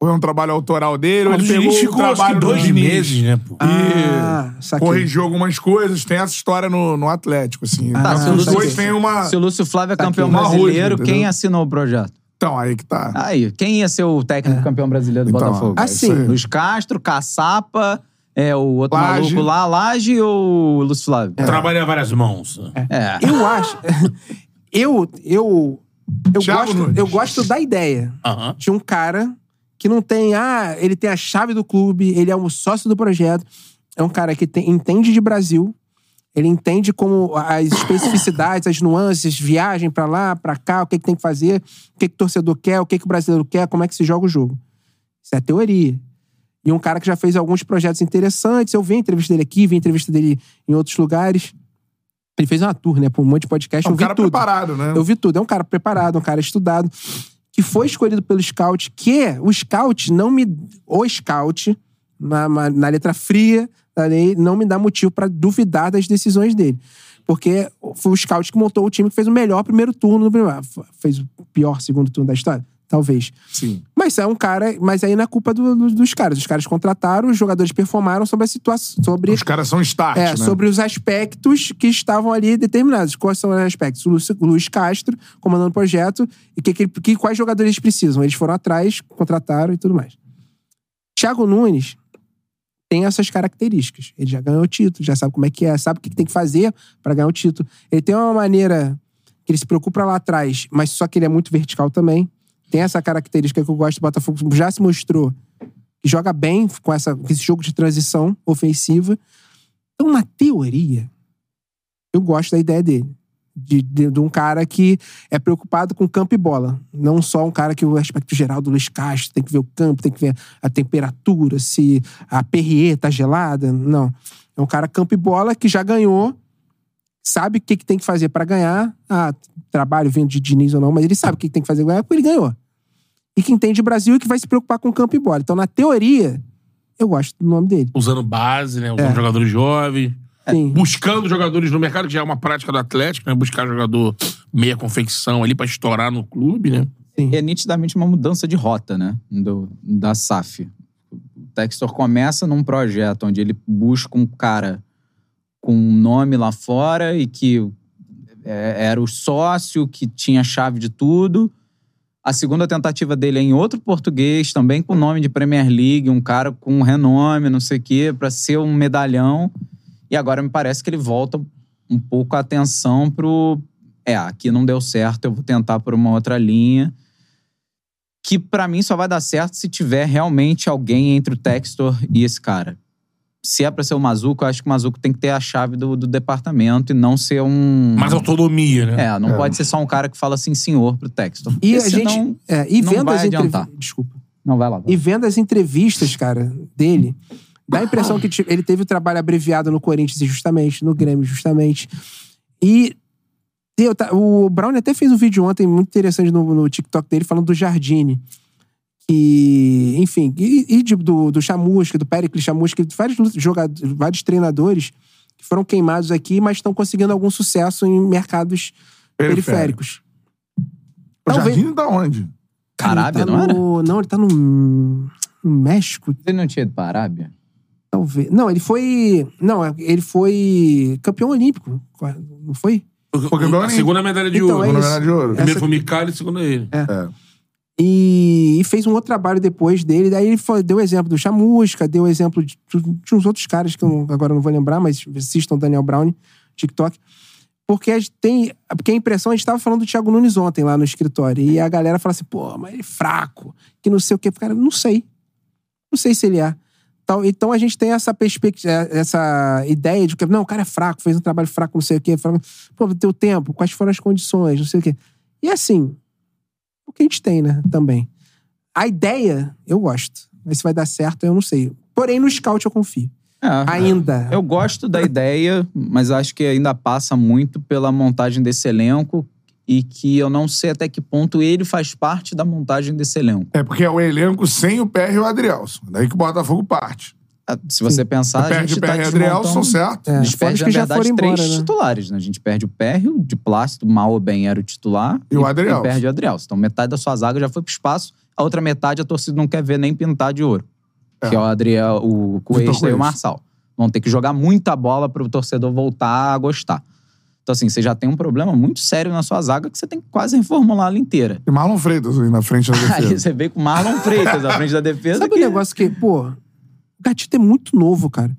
A: ou é um trabalho autoral dele, ou ele
B: Mas o
A: pegou
B: Diniz
A: o
B: ficou acho que
A: trabalho do
B: dois
A: Diniz.
B: meses, né, pô?
D: Ah,
A: E
D: saquei.
A: corrigiu algumas coisas. Tem essa história no, no Atlético, assim.
D: Ah,
C: Tá, se o
A: Os
C: Lúcio-
A: dois têm uma...
C: Se o Lúcio Flávio é
D: Tá aqui,
C: campeão
A: um arroz,
C: brasileiro,
A: entendeu?
C: quem assinou o projeto?
A: Então, aí que
D: Ah,
A: tá.
C: Aí, quem ia ser o técnico campeão brasileiro do
A: Então,
C: Botafogo?
A: é
D: isso aí.
C: Luiz Castro, Caçapa, é, o outro
A: Laje.
C: maluco lá, Laje ou o Lúcio Flávio?
B: É. Trabalha a várias mãos.
C: É.
D: Eu acho. Eu. Eu, eu,
A: Thiago
D: gosto,
A: Nunes.
D: eu gosto da ideia
B: Aham.
D: de um cara que não tem. Ah, ele tem a chave do clube, ele é um sócio do projeto. É um cara que tem- entende de Brasil. Ele entende como as especificidades, as nuances, viagem pra lá, pra cá, o que, que tem que fazer, o que, que o torcedor quer, o que, que o brasileiro quer, como é que se joga o jogo. Isso é teoria. E um cara que já fez alguns projetos interessantes. Eu vi a entrevista dele aqui, vi a entrevista dele em outros lugares. Ele fez uma tour, né? Por um monte de podcast.
A: É um
D: eu vi
A: cara
D: tudo.
A: preparado, né?
D: Eu vi tudo. É um cara preparado, um cara estudado, que foi escolhido pelo scout, que o scout não me. O scout, na, ma- na letra fria da lei, não me dá motivo pra duvidar das decisões dele. Porque foi o scout que montou o time que fez o melhor primeiro turno do primeiro. ah, Fez o pior segundo turno da história? Talvez.
A: Sim.
D: Mas é um cara. Mas aí não é culpa do- do- dos caras. Os caras contrataram, os jogadores performaram sobre a situação. Sobre
A: Os caras são start,
D: é,
A: né?
D: sobre os aspectos que estavam ali determinados. Quais são os aspectos? O Lúcio- o Luiz Castro comandando o projeto e que, que- que- quais jogadores eles precisam. Eles foram atrás, contrataram e tudo mais. Thiago Nunes tem essas características. Ele já ganhou o título, já sabe como é que é, sabe o que que tem que fazer para ganhar o título. Ele tem uma maneira que ele se preocupa lá atrás, mas só que ele é muito vertical também. Tem essa característica que eu gosto do Botafogo, já se mostrou que joga bem com, essa, com esse jogo de transição ofensiva. Então, na teoria, eu gosto da ideia dele. De, de, de um cara que é preocupado com campo e bola. Não só um cara que o aspecto geral do Luiz Castro tem que ver o campo, tem que ver a temperatura, se a PRE tá gelada. Não. É um cara campo e bola que já ganhou, sabe o que, que tem que fazer para ganhar. Ah, trabalho vindo de Diniz ou não, mas ele sabe o que, que tem que fazer pra ganhar porque ele ganhou. E que entende Brasil e que vai se preocupar com campo e bola. Então, na teoria, eu gosto do nome dele.
B: Usando base, né? Usando
D: É.
B: jogadores jovens.
D: Sim.
B: Buscando jogadores no mercado, que já é uma prática do Atlético, né? Buscar jogador meia confecção ali pra estourar no clube, né?
C: é nitidamente uma mudança de rota, né? do- da SAF. O Textor começa num projeto onde ele busca um cara com um nome lá fora e que é, era o sócio que tinha a chave de tudo. A segunda tentativa dele é em outro português, também com nome de Premier League, um cara com renome, não sei o quê, pra ser um medalhão. E agora me parece que ele volta um pouco a atenção pro. É, aqui não deu certo, eu vou tentar por uma outra linha que pra mim só vai dar certo se tiver realmente alguém entre o Textor e esse cara. Se é pra ser o Mazuco, eu acho que o Mazuco tem que ter a chave do, do departamento e não ser um.
B: Mais autonomia, né?
C: É, não pode ser só um cara que fala assim, senhor, pro Textor.
D: E
C: Porque
D: a gente.
C: senão-
D: é, e
C: não
D: vendo
C: vai
D: as entrevi-
C: adiantar.
D: Desculpa.
C: Não, vai lá. vai.
D: E vendo as entrevistas, cara, dele, dá a impressão que tipo, ele teve o trabalho abreviado no Corinthians, justamente, no Grêmio, justamente. E. eu ta- o Brown até fez um vídeo ontem muito interessante no, no TikTok dele falando do Jardine. Que, enfim, e, e de- do, do Chamusca, do Pericles Chamusca, de vários lu- jogadores, vários treinadores que foram queimados aqui, mas estão conseguindo algum sucesso em mercados periféricos.
A: O
D: Talvez-
A: Jardim tá onde?
C: Arábia,
D: ele tá
C: não era?
D: no... Não, ele tá no... no México.
C: Ele não tinha ido pra Arábia?
D: Talvez. Não, ele foi. Não, é, ele foi campeão olímpico. Não foi?
A: Foi campeão
B: A
A: olímpico.
B: segunda medalha de
D: Então,
B: ouro.
D: é
A: Na
D: isso.
A: medalha de ouro.
B: Primeiro foi o Micali, segundo ele.
C: É.
D: E, e fez um outro trabalho depois dele. Daí ele foi- deu exemplo do Chamusca, deu exemplo de, de uns outros caras que eu não- agora eu não vou lembrar, mas assistam Daniel Brown, TikTok. Porque a gente tem. Porque a impressão, a gente tava falando do Thiago Nunes ontem lá no escritório. E a galera fala assim, pô, mas ele é fraco, que não sei o quê. Cara, não sei. Não sei se ele é. Tal- Então a gente tem essa perspectiva, essa ideia de que, não, o cara é fraco, fez um trabalho fraco, não sei o quê. Fraco. Pô, teu tempo, quais foram as condições, não sei o quê. E assim, o que a gente tem, né? Também. A ideia, eu gosto. Mas se vai dar certo, eu não sei. Porém, no scout eu confio.
C: É.
D: Ainda.
C: Eu gosto da ideia, mas acho que ainda passa muito pela montagem desse elenco e que eu não sei até que ponto ele faz parte da montagem desse elenco.
A: É porque é o elenco sem o PR e o Adrielson. Daí que o Botafogo parte.
C: Ah, Se você pensar, a
A: perde
C: gente
A: o PR
C: tá
A: e o Adrielson,
C: desmontando...
A: certo?
C: A
D: É,
C: gente
D: fora os
C: perde, na
D: que já
C: verdade,
D: foram
C: três
D: embora, né?
C: titulares. Né? A gente perde o Pérreo, de Plácido, mal ou bem era o titular.
A: E o Adrielson.
C: E perde o Adrielson. Então, metade da sua zaga já foi pro espaço. A outra metade a torcida não quer ver nem pintar de ouro.
A: É.
C: Que é o Adriel, o Cuesta e
A: Cuesta.
C: o Marçal. Vão ter que jogar muita bola pro torcedor voltar a gostar. Então, assim, você já tem um problema muito sério na sua zaga que você tem que quase reformular ela inteira.
A: E Marlon Freitas ali na frente
B: Ah,
A: da
C: Aí
A: defesa.
C: você vem com o Marlon Freitas à frente da defesa.
D: Sabe
C: que-
D: o negócio que, pô, o Gatito é muito novo, cara.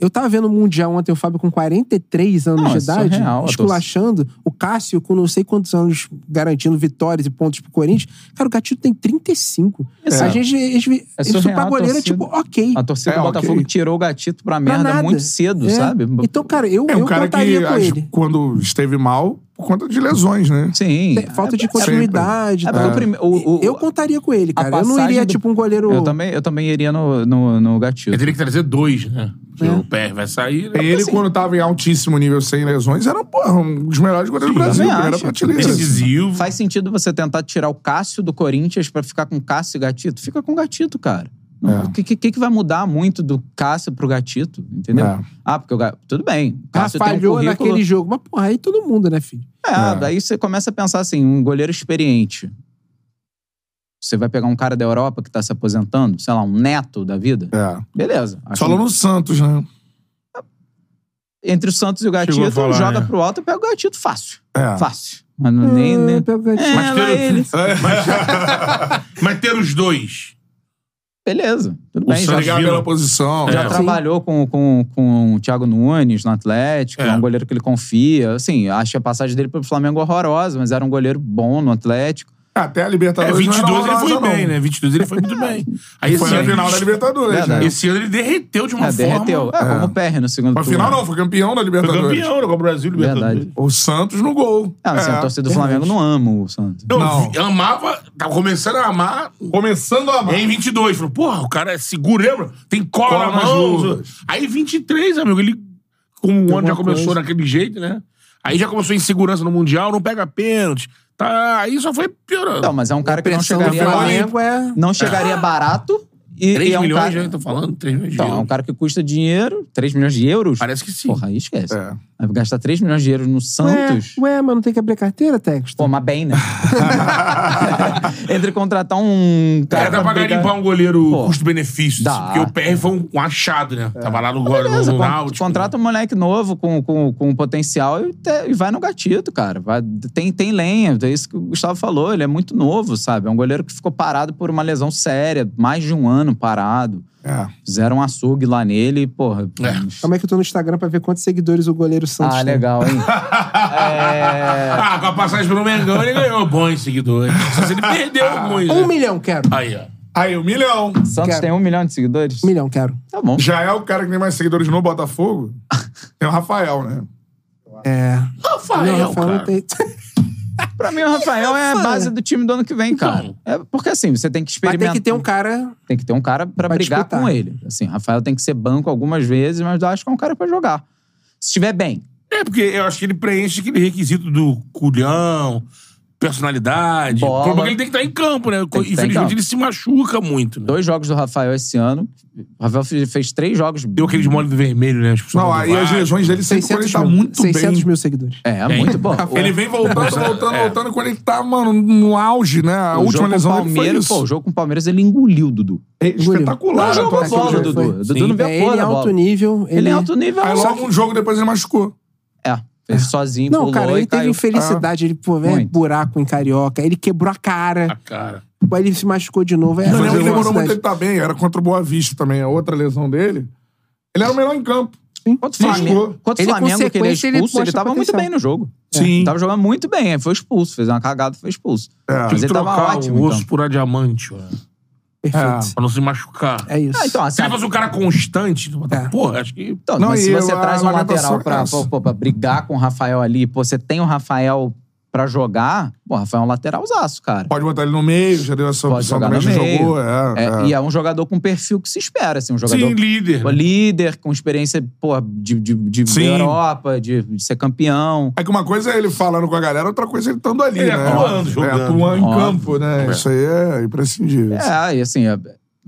D: Eu tava vendo o Mundial ontem, o Fábio com 43 anos
C: Não,
D: de
C: é
D: idade,
C: surreal, a
D: esculachando. O Cássio com não sei quantos anos garantindo vitórias e pontos pro Corinthians. Cara, o Gatito tem 35.
C: Exato.
D: A gente, eles,
C: É
D: eles
C: surreal,
D: pra goleiro,
C: a
D: é tipo,
C: torcida.
D: ok.
C: é, A torcida
A: É,
C: do
A: ok.
C: Botafogo tirou o gatito pra
D: Pra
C: merda
D: nada.
C: muito cedo,
D: É.
C: sabe?
D: Então, cara, eu,
A: É
D: eu
A: um cara que
D: contaria com
A: acho-
D: ele.
A: quando esteve mal, por conta de lesões, né?
C: Sim.
D: Tem- Falta de
C: É-
D: continuidade.
C: É
D: tá?
C: porque o prime- o- o-
D: eu contaria com ele,
C: a
D: cara. Eu não iria,
C: passagem do-
D: tipo, um goleiro.
C: Eu também, eu também iria no, no, no
B: Ele
C: gatilho.
B: teria que trazer dois, né? Porque
D: É.
B: o PR vai sair.
A: E
B: né?
A: É
C: assim,
A: ele, quando tava em altíssimo nível sem lesões, era porra, um dos melhores goleiros do
C: Sim,
A: Brasil,
C: também
A: primeira
C: acho.
A: prateleira.
B: Decisivo.
C: é Faz sentido você tentar tirar o Cássio do Corinthians pra ficar com Cássio e Gatito? Fica com Gatito, cara.
A: É.
C: O que, que, que vai mudar muito do Cássio pro Gatito? Entendeu?
A: É.
C: Ah, porque o Gatito. Tudo bem. O
D: Ah,
C: Cássio tem um
D: falhou
C: currículo.
D: naquele jogo. Mas, porra, aí todo mundo, né, filho?
C: É,
A: É.
C: daí você começa a pensar assim, um goleiro experiente. Você vai pegar um cara da Europa que tá se aposentando, sei lá, um neto da vida.
A: É.
C: Beleza. Acho
A: Falou no Santos, né?
C: Entre o Santos e o
B: Chegou
C: Gatito,
B: a falar,
C: joga
B: né? Tá.
C: pro alto e pega o Gatito fácil.
A: É.
C: Fácil. Mas não, nem, nem...
D: Ah, pega o gatinho.
C: É, lá ele.
B: Mas ter os dois.
C: Beleza, tudo
B: O
C: bem. Já,
B: Santos-
A: Pegar
B: Vila.
A: tá pela posição.
C: já tá
B: É.
C: trabalhou com, com, com o Thiago Nunes no Atlético,
B: É.
C: é um goleiro que ele confia. Assim, acho que a passagem dele pelo Flamengo é horrorosa, mas era um goleiro bom no Atlético.
A: Até a
B: É,
A: Libertadores.
B: 22
A: não
B: ele
A: era
B: foi
A: horrorosa,
B: bem,
A: não.
B: né? 22 ele foi muito bem. Aí
A: Foi
B: esse
A: na
B: ano-
A: final da Libertadores, né?
C: Verdade.
B: Esse ano ele derreteu de uma
C: É,
B: forma.
C: derreteu. É, como o PR no segundo
A: Pra
C: turno.
A: final, não, foi campeão da
B: Foi
A: Libertadores.
B: campeão da Copa do Brasil, Libertadores.
C: Verdade.
A: O Santos no gol.
C: Ah, assim, a torcida do Flamengo não ama o Santos.
B: Eu
A: Não.
B: vi- amava, tava começando a amar
A: Começando a
B: em 22. Falou, porra, o cara é seguro, lembra? Tem cola,
A: Cola
B: na
A: nas
B: mão.
A: luvas.
B: Aí 23, amigo, ele, como o ano já
D: alguma
B: começou
D: coisa.
B: daquele jeito, né? Aí já começou a insegurança no Mundial, não pega pênalti. Tá, aí só foi piorando.
C: Não, mas é um cara que não
D: Pressão do
C: chegaria,
B: né?
C: barato,
D: Flamengo é.
C: não chegaria barato. E,
B: 3
C: e é um
B: milhões,
C: cara...
B: né? Tô falando, 3 milhões de
C: Então, é um
B: euros.
C: cara que custa dinheiro, 3 milhões de euros.
B: Parece que sim.
C: Porra, aí esquece.
A: É.
C: Vai gastar 3 milhões de euros no Santos.
D: Ué, ué, mas não tem que abrir carteira, Texto?
C: Pô, mas bem, né? Entre contratar um
B: Cara,
C: cara.
B: dá pra
C: pegar-
B: garimpar um goleiro
C: Pô.
B: custo-benefício. assim,
C: Dá. É.
B: Porque o PR foi um, um achado, né? Tava lá no, tipo, go-
C: Beleza,
B: no
C: con-
B: Náutico.
C: contrata um moleque novo com, com, com um potencial e, te- e vai no gatito, cara. Vai- tem, tem lenha, é isso que o Gustavo falou. Ele é muito novo, sabe? É um goleiro que ficou parado por uma lesão séria, mais de um ano parado.
A: É.
C: Fizeram um açougue lá nele e, porra.
D: Como é que eu tô no Instagram pra ver quantos seguidores o goleiro Santos
C: Ah,
D: tem?
C: legal, hein? é...
B: Ah, com a passagem pelo Mengão, ele ganhou bons seguidores. Só se ele perdeu
C: Ah.
A: Ah.
B: alguns.
D: Um
B: né?
D: milhão, quero.
B: Aí, ó.
A: Aí, o milhão.
C: Santos
D: Quero.
C: tem um milhão de seguidores?
D: Um milhão, quero.
C: Tá bom.
A: Já é o cara que tem mais seguidores no Botafogo. É o Rafael, né?
D: É.
B: Rafael,
D: não, Rafael
B: cara.
D: não tem.
C: Pra mim, o Rafael é a base do time do ano que vem, cara. É porque assim, você tem que
D: Mas
C: experimentar.
D: tem que ter um cara.
C: Tem que ter um cara pra
D: Pra
C: brigar
D: disputar.
C: com ele. Assim, Rafael tem que ser banco algumas vezes, mas eu acho que é um cara pra jogar. Se estiver bem.
B: É, porque eu acho que ele preenche aquele requisito do culhão, personalidade.
C: Bola.
B: O problema é que ele tem que estar em campo, né?
C: que estar em
B: Infelizmente,
C: campo.
B: ele se machuca muito. Né?
C: Dois jogos do Rafael esse ano. O Rafael fe- fez três jogos.
B: Deu aquele mole do vermelho, né?
A: Não, aí as lesões dele sempre quando ele tá muito
D: 600
A: bem.
D: mil seguidores.
C: É, muito bom.
A: Ele vem voltando, voltando, voltando quando ele tá, mano, no auge, né? A
C: O
A: última
C: jogo com o
A: lesão dele foi
C: Palmeiras, pô, o
A: isso.
C: jogo com o Palmeiras ele engoliu, Dudu.
A: É
C: Não
A: Espetacular.
C: jogou
A: atuação
C: bola,
A: dele.
C: Dudu. Dudu
D: Sim.
C: não vê a
D: É,
C: porra
D: Ele
C: da
D: é alto
C: bola.
D: nível.
C: Ele é alto nível.
A: Aí
C: só
A: logo um jogo depois ele machucou.
C: que- É, fez sozinho,
D: Não,
C: pulou
D: cara,
C: e
D: ele teve
C: caiu. Ah.
D: infelicidade. Ele, pô, é
C: Muito.
D: buraco em carioca. Ele quebrou a cara.
B: Cara.
D: Aí ele se machucou de novo. É,
A: Não,
D: mas
A: ele
D: é
A: demorou muito ele
D: infelicidade.
A: tá bem. Era contra o Boa Vista também. A outra lesão dele. Ele era o melhor em campo.
C: Contra o Flamengo,
A: Machucou.
C: contra o
D: Ele, com
C: Flamengo que ele é
D: sequência, ele
C: expulso, ele,
D: mostra
C: tava muito
D: potencial.
C: bem no jogo.
A: Sim.
C: Tava jogando muito bem, aí foi expulso, fez uma cagada, foi expulso.
A: É,
C: Mas
B: Tem que
C: ele tava
B: trocar
C: ótimo.
B: o osso
C: então.
B: por adiamante, ó.
D: Perfeito.
B: Pra não se machucar.
D: É, isso.
C: Ah, então,
B: Se
C: assim,
B: ele fosse um cara constante,
D: É.
B: porra, acho que.
C: Então,
A: Não,
C: mas
A: e
C: se você
A: eu- a
C: traz um
A: lamentação
C: lateral
A: é
C: pra,
A: essa.
C: pô, pô, pra brigar com o Rafael ali, pô, você tem o Rafael pra jogar, pô, o Rafael é um lateralzaço, cara.
A: Pode botar ele no meio, já deu essa
C: Pode
A: opção
C: jogar
A: também,
C: no
A: já
C: meio.
A: jogou. É,
C: É,
A: é.
C: E é um jogador com perfil que se espera, assim, um jogador
B: Sim, líder. né?
C: pô, líder, com experiência pô, de, de, de
A: Sim.
C: Europa, de, de ser campeão.
A: É que uma coisa é ele falando com a galera, outra coisa é ele estando ali,
B: Ele
A: né?
B: atuando,
A: É,
B: jogando.
A: atuando em
C: Óbvio.
A: campo, né?
B: É.
A: Isso aí é imprescindível.
C: É, e assim, é-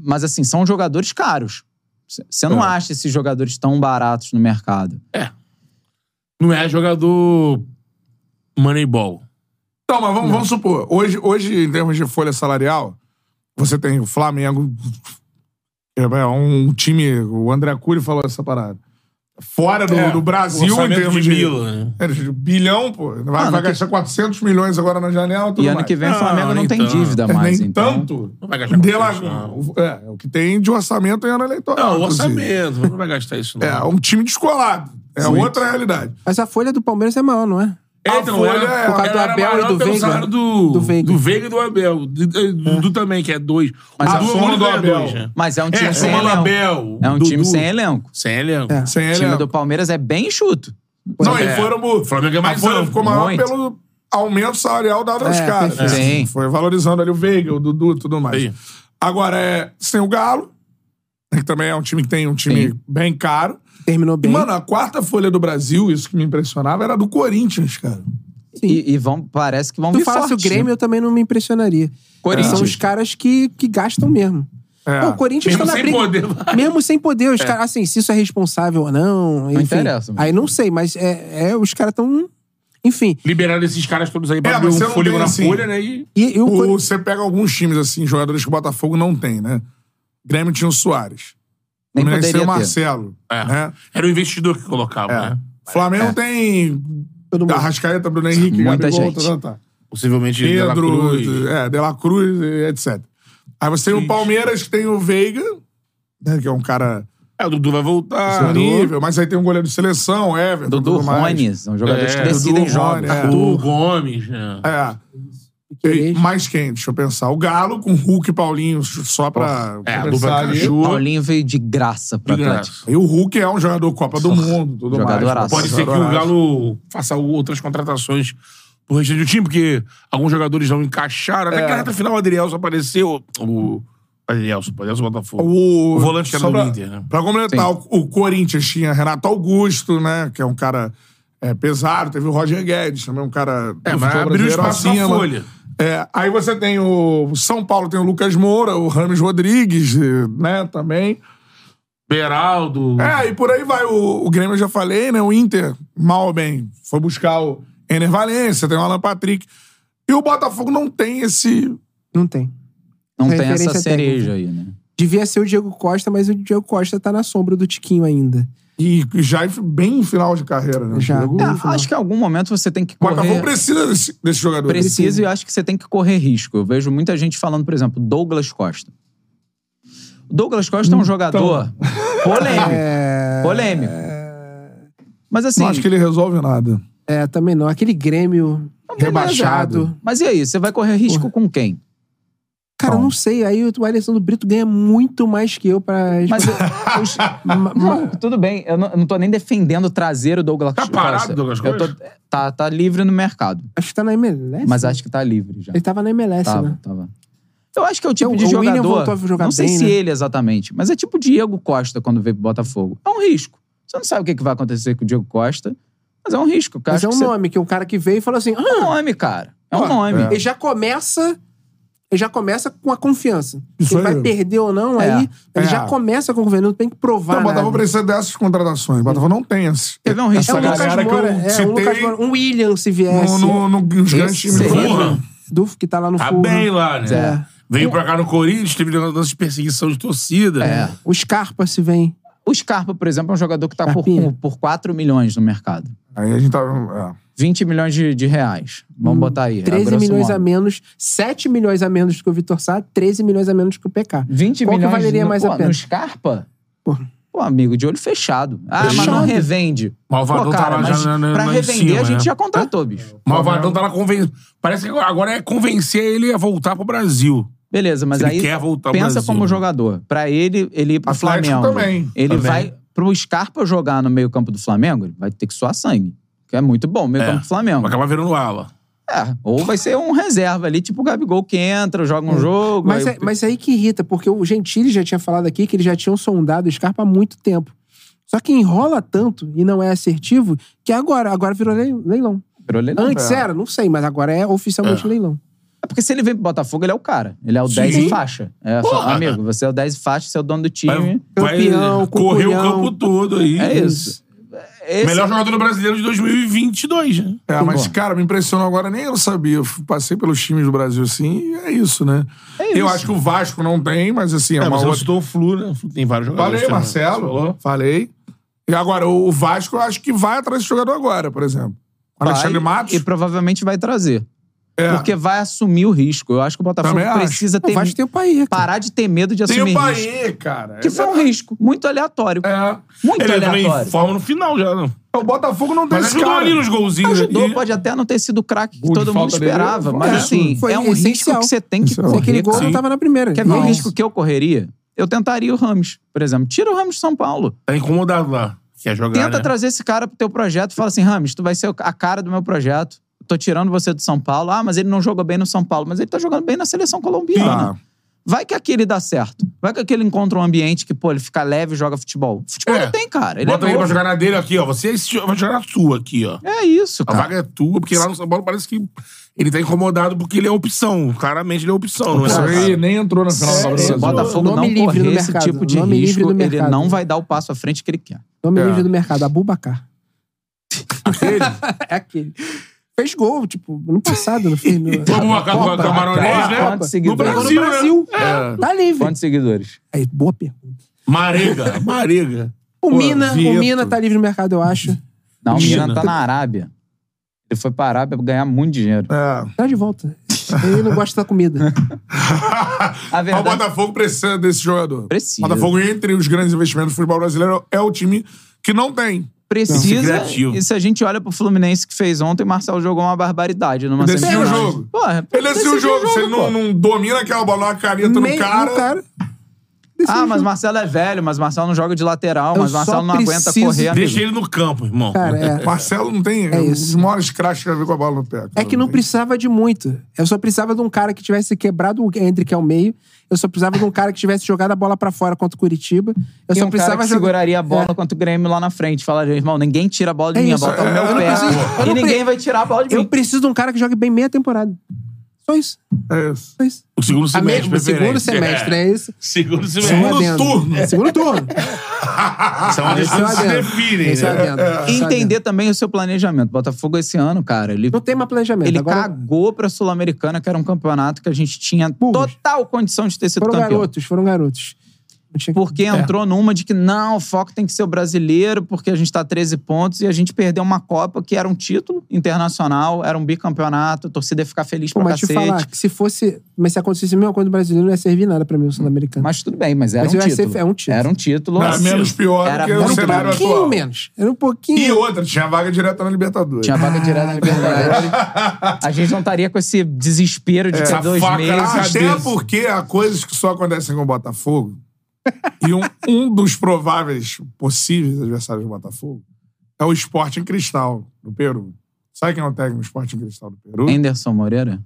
C: mas assim, são jogadores caros. Você
B: É.
C: não acha esses jogadores tão baratos no mercado.
B: Não é jogador Moneyball.
A: Então, mas vamos, vamos supor, hoje, hoje, em termos de folha salarial, você tem o Flamengo, é é um time, o André Cury falou essa parada. Fora do,
B: É.
A: do Brasil, em
B: orçamento
A: termos
B: de
A: de,
B: Milan, né?
A: É, de bilhão, pô. Vai,
C: ano
A: vai
C: que-
A: gastar 400 milhões agora na janela, tudo
C: Ah, E ano
A: mais.
C: que vem
B: Não,
C: o Flamengo não
B: nem
C: tem
B: tanto.
C: dívida
A: É,
C: mais.
A: nem
C: então.
A: tanto.
B: Não vai gastar
A: De
B: com
A: lá-
B: isso, não.
A: é, é o que tem de orçamento em ano eleitoral.
B: Não,
A: inclusive.
B: orçamento. Não vai gastar isso, não.
A: É, é um time descolado. É outra realidade.
D: Mas a folha do Palmeiras é maior, não é?
B: É,
A: A
B: então,
A: folha
B: era,
A: é-
B: por causa
D: do Abel e do Veiga.
B: Do,
D: Do
B: do
D: Veiga.
B: Veiga. e do Abel. Do, do- do também, que é dois.
C: Mas
B: o
C: a
B: Dudu
A: soma
B: único
A: do
B: é
A: Abel.
B: dois, né?
C: Mas é um time
B: é,
C: sem
B: somando
C: elenco.
B: Abel.
C: É um time
B: Dudu.
C: sem elenco.
B: Sem elenco.
D: É.
A: Sem
C: O
A: ele.
C: time do Palmeiras é bem chuto.
A: Não,
B: É.
A: e foram.
B: O Flamengo é
A: A
B: mais
A: folha
B: amplo.
A: ficou maior
C: muito.
A: pelo aumento salarial dado aos
D: É,
A: caras. né? Assim,
D: perfeito.
C: Sim.
A: Foi valorizando ali o Veiga, o Dudu e tudo mais.
B: Aí.
A: Agora, é, sem o Galo, que também é um time que tem um time bem caro.
D: Terminou
A: E,
D: bem.
A: mano, a quarta folha do Brasil, isso que me impressionava, era do Corinthians, cara.
C: E, e vão, parece que vão
D: tu
C: vir
D: falasse
C: forte.
D: o Grêmio, eu também não me impressionaria.
C: Corinthians.
D: São os caras que, que gastam mesmo.
A: É.
D: Não, o Corinthians
B: Mesmo
D: tá na
B: sem
D: briga.
B: poder, vai.
D: Mesmo sem poder, os caras, assim, se isso é responsável ou não. enfim.
C: interessa, mano.
D: Aí não sei, mas é, é, os caras estão. Enfim.
B: Liberaram esses caras todos aí pra
A: É,
B: abrir
A: mas
B: um
A: você não
B: fôlego
A: tem,
B: na
A: assim,
B: folha, né? E...
D: E, e o
A: O-
D: Cori-
A: você pega alguns times, assim, jogadores que o Botafogo não tem, né? Grêmio tinha o Soares.
C: Nem
A: Fluminense tem o
C: poderia ter.
A: Marcelo.
B: É.
A: Né?
B: Era o investidor que colocava,
A: É.
B: né?
A: Flamengo tem
D: Todo mundo.
A: Arrascaeta, Bruno Henrique,
C: Muita
A: Gabigol,
C: gente.
A: tá, tá, tá.
B: Possivelmente De La
A: Pedro,
B: Cruz.
A: é, De La Cruz, e etc. Aí você tem o
B: Sim.
A: Palmeiras, que tem o Veiga, né, que é um cara
B: É, o Dudu vai voltar.
A: disponível, mas aí tem um goleiro de seleção, Everton,
C: Ah, Dudu
A: tudo mais.
C: Rony, são jogadores
B: É,
C: que decidem
A: Dudu,
C: jogos.
A: Rony, é.
B: O Gomes, né?
A: É. E
D: Queiroz.
A: mais quem? Deixa eu pensar. O Galo com Hulk e Paulinho, só pra.
B: É, a
A: conversar
B: dupla
A: ali.
B: Cachorro.
C: Paulinho veio de graça pra
B: De
C: Atlético.
B: graça.
A: E o Hulk é um jogador Copa do Mundo, tudo mais.
C: Jogadoraço.
B: Pode ser que o Galo faça outras contratações pro restante do time, porque alguns jogadores não encaixaram. Até que na reta final o Adrielson apareceu. O Adrielson, o Adrielson Botafogo.
A: O,
B: O volante que era
A: só
B: do
A: pra-
B: Inter, né?
A: Pra completar, o, o Corinthians tinha Renato Augusto, né? Que é um cara é, pesado. Teve o Roger Guedes, também um cara.
B: É,
A: do
B: mas
A: futebol
B: abriu
A: brasileiro
B: espaço na
A: acima.
B: folha.
A: É, aí você tem o o São Paulo, tem o Lucas Moura, o Rames Rodrigues, eh, né? Também.
B: Beraldo.
A: É, e por aí vai. O, o Grêmio eu já falei, né? O Inter, mal ou bem, foi buscar o Ener Valência, tem o Alan Patrick. E o Botafogo não tem esse.
D: Não tem.
C: Não tem
D: Referência
C: essa cereja aí, né?
D: Devia ser o Diego Costa, mas o Diego Costa tá na sombra do Tiquinho ainda.
A: E já é bem em final de carreira, né?
D: Já.
A: Diego?
C: É,
D: no final.
C: acho que em algum momento você tem que
A: O Botafogo
C: correr.
A: precisa desse, desse jogador.
C: Precisa e eu acho que você tem que correr risco. Eu vejo muita gente falando, por exemplo, Douglas Costa. O Douglas Costa é um jogador polêmico. Polêmico. Mas assim,
A: Não acho que ele resolve nada.
D: É, também não. Aquele Grêmio rebaixado.
C: mas e aí? Você vai correr risco com quem?
D: Cara, eu não sei. Aí o Alessandro Brito ganha muito mais que eu pra.
C: Mas eu- os-
D: Ma- ma-
C: Não, tudo bem, eu não, eu não tô nem defendendo trazer o Douglas
B: Tá parado o Douglas
C: Eu tô- tá, tá livre no mercado.
D: acho que tá na MLS.
C: Mas acho que tá livre já.
D: Ele tava na MLS,
C: Tava,
D: né?
C: tava. Eu acho que é o tipo
D: Então,
C: de
D: o William
C: jogador.
D: voltou a jogar
C: não sei
D: bem,
C: se
D: né?
C: ele exatamente, mas é tipo o Diego Costa quando veio pro Botafogo. É um risco. Você não sabe o que que vai acontecer com o Diego Costa, mas é um risco. Eu
D: Mas
C: acho
D: é um
C: que você-
D: nome, que é um cara que veio e falou assim: ah,
C: É um nome, cara. É um
D: Ó,
C: nome.
D: Ele já começa. Ele já começa com a confiança.
A: Isso
D: Se ele
A: aí.
D: vai perder ou não,
C: É.
D: aí ele
A: É.
D: já começa com o governo, não tem que provar.
A: Então, o Botafogo
D: nada.
A: precisa dessas contratações. O Botafogo não tem esse.
C: Teve um
D: É
C: risco
D: um
A: essa
D: Lucas
A: galera que
D: Moura,
A: eu
D: é um
A: citei
D: Lucas Moura, um William se
C: É
D: viesse.
A: No, no, no, nos grandes times.
C: seria-
A: do-
B: Porra.
D: do que tá lá no
B: Tá
D: Fulham.
B: bem lá, né?
C: É.
B: Veio pra cá no Corinthians, teve lance de perseguição de torcida.
C: É.
D: O Scarpa se vem.
C: O Scarpa, por exemplo, é um jogador que tá por,
D: Scarpinha.
C: por 4 milhões no mercado.
A: Aí a gente tá. é.
C: 20 milhões de, de reais. Vamos botar aí. é
D: 13
C: grosso
D: Hum, milhões
C: modo.
D: a menos, 7 milhões a menos que o Vitor Sá, 13 milhões a menos que o PK.
C: 20
D: Qual que
C: milhões
D: valeria
C: no,
D: mais
C: pô,
D: a pena?
C: no Scarpa?
D: Pô.
C: Pô, amigo, de olho fechado. Ah, mas não
D: Fechado.
C: revende.
B: Malvadão
C: Pô,
B: tá
C: cara,
B: lá
C: mas
B: já na- na-
C: pra
B: lá em
C: revender
B: cima,
C: a gente
B: né?
C: já contratou, bicho.
B: Malvadão tá lá convencendo. Parece que agora é convencer ele a voltar pro Brasil.
C: Beleza, mas
B: Se ele
C: aí
B: quer voltar ao
C: pensa
B: Brasil,
C: como
B: né?
C: jogador. Pra ele, ele ir pro
A: Atlético
C: Flamengo.
A: também,
C: Ele
B: também.
C: vai pro Scarpa jogar no meio-campo do Flamengo, ele vai ter que suar sangue. Que é muito bom, meio-campo
B: É.
C: do Flamengo.
B: Vai acabar virando ala.
C: É, ou vai ser um reserva ali, tipo o Gabigol que entra, joga um jogo.
D: Mas,
C: aí-
D: é, mas aí que irrita, porque o Gentili já tinha falado aqui que eles já tinham sondado o Scarpa há muito tempo. Só que enrola tanto e não é assertivo que agora, agora virou lei- leilão.
C: Pirou ele não.
D: Antes era, não sei, mas agora é oficialmente leilão.
C: É porque se ele vem pro Botafogo, ele é o cara. Ele é o
B: Sim.
C: 10 em faixa. É, só,
B: Porra!
C: amigo, você é o 10 em faixa, você é o dono do time.
B: Vai, vai
D: Campeão,
B: correr o
D: cucurhão.
B: campo todo aí.
C: é isso. Esse-
B: Melhor jogador do brasileiro de 2022, né?
A: É, mas,
C: bom.
A: cara, me impressionou agora, nem eu sabia. Eu f- passei pelos times do Brasil, assim, e é isso, né?
C: É
A: eu
C: isso.
A: acho que o Vasco não tem, mas assim, é,
B: É,
A: uma
B: mas eu
A: outra.
B: citou o Flu, né? O Flu tem vários jogadores.
A: Falei,
B: também. Você
A: Marcelo.
B: falou?
A: Falei. E agora, o Vasco, eu acho que vai atrás desse jogador agora, por exemplo. O
C: vai
A: Alexandre Matos.
C: E provavelmente vai trazer.
A: é.
C: Porque vai assumir o risco. Eu acho que o Botafogo
A: Também acho.
C: precisa
D: O
C: ter,
D: Vasco tem o Paê. cara.
C: parar de ter medo de
A: Tem
C: assumir
A: o
C: risco.
A: um Paê, cara.
C: Que foi um risco muito aleatório.
A: É.
C: Muito
B: Ele entrou em
C: aleatório.
B: forma no final já, não.
A: O Botafogo não tem
B: Mas
A: esse
B: ajudou
A: cara.
B: ali nos golzinhos.
C: Ajudou,
B: ali.
C: pode até não ter sido o craque que
A: O de
C: todo mundo
A: falta dele
C: esperava,
A: foi
C: mas
A: absurdo.
C: assim,
D: Foi
C: é um risco
D: essencial.
C: que você tem que
A: Essencial.
C: correr.
D: Aquele gol
C: cara.
D: não tava na primeira. é
C: Quer ver o
D: Nossa.
C: risco que eu correria? Eu tentaria o Ramos, por exemplo. Tira o Ramos de São Paulo.
B: Tá incomodado lá. Quer jogar,
C: Tenta
B: né?
C: trazer esse cara pro teu projeto. Fala assim, Rames, tu vai ser a cara do meu projeto. Eu Tô tirando você do São Paulo. Ah, mas ele não jogou bem no São Paulo. Mas ele tá jogando bem na seleção colombiana.
A: Tá.
C: Vai que aquele dá certo. Vai que aquele encontra um ambiente que, pô, ele fica leve e joga futebol. Futebol
B: É.
C: não tem, cara. Ele
B: Bota
C: é
B: ele pra
C: novo.
B: jogar na dele aqui, ó. Você vai jogar na sua aqui, ó.
C: É isso,
B: A
A: Tá.
C: cara.
B: vaga é tua, porque lá no São Paulo parece que ele tá incomodado porque ele é opção. Claramente ele é opção, não é?
A: Isso aí nem entrou na final da
C: Se
A: Copa do
C: se
A: Brasil.
C: o Botafogo
D: Nome
C: não
D: livre
C: correr
D: no
C: esse
D: mercado.
C: tipo de
D: Nome livre
C: risco,
D: no
C: ele
D: mercado.
C: não vai dar o passo à frente que ele quer.
D: Nome
A: É.
D: livre do mercado, Abubacar. é aquele. Fez gol, tipo, ano passado, não fez? No...
B: Foi uma com a
D: Copa,
B: Camaronês,
D: Copa.
B: né?
C: Quantos
B: No
C: seguidores?
B: Brasil,
D: No
B: Brasil.
D: Brasil.
B: Né? É.
D: Tá livre.
C: Quantos seguidores?
D: Aí, boa pergunta.
B: Marega, Marega.
D: O,
A: Pô,
D: Mina,
A: Vieto.
D: o Mina tá livre no mercado, eu acho.
C: Não, o
B: China.
C: Milan tá na Arábia. Ele foi pra Arábia pra ganhar muito dinheiro.
A: É.
D: Tá de volta. Ele não gosta da comida.
C: A
A: Mas O
C: verdade
A: Botafogo precisa desse jogador.
C: Precisa.
A: O Botafogo, entre os grandes investimentos do futebol brasileiro, é o time que não tem.
B: Não,
C: precisa.
B: criativo.
C: e se a gente olha pro Fluminense que fez ontem, o Marcel jogou uma barbaridade numa
A: Decidiu
C: semifinal.
A: o jogo.
C: Porra,
A: Ele decidiu o jogo. Se ele
C: pô.
A: não, não domina aquela bola, uma careta
D: Meio-
A: no cara.
D: o cara
C: Ah, mas Marcelo é velho, mas Marcelo não joga de lateral,
D: Eu
C: mas Marcelo
D: só
C: não aguenta
D: preciso-
C: correr. amigo.
B: Deixa ele no campo, irmão.
D: Cara, é.
A: Marcelo não tem.
D: É
A: os
D: isso.
A: maiores crashes que já vi com a bola no pé. cara.
D: É que não
A: tem.
D: precisava de muito. Eu só precisava de um cara que tivesse quebrado é o Hendrick ao meio. Eu só precisava de um cara que tivesse jogado a bola pra fora contra o Curitiba. Eu
C: E
D: só
C: um cara
D: precisava
C: que
D: jogar-
C: seguraria a bola contra o Grêmio lá na frente. Falaria, irmão, ninguém tira a bola de
D: É
C: mim, a
D: isso,
C: bola tá no
D: é, eu
C: meu
D: não
C: pé.
D: preciso- eu
C: e
D: não
C: ninguém
D: pre-
C: vai tirar a bola de
D: Eu
C: mim.
D: preciso de um cara que jogue bem meia temporada. Só isso.
A: É isso.
D: Só isso.
B: O segundo
D: A
B: semestre.
D: mesmo, segundo
B: preferência.
D: semestre, é isso?
B: Segundo É,
D: Só um
B: semestre.
D: adendo.
A: turno.
D: Segundo turno.
B: São as
D: Esse
B: coisas que se
D: adendo.
B: definem,
D: Esse é o
B: né?
D: adendo. Esse
C: E
D: é o adendo.
C: entender também o seu planejamento. Botafogo esse ano, cara, ele
D: Não tem mais planejamento.
C: Ele
D: Agora,
C: cagou pra Sul-Americana, que era um campeonato que a gente tinha
D: Burros.
C: total condição de ter sido
D: Foram
C: campeão.
D: garotos, foram garotos. Não tinha
C: tá
D: que- É.
C: Porque entrou numa de que não, o foco tem que ser o brasileiro, porque a gente tá 13 pontos e a gente perdeu uma Copa que era um título internacional, era um bicampeonato, a torcida ia ficar feliz
D: Pô,
C: pra
D: mas te
C: cacete.
D: falar, que se fosse. Mas se acontecesse a mesma coisa do brasileiro, não ia servir nada pra mim, o sul-americano.
C: Mas tudo bem, mas era
D: Mas
C: um
D: ia ser-
C: título.
D: é um título.
C: Era um título.
B: é
A: Era
C: assim,
A: é menos pior do
C: era
A: que o
C: muito
D: Era um
A: cenário
C: pior.
D: pouquinho
A: atual.
D: menos. Era um
A: E
D: pouquinho.
A: outra, tinha vaga direta na Libertadores.
C: Tinha vaga direta na Libertadores. a gente não estaria com esse desespero de ter
B: essa
C: dois
B: É. faca na
C: meses.
B: cabeça.
A: É. Até porque há coisas que só acontecem com o Botafogo. E um, um dos prováveis possíveis adversários do Botafogo é o Sporting Cristal, do Peru. Sabe quem é o técnico do Sporting Cristal do Peru?
C: Anderson Moreira?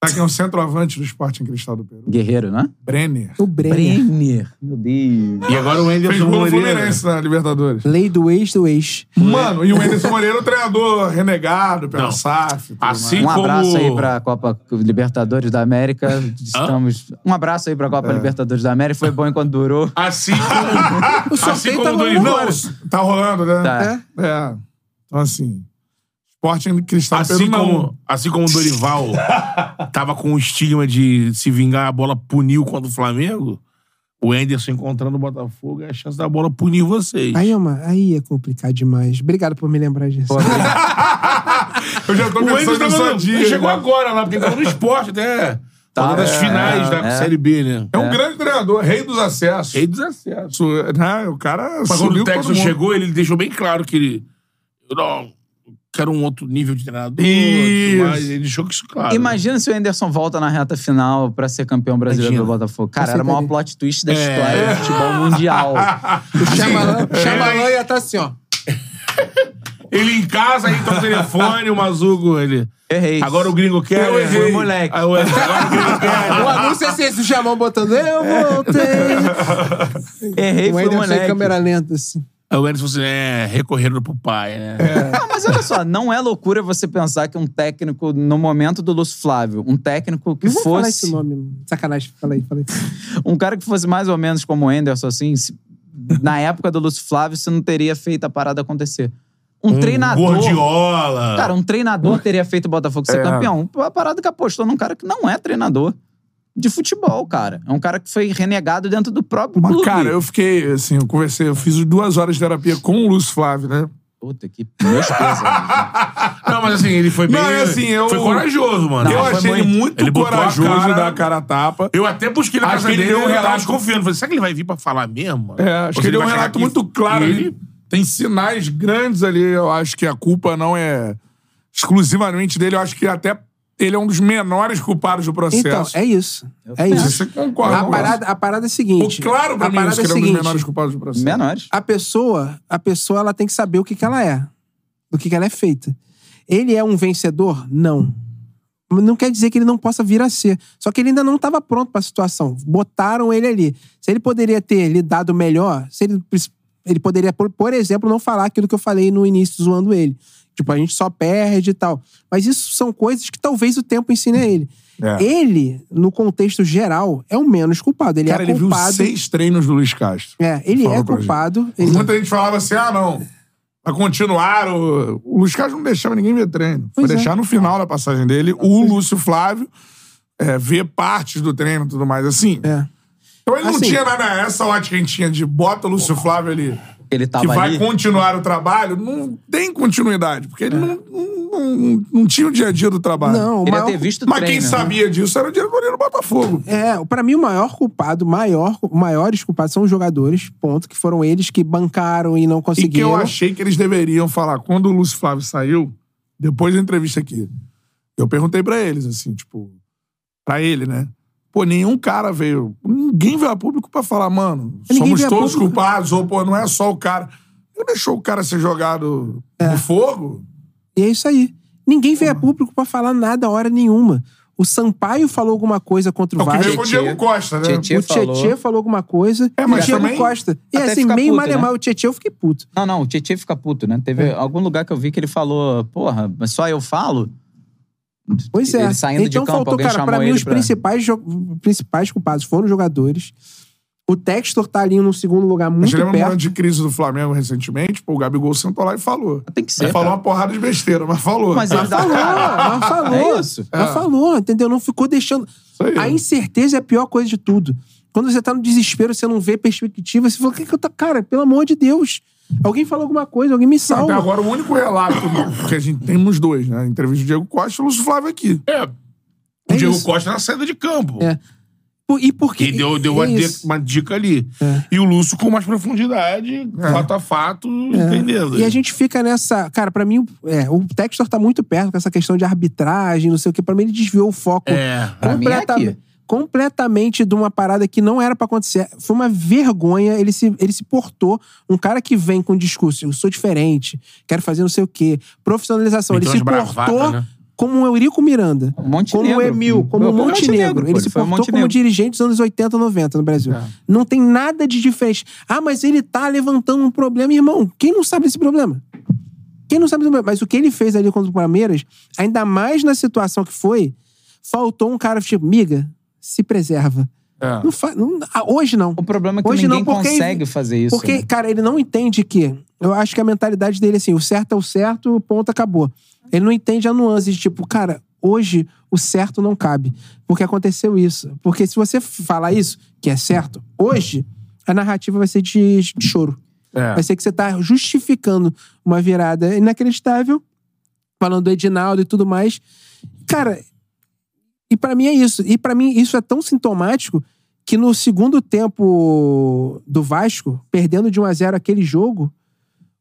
A: Tá que é o centroavante do Sporting Cristal do Peru.
C: Guerreiro, né?
A: Brenner.
D: O Brenner.
C: Brenner. Meu Deus.
B: E agora o
A: Fez
B: Anderson
A: gol no
B: Moreira.
A: Fluminense na Libertadores.
D: Lei do ex do ex.
A: Mano, e o Anderson Moreira é um treinador renegado pela
B: Não.
A: SAF. e tudo
B: Assim
A: mais.
C: Um
B: como-
C: abraço aí pra Copa Libertadores da América. Estamos. Um abraço aí pra
B: É.
C: Copa Libertadores da América. Foi bom enquanto durou.
B: Assim como, assim
D: sorteio
B: como
D: tá
B: o
D: rolando
B: Dorival.
D: agora.
A: Tá rolando, né?
C: Tá.
A: É. É. Então, assim. Sporting Cristal do
B: Assim
A: Peru Tá, não.
B: como, assim como o Dorival tava com o estigma de se vingar, a bola puniu contra o Flamengo, o Anderson encontrando o Botafogo é a chance da bola punir vocês.
D: Aí, é uma, aí é complicado demais. Obrigado por me lembrar disso.
A: Eu já tô
B: o Anderson
A: pensando no né?
B: tava,
A: Sandia.
B: chegou agora lá, porque tava no esporte até.
C: Tá,
B: uma das
C: é,
B: finais
C: é,
B: da
C: é.
B: Série B, né?
A: É um grande treinador, rei dos acessos.
B: Rei dos acessos.
A: Isso, né? O cara
B: Mas quando
A: subiu todo
B: o Texas
A: mundo.
B: chegou, ele deixou bem claro que ele. Eu não quero um outro nível de treinador.
A: Isso.
B: Mas ele deixou que isso claro.
C: Imagina se o Anderson volta na reta final pra ser campeão brasileiro do Botafogo. Cara, era o maior plot twist
B: É.
C: da história do futebol mundial.
D: O
A: É.
D: Xamalã, Xamalã ia estar assim, ó.
B: Ele em casa, aí tá o telefone, o Mazugo, ele.
C: Errei.
B: Agora o gringo quer.
C: Eu errei.
B: Foi
C: moleque.
B: Aí, ué, agora o gringo quer.
D: O anúncio
B: ah.
D: é assim, esse, o Xamão botando, eu voltei.
C: Errei,
D: O
C: foi um
D: Anderson em
C: moleque.
D: câmera lenta, assim.
B: Aí o Anderson falou assim: é, recorrendo pro pai, né?
A: É.
C: Ah, mas olha só, não é loucura você pensar que um técnico, no momento do Lúcio Flávio, um técnico que
D: Não vou falar esse
C: fosse.
D: nome. mano. Sacanagem, fala aí, fala aí.
C: Um cara que fosse mais ou menos como o Anderson, assim, se- na época do Lúcio Flávio, você não teria feito a parada acontecer. Um,
A: Tá
C: treinador.
B: Gordiola.
C: Cara, um treinador teria feito o Botafogo ser
A: É.
C: campeão. A parada que apostou num cara que não é treinador de futebol, cara. É um cara que foi renegado dentro do próprio
A: Mas,
C: clube.
A: cara, eu fiquei, assim, eu conversei, eu fiz duas horas de terapia com o Lúcio Flávio, né?
C: Puta que meus pesos.
B: Não, mas assim, ele foi bem.
A: Não, é assim, eu-
B: Foi corajoso, mano. Ah,
A: eu
B: Foi
A: achei ele muito
B: Ele botou a
A: corajoso
B: cara-
A: da cara a tapa.
B: Eu até busquei na
A: Acho
B: casa
A: que ele
B: dele,
A: deu um
B: eu tava
A: relato-
B: desconfiando. Falei, será que ele vai vir pra falar mesmo? mano?
A: É, acho
B: Ou
A: que
B: se
A: ele deu um
B: vai chegar
A: relato
B: aqui-
A: muito claro.
B: E ele-
A: Ele tem sinais grandes ali. Eu acho que a culpa não é exclusivamente dele. Eu acho que até ele é um dos menores culpados do
D: Então,
A: processo.
D: é isso. É isso.
A: Você concorda?
D: A
A: com
D: parada, a parada é a
A: isso?
D: seguinte.
A: Ficou claro pra
D: a
A: mim
D: parada
A: isso, que ele
D: é a
A: é um dos
D: seguinte.
A: menores culpados do processo.
C: Menores.
D: a pessoa, a pessoa ela tem que saber o que, que ela é, do que, que ela é feita. Ele é um vencedor? Não. Não quer dizer que ele não possa vir a ser. Só que ele ainda não estava pronto para a situação. Botaram ele ali. Se ele poderia ter lidado melhor, se ele, pres- ele poderia, por, por exemplo, não falar aquilo que eu falei no início zoando ele. Tipo, a gente só perde e tal. Mas isso são coisas que talvez o tempo ensine a ele.
A: É.
D: Ele, no contexto geral, é o menos culpado. Ele
A: Cara,
D: é
A: ele viu
D: culpado.
A: seis treinos do Luiz Castro.
D: É, ele
A: Falou
D: é
A: pra gente.
D: culpado. Ele...
A: Muita gente falava assim, ah, não. Vai continuar. O, o Luiz Castro não deixava ninguém ver treino. Foi
D: Pois é.
A: deixar no final da passagem dele o Lúcio Flávio é, ver partes do treino e tudo mais. Assim,
D: É.
A: Então ele não
D: Assim.
A: tinha nada, essa ótica que a gente tinha de bota o Lúcio Flávio ali,
C: Ele
A: que
C: tava
A: vai
C: ali.
A: continuar o trabalho, não tem continuidade, porque ele não, não, não- não tinha o dia a dia do trabalho.
D: É. Não, o né?
C: Queria
D: maior...
C: ter visto o
A: Mas
C: treino. né?
A: quem sabia disso era o diretoria do Botafogo.
D: É, pra mim o maior culpado, maior, maiores culpados são os jogadores, ponto, que foram eles que bancaram e não
A: E que eu
D: conseguiram.
A: achei que eles deveriam falar. Quando o Lúcio Flávio saiu, depois da entrevista aqui, eu perguntei pra eles, assim, tipo, pra ele, né? Pô, nenhum cara veio. Ninguém veio a público pra falar, mano,
D: Ninguém
A: somos
D: veio a
A: todos
D: público.
A: culpados, ou, pô, não é só o cara. Não deixou o cara ser jogado
D: É.
A: no fogo?
D: E é isso aí. Ninguém veio a
A: Uhum.
D: público pra falar nada a hora nenhuma. O Sampaio falou alguma coisa contra o
A: É o que
D: Vasco.
A: veio com o Diego Costa, né?
C: Tietê.
D: O Tietchan é falou alguma coisa
A: É,
D: e o
A: mas
D: Diego
A: também-
D: Costa. E
C: Até
D: assim,
C: fica
D: meio
C: puto,
A: né?
D: malemar, o Tietchan eu fiquei puto.
C: Não, não, o Tietchan fica puto, né? Teve
D: É.
C: algum lugar que eu vi que ele falou, porra, mas só eu falo?
D: Pois é.
C: Ele saindo
D: então
C: de campo,
D: faltou,
C: alguém
D: cara,
C: chamou
D: pra mim
C: ele
D: os
C: pra-
D: principais, jo- principais culpados foram os jogadores. O Textor tá ali num segundo lugar
A: A
D: muito
A: gente lembra no
D: perto.
A: um momento é de crise do Flamengo recentemente, pô, o Gabigol sentou lá e falou.
C: Tem que ser.
A: falou
C: cara.
A: uma porrada de besteira, mas falou.
C: Mas ele dá-
D: "Ah, Falou, mas falou.
C: É isso.
D: Mas
A: É.
D: falou, entendeu? Não ficou deixando.
A: Isso aí.
D: A incerteza é a pior coisa de tudo. Quando você tá no desespero, você não vê perspectiva, você fala, "O que que eu tá. Cara, pelo amor de Deus. Alguém falou alguma coisa, alguém me
A: Até
D: salva.
A: agora, o único relato que a gente tem os dois, né? Entrevista do Diego Costa e o Lúcio Flávio aqui.
B: É. O
D: É
B: Diego
D: isso.
B: Costa na saída de campo.
D: É. Por- E por
B: Que
D: quê?
B: deu, deu uma,
D: é
B: di-
D: isso.
B: uma dica ali. E o Lúcio com mais profundidade,
A: É.
B: fato a fato, entendendo.
D: E a gente fica nessa. Cara, pra mim, é, o Textor tá muito perto com essa questão de arbitragem, não sei o quê. Pra mim, ele desviou o foco
B: É.
C: Pra mim é
D: completa-
C: aqui.
D: completamente de uma parada que não era pra acontecer. Foi uma vergonha. Ele se, ele se portou. Um cara que vem com um discurso, eu sou diferente, quero fazer não sei o quê, profissionalização.
B: Meteu
D: ele se
B: umas Então, bravatas,
D: portou
B: né?
D: como o Eurico Miranda,
C: Montenegro.
D: como o Emil, como
C: Foi um
D: o
C: o Montenegro,
D: Montenegro.
C: pô,
D: Ele se
C: ele foi um o
D: portou como
C: Montenegro.
D: dirigente dos anos 80, 90 no Brasil.
C: É.
D: Não tem nada de diferente. Ah, mas ele tá levantando um problema, irmão. Quem não sabe desse problema? Quem não sabe desse problema? Mas o que ele fez ali contra o Palmeiras, ainda mais na situação que foi, faltou um cara tipo, miga, se preserva.
A: É.
D: Não fa- não- ah, hoje não.
C: O problema é que
D: Hoje
C: ninguém
D: não, porque-
C: consegue fazer isso.
D: Porque,
C: né?
D: cara, ele não entende que. Eu acho que a mentalidade dele é assim: o certo é o certo, o ponto acabou. Ele não entende a nuance de tipo, cara, hoje o certo não cabe. Porque aconteceu isso. Porque se você falar isso, que é certo, hoje, a narrativa vai ser de, de choro.
A: É.
D: Vai ser que você tá justificando uma virada inacreditável, falando do Edinaldo e tudo mais. Cara, e pra mim é isso. E pra mim isso é tão sintomático que no segundo tempo do Vasco, perdendo de 1 a 0 aquele jogo,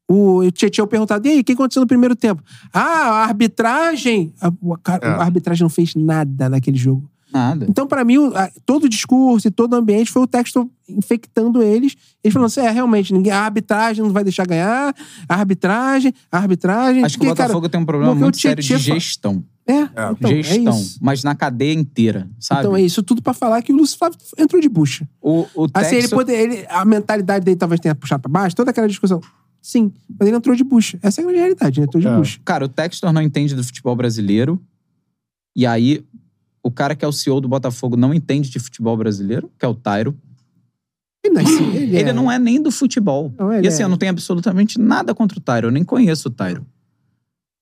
D: o Tietchan perguntado: "E aí, o que aconteceu no primeiro tempo?" "Ah, a arbitragem". A, o- cara,
A: É.
D: a arbitragem não fez nada naquele jogo.
C: Nada.
D: Então, pra mim, o- a- todo o discurso e todo o ambiente foi o texto infectando eles. Eles falando assim: é, realmente, ninguém, a arbitragem não vai deixar ganhar, a arbitragem, a arbitragem.
C: Acho que o
D: Porque, cara,
C: Botafogo tem um problema
D: porque o
C: muito sério de
D: Tietchan fa-
C: gestão.
D: é, então,
C: gestão.
D: é isso.
C: mas na cadeia inteira, sabe?
D: Então é isso, tudo pra falar que o Lúcio Flávio entrou de bucha.
C: O, o
D: Assim, ele
C: Texo-
D: pode, ele, a mentalidade dele talvez tenha puxado pra baixo, toda aquela discussão. Sim, mas ele entrou de bucha. Essa é a grande realidade, ele entrou de bucha.
C: Cara, o Textor não entende do futebol brasileiro. E aí, o cara que é o CEO do Botafogo não entende de futebol brasileiro, que é o Tairo.
D: Ele, não é assim, ele
C: Ele não é nem do futebol.
D: Não, ele
C: e assim,
D: é.
C: eu não tenho absolutamente nada contra o Tairo. Eu nem conheço o Tairo.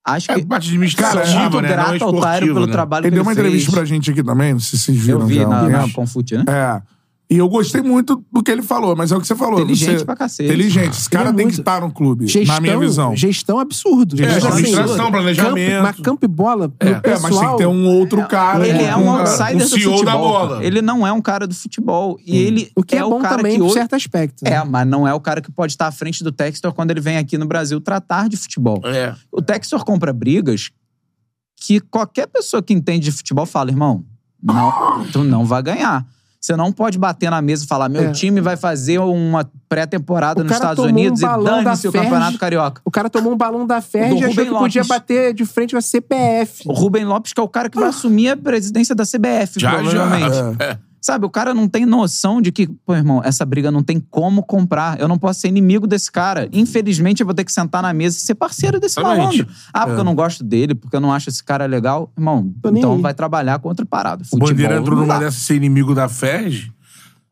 C: Acho
B: É
C: que.
B: parte administrativa,
C: sou muito
B: né? Não é
C: grato ao Tairo
B: esportivo,
C: pelo
B: né?
C: trabalho
A: Ele
C: que
A: deu uma
C: ele fez.
A: entrevista pra gente aqui também, não sei se vocês viram
C: Eu vi
A: já há um
C: na, na
A: tempo.
C: Confute, né?
A: É. E eu gostei muito do que ele falou, mas é o que você falou.
C: Inteligente
A: você...
C: pra cacete.
A: Inteligente. Esse cara
D: Ele é
A: tem
D: muito-
A: que estar no clube,
D: Gestão,
A: na minha visão.
D: Gestão
C: É,
D: absurdo.
A: Gestão,
D: Mas,
B: administração,
D: campo-
B: planejamento.
D: Mas campo e bola, pro
A: É,
D: pessoal,
A: mas tem que ter um outro cara.
C: Ele
A: que-
C: é um outsider
B: um
C: do
B: CEO
C: futebol.
B: da bola.
C: cara. Ele não é um cara do futebol. E ele
D: O que é,
C: o
D: bom
C: cara
D: também,
C: que
D: por
C: hoje...
D: certo aspecto. né?
C: É, mas não é o cara que pode estar à frente do Textor quando ele vem aqui no Brasil tratar de futebol.
B: É.
C: O Textor compra brigas que qualquer pessoa que entende de futebol fala, irmão, não, tu não vai ganhar. Você não pode bater na mesa e falar, meu
D: É.
C: time vai fazer uma pré-temporada
D: O
C: nos
D: cara
C: Estados
D: tomou um
C: Unidos e
D: balão da
C: dane-se o
D: Ferdi.
C: Campeonato Carioca.
D: O cara tomou um balão da Ferdi
C: Do
D: e achou
C: Rubem
D: que podia
C: Lopes.
D: bater de frente com a CPF.
C: O Rubem Lopes, que é o cara
D: Ah.
C: que vai assumir a presidência da CBF,
B: Já,
C: provavelmente.
B: já. É.
C: Sabe, o cara não tem noção de que, pô, irmão, essa briga não tem como comprar. Eu não posso ser inimigo desse cara. Infelizmente, eu vou ter que sentar na mesa e ser parceiro desse
B: Exatamente.
C: malandro. Ah, porque eu não gosto dele, porque eu não acho esse cara legal. Irmão,
D: É. Tô nem
C: então
D: aí.
C: vai trabalhar contra o parado.
B: O
C: Futebol,
B: Bandeira entrou
C: não
B: numa
C: dá.
B: dessa ser inimigo da FERJ,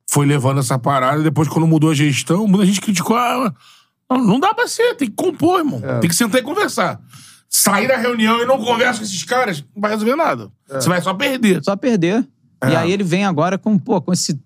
B: foi levando essa parada, e depois quando mudou a gestão, muita gente criticou. Ah, não, não dá pra ser, tem que compor, irmão.
C: É.
B: Tem que sentar e conversar. Sair da reunião e não conversa com esses caras, não vai resolver nada.
C: É.
B: Você vai só perder.
C: Só perder.
D: É.
C: E aí ele vem agora com, pô, com esse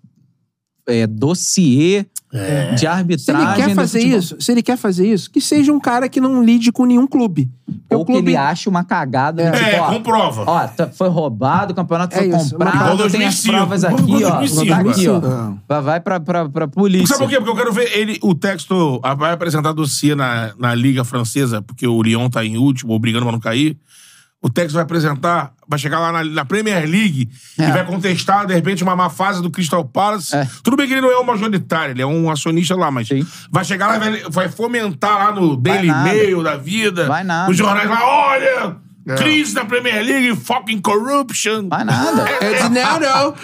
C: é, dossiê de
D: É. Se
C: arbitragem.
D: ele quer
C: do
D: fazer
C: futebol.
D: isso, se ele quer fazer isso, que seja um cara que não lide com nenhum clube. Porque
C: Ou
D: o
C: que
D: clube
C: ele acha uma cagada. do
B: É,
C: tipo, ó,
B: comprova.
C: Ó, tá- foi roubado, o campeonato
D: É
C: foi
D: isso, igual
C: comprado, tem as
B: 2005,
C: provas
B: igual
C: aqui, ó.
B: 2005,
C: tá aqui, ó.
D: cara.
C: Vai- Vai pra, pra, pra polícia.
B: Sabe por quê? Porque eu quero ver ele, o texto ah, vai apresentar dossiê na, na Liga Francesa, porque o Lyon tá em último, ou brigando pra não cair. O texto vai apresentar, vai chegar lá na, na Premier League e vai contestar, de repente, uma má fase do Crystal Palace.
C: É.
B: Tudo bem que ele não é um majoritário, ele é um acionista lá, mas
C: Sim.
B: vai chegar lá e vai, vai fomentar lá no Daily
C: nada.
B: Mail da vida,
C: Vai nada. É.
B: nos jornais lá, olha, crise da Premier League, fucking corruption.
C: Mas nada.
D: É de- não, não.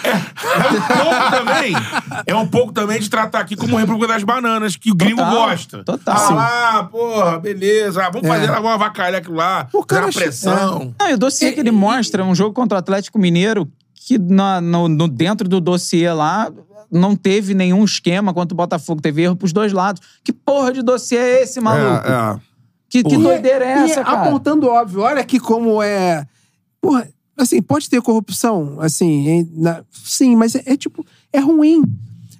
B: É um pouco também. É um pouco também de tratar aqui como República das Bananas, que o gringo
C: Total,
B: gosta.
C: total.
B: Ah, lá, porra, beleza. Ah, Vamos
D: É.
B: fazer, vamos avacalhar aquilo lá.
D: O cara
B: Dá
D: acha-
B: pressão.
C: Não, e o dossiê que ele mostra é um jogo contra o Atlético Mineiro que na- no, no- dentro do dossiê lá não teve nenhum esquema contra o Botafogo. Teve erro pros dois lados. Que porra de dossiê é esse, maluco?
A: É, é.
C: Que, que
D: E-
C: doideira é
D: e
C: essa, cara?
D: apontando óbvio, olha aqui como é... Porra, assim, pode ter corrupção, assim, em- na- sim, mas é, é tipo, é ruim.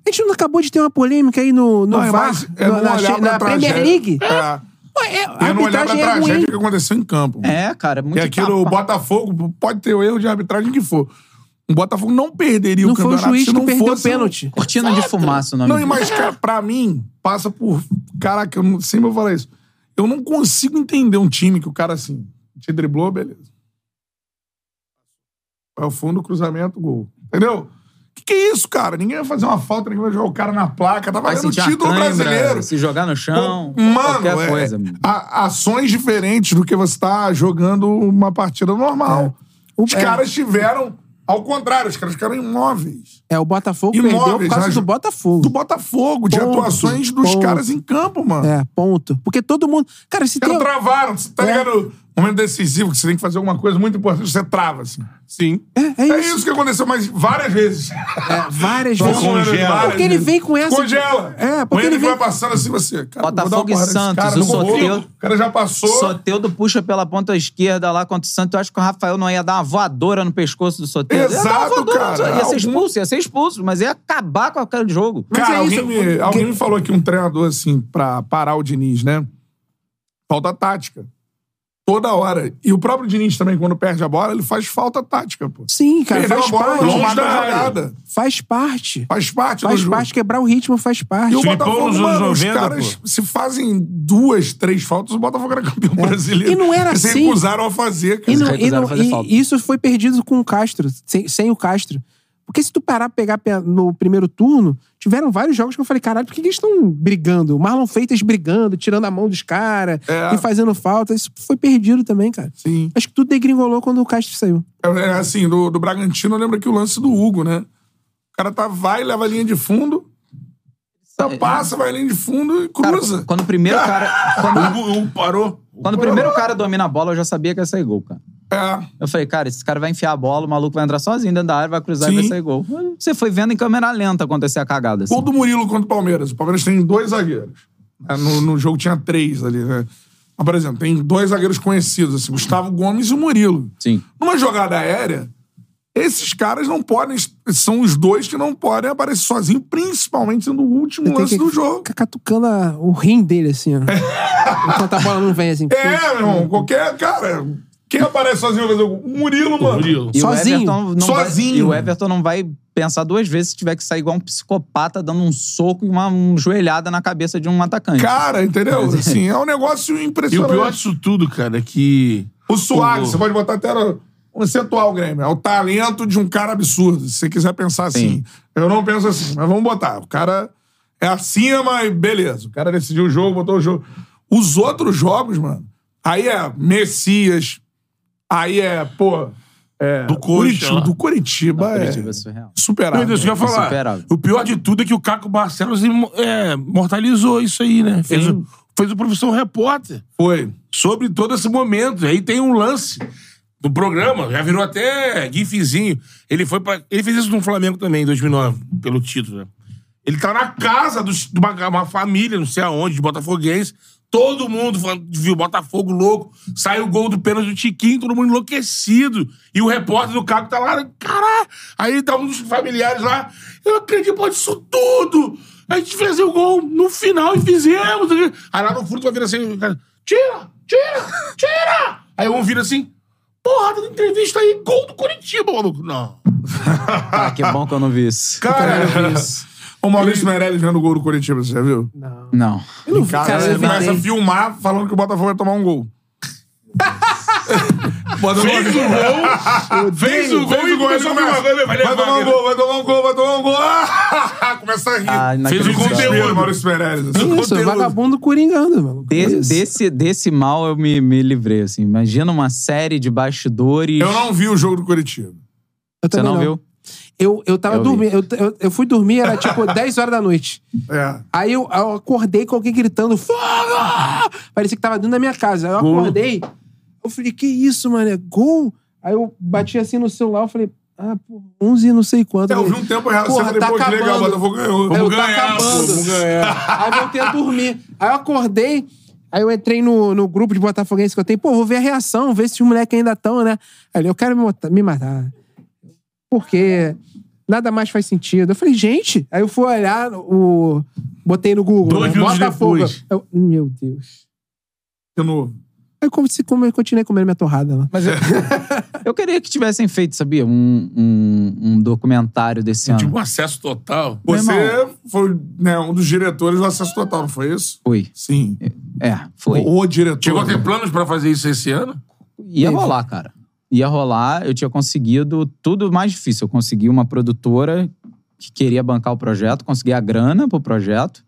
D: A gente não acabou de ter uma polêmica aí no, no
A: Não, é
D: VAR,
A: mais- é
D: no-
A: não
D: na,
A: olhar
D: che-
A: pra
D: na
A: tragédia.
D: Premier League?
A: É.
D: Pô, é- a
A: Eu não olhar pra
D: arbitragem é
A: tragédia
D: ruim.
A: que aconteceu em campo.
C: É, cara, é muito
A: E aquilo, o
C: tapa.
A: Botafogo, pode ter o erro de arbitragem que for. O Botafogo não perderia
D: Não
A: o
D: foi o
A: campeonato
D: juiz
A: se
D: que
A: não
D: perdeu o
A: fosse...
D: pênalti.
C: Cortina de fumaça o nome
A: Não, e
C: dele.
A: mas,
G: é.
A: cara, pra mim, passa por. Caraca, eu não, sempre vou falar isso. Eu não consigo entender um time que o cara assim, te driblou, beleza. É o fundo, cruzamento, gol. Entendeu?
B: Que que é isso, cara? Ninguém vai fazer uma falta, ninguém vai jogar o cara na placa. Tá
G: Vai
B: valendo o
G: sentir a
B: título
G: cãibra,
B: brasileiro.
G: se jogar no chão,
B: Mano,
G: qualquer
B: é,
G: coisa.
B: a- ações diferentes do que você tá jogando uma partida normal. Os
D: é.
B: caras tiveram, ao contrário, os caras ficaram imóveis.
D: É, o Botafogo
B: Imóveis,
D: perdeu por
B: né,
D: causa do
B: Ju?
D: Botafogo.
B: Do Botafogo, de
D: Ponto,
B: atuações dos
D: ponto.
B: caras em campo, mano.
D: É, ponto. Porque todo mundo. Cara, se
B: Os caras
D: tem. um-
B: travaram, tá
D: É.
B: ligado? Momento decisivo, que você tem que fazer alguma coisa muito importante, você trava, assim. Sim.
D: É, é
B: É
D: isso.
B: isso que aconteceu, mas várias vezes.
D: É, várias
A: Então,
D: vezes.
A: congela.
B: Várias
D: Porque ele
B: vezes.
D: vem com essa-
B: Congela.
D: É, porque
B: Com
D: ele
B: que vai
D: vem-
B: passando assim, você. Cara, vou
C: Botafogo
B: dar uma
C: e
B: porrada nesse
C: Santos,
B: cara,
C: o
B: não vou.
C: sorteio-
B: O cara já passou.
C: Soteudo puxa pela ponta esquerda lá contra o Santos. Eu acho que o Rafael não ia dar uma voadora no pescoço do Soteudo. Ia dar uma
B: Exato,
C: voadora,
B: cara.
C: Ia ser
B: Algum-
C: expulso, ia ser expulso, mas ia acabar com aquele jogo.
D: Mas
B: Cara,
D: é isso,
B: alguém, me,
D: que-
B: alguém me falou aqui, um treinador assim, pra parar o Diniz, né? Falta tática. Toda hora. E o próprio Diniz também, quando perde a bola, ele faz falta tática, pô.
D: Sim, cara,
B: Perdeu
D: É, faz
B: a bola
D: parte.
B: longe da
A: Faz
B: jogada.
D: Faz parte.
B: Faz parte do
D: Faz
B: jogo.
D: parte, quebrar o ritmo faz parte.
B: E o
A: Filipão nos
B: Botafogo,
A: anos
B: mano, os
A: 90,
B: caras se fazem duas, três faltas, o Botafogo era campeão brasileiro.
D: É. E não era
B: Eles se
D: assim.
B: recusaram a fazer, cara.
D: E, não-
C: Eles
D: e,
C: recusaram
D: não-
C: fazer
D: e
C: falta.
D: isso foi perdido com o Castro, sem, sem o Castro. Porque se tu parar pra pegar pe- no primeiro turno, tiveram vários jogos que eu falei, caralho, por que, que eles estão brigando? O Marlon Freitas brigando, tirando a mão dos caras
B: É.
D: e fazendo falta. Isso foi perdido também, cara.
B: Sim.
D: Acho que tudo degringolou quando o Castro saiu.
B: É, é, assim, do, do Bragantino, eu lembro aqui o lance do Hugo, né? O cara tá, vai, leva a linha de fundo, tá,
D: É,
B: passa, vai a linha de fundo e
C: Cara,
B: cruza.
C: É,
D: Tá,
C: quando o primeiro cara. Quando,
A: O, o parou.
C: quando o primeiro cara domina a bola, eu já sabia que ia sair gol, cara.
B: É.
C: Eu falei, cara, esse cara vai enfiar a bola, o maluco vai entrar sozinho dentro da área, vai cruzar e
B: Sim.
C: vai sair gol. Você foi vendo em câmera lenta acontecer a cagada. assim.
B: Gol do Murilo contra o Palmeiras. O Palmeiras tem dois zagueiros. É, No, no jogo tinha três ali, né? Mas, por exemplo, tem dois zagueiros conhecidos, assim, Gustavo Gomes e o Murilo.
C: Sim.
B: Numa jogada aérea, esses caras não podem. São os dois que não podem aparecer sozinhos, principalmente no último
D: Tem
B: lance
D: que
B: do jogo.
D: ficar Catucando a- o rim dele, assim, ó. Enquanto a bola não vem, assim.
B: É, meu irmão, qualquer. Cara, quem aparece sozinho vai fazer o Murilo, mano.
A: Murilo.
C: E
D: Sozinho.
C: O Everton não
B: Sozinho.
C: Vai, e o Everton não vai pensar duas vezes se tiver que sair igual um psicopata dando um soco e uma um joelhada na cabeça de um atacante.
B: Cara, entendeu? Assim, é um negócio
A: E o
B: impressionante.
A: pior disso tudo, cara, é que.
B: O Soares, você pode botar até no- conceitual, Grêmio. É o talento de um cara absurdo, se você quiser pensar assim. Eu não penso assim, mas vamos botar. O cara é acima e beleza. O cara decidiu o jogo, botou o jogo. Os outros jogos, mano, aí é Messias, aí é, pô... É,
A: Do né? Coxa,
B: Curitiba,
A: lá.
B: do Curitiba, é
C: Curitiba é surreal.
B: superado.
A: Meu Deus, isso que eu ia falar.
C: Insuperável.
A: O pior de tudo é que o Caco Barcelos im- é, mortalizou isso aí, né? Fez o, fez o profissão repórter
B: Foi.
A: sobre todo esse momento. Aí tem um lance do programa, já virou até gifzinho. Ele foi para Ele fez isso no Flamengo também, em 2009, pelo título, né? Ele tá na casa dos- de uma, uma família, não sei aonde, de botafoguense. Todo mundo falando, viu Botafogo louco. Sai o gol do pênalti do Tiquinho, todo mundo enlouquecido. E o repórter do Caco tá lá, caralho. Aí tá um dos familiares lá, eu não acredito pô, disso tudo. A gente fez o gol no final e fizemos. Aí lá no fundo tu vai vir assim, o cara, tira, tira, tira. Aí um vira assim, porrada da entrevista aí, gol do Curitiba, maluco. Não.
C: Ah, que bom que eu não vi isso.
B: Cara, o Maurício Meirelles vendo o gol do Curitiba, você já viu?
C: Não.
B: Cara,
D: Cara,
B: ele Ah, é.
C: é
D: eu
B: começa a
D: falei.
B: filmar falando que o Botafogo vai tomar um gol. Bota no
A: Fez o gol, fez o gol
B: Fez
A: e
B: o gol, ele
A: começou a filmar.
B: começa.
A: Vai levar,
B: Vai tomar um
A: né?
B: gol, vai tomar um gol, vai tomar um gol. Ah, começa a rir.
C: Ah,
A: Fez o
C: inacreditável.
A: conteúdo.
B: Maurício Meirelles. assim.
D: Isso, vagabundo coringando, mano.
C: De-
D: Isso.
C: desse, desse mal eu me, me livrei, assim. Imagina uma série de bastidores.
B: Eu não vi o jogo do Curitiba.
D: Eu
C: Você
D: também
C: não,
D: não.
C: viu?
D: Eu, eu tava
C: Eu vi.
D: dormindo. Eu, eu, eu fui dormir, era tipo 10 horas da noite.
B: É.
D: Aí eu, eu acordei com alguém gritando fogo! Parecia que tava dentro da minha casa. Aí eu acordei. Eu falei, que isso, mano? É gol? Aí eu bati assim no celular, eu falei, ah, pô, 11 e não sei quanto.
B: Eu vi um tempo real. Você
D: Porra,
B: falei,
D: tá
B: pô, que legal, o
D: acabando.
B: Botafogo ganhou.
A: É,
D: Aí eu,
B: Vamos
D: tá
B: ganhar, pô,
D: acabando.
B: vamos ganhar.
D: Aí eu voltei a dormir. Aí eu acordei, aí eu entrei no, no grupo de botafoguenses que eu tenho. Pô, vou ver a reação, ver se os moleques ainda estão, né? Aí ele, eu quero me mata- me matar. Por quê? Nada mais faz sentido. Eu falei, gente. Aí eu fui olhar o... Botei no Google.
A: Dois
D: né?
A: minutos
D: Botafogo.
A: depois.
D: Eu, meu Deus.
B: De novo.
D: Aí eu comecei- come- continuei comendo minha torrada lá.
C: Mas eu, eu queria que tivessem feito, sabia? Um, um, um documentário desse ano.
A: Tipo, um acesso total.
B: Você foi né, um dos diretores do Acesso Total, não foi isso?
C: Foi.
B: Sim.
C: É, foi.
B: O, o diretor.
A: Chegou a ter planos pra fazer isso esse ano?
C: Ia rolar, cara. Ia rolar. Eu tinha conseguido tudo mais difícil. Eu consegui uma produtora que queria bancar o projeto, consegui a grana pro projeto,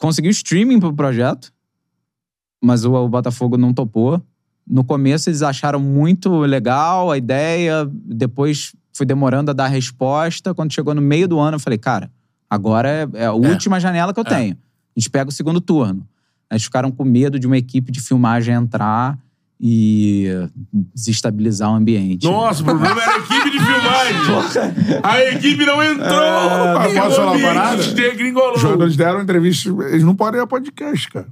C: consegui o streaming pro projeto, mas o, o Botafogo não topou. No começo eles acharam muito legal a ideia, depois fui demorando a dar resposta. Quando chegou no meio do ano, eu falei, cara, agora é, é a última janela que eu tenho. A gente pega o segundo turno. Eles ficaram com medo de uma equipe de filmagem entrar e desestabilizar o ambiente.
B: Nossa, o problema era a equipe de filmagem. A equipe não entrou.
D: É,
A: mas posso falar uma parada?
B: Gringolou.
A: Os jogadores deram entrevista, eles não podem ir a podcast, cara.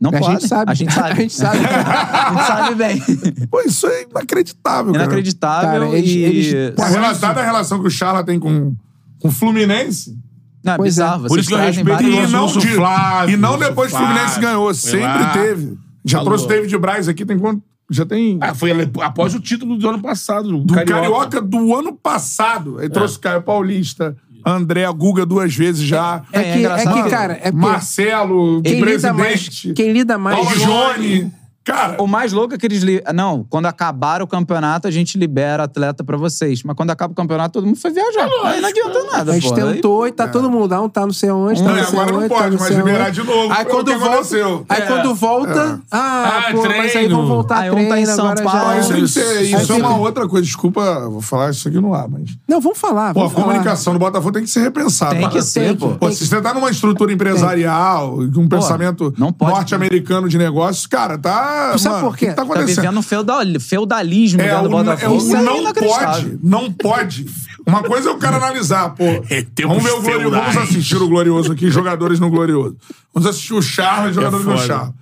C: Não
D: A
C: pode.
D: gente sabe.
C: A gente sabe.
D: A gente sabe.
C: A gente sabe bem.
A: Pô, isso é inacreditável, cara.
C: Inacreditável
D: Cara,
C: e...
D: eles- eles-
A: Pô, relatada a relação que o Charla tem com, com o Fluminense.
C: Não, é
D: Pois é.
C: bizarro.
B: Por
C: vocês
B: isso que eu
C: trazem
B: respeito
C: vários-
B: o
A: não
B: Lúcio
A: de-
B: Flávio,
A: e não
B: Lúcio
A: depois que o
B: Flávio.
A: Fluminense ganhou.
B: Foi
A: Sempre
B: lá.
A: teve. Já
B: Falou.
A: trouxe o David Braz aqui, tem quanto? Já tem.
B: Ah, foi ali- após o título do ano passado. Do,
A: É, do Carioca. né? É. do ano passado. Ele trouxe o Caio Paulista, André Guga duas vezes já.
D: É,
C: É, é
D: que, é,
C: engraçado.
D: que, cara, é porque
A: Marcelo,
D: quem lida mais,
A: presidente.
D: quem lida mais
A: Paulo Jone. Cara,
C: O mais louco é que eles... Li... Não, quando acabar o campeonato, a gente libera atleta pra vocês. Mas quando acaba o campeonato, todo mundo foi
A: É
C: viajar. Aí não adianta nada,
D: A gente
C: pô. Aí-
D: tentou e tá todo mundo. Ah, um tá não sei onde, tá
A: Não,
D: não
A: e
D: sei
A: agora não
D: onde,
A: pode,
D: tá não
A: mas
D: sei
A: liberar
D: onde.
A: de novo,
D: Aí
A: pelo
D: quando
A: que
D: volta,
A: aconteceu.
D: aí
B: É.
D: quando volta, ah,
B: Ah,
D: pô, mas aí
B: treino.
D: vão voltar
C: Aí
D: a
C: um tá em
D: treino,
C: São
D: agora
C: Paulo,
A: Ó,
D: já...
A: isso, tem que ser- isso é
D: Aí
A: uma
D: fica-
A: outra coisa. Desculpa, vou falar isso aqui no ar, mas.
D: Não, vamos falar,
A: Pô, a
D: vamos falar.
A: comunicação do Botafogo tem que ser repensada.
C: Tem que
A: Cara,
C: ser, pô.
A: Pô, se você tá numa estrutura empresarial, com um pensamento
C: não pode.
A: norte-americano de negócios, cara, tá.
D: Sabe
A: mano,
D: por quê?
A: O que tá
D: Tá
C: Tá
A: acontecendo?
C: vivendo um feudal- feudalismo
A: é,
C: dentro do
A: o, é
C: Botafogo.
A: o
C: Isso é
A: não
C: inacreditável.
A: pode, não pode. Uma coisa é o cara analisar, pô.
B: É tempos
A: vamos ver o Glorioso,
B: feudais.
A: vamos assistir o Glorioso aqui, jogadores no Glorioso. Vamos assistir o Charles, jogadores no
B: É foda.
A: Charles.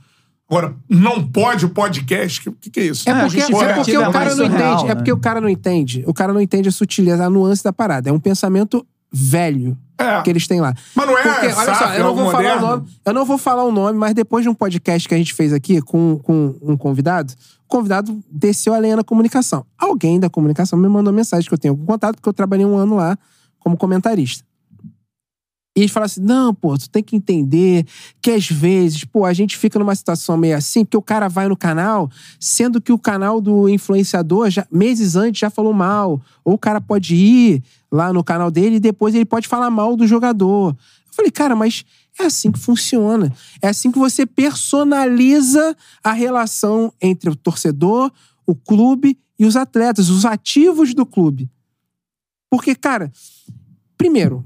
A: Agora, não pode o podcast, o que, que é isso?
C: É
D: É
C: a
D: porque,
C: justificativa
D: é porque
C: é
D: o cara
C: mais
D: não
C: surreal,
D: entende.
C: né?
D: É porque o cara não entende. O cara não entende a sutileza, a nuance da parada. É um pensamento velho
A: É.
D: que eles têm lá.
A: Mas não é
D: Porque, olha só,
A: SAF,
D: eu
A: é
D: não
A: algo
D: vou falar o
A: moderno.
D: nome. Eu não vou falar o nome, mas depois de um podcast que a gente fez aqui com, com um convidado, o convidado desceu a lenha na comunicação. Alguém da comunicação me mandou mensagem que eu tenho algum contato, porque eu trabalhei um ano lá como comentarista. E eles falaram assim: não, pô, tu tem que entender que às vezes, pô, a gente fica numa situação meio assim, porque o cara vai no canal, sendo que o canal do influenciador, já, meses antes, já falou mal. Ou o cara pode ir lá no canal dele e depois ele pode falar mal do jogador. Eu falei, cara, mas é assim que funciona. É assim que você personaliza a relação entre o torcedor, o clube e os atletas, os ativos do clube. Porque, cara, primeiro,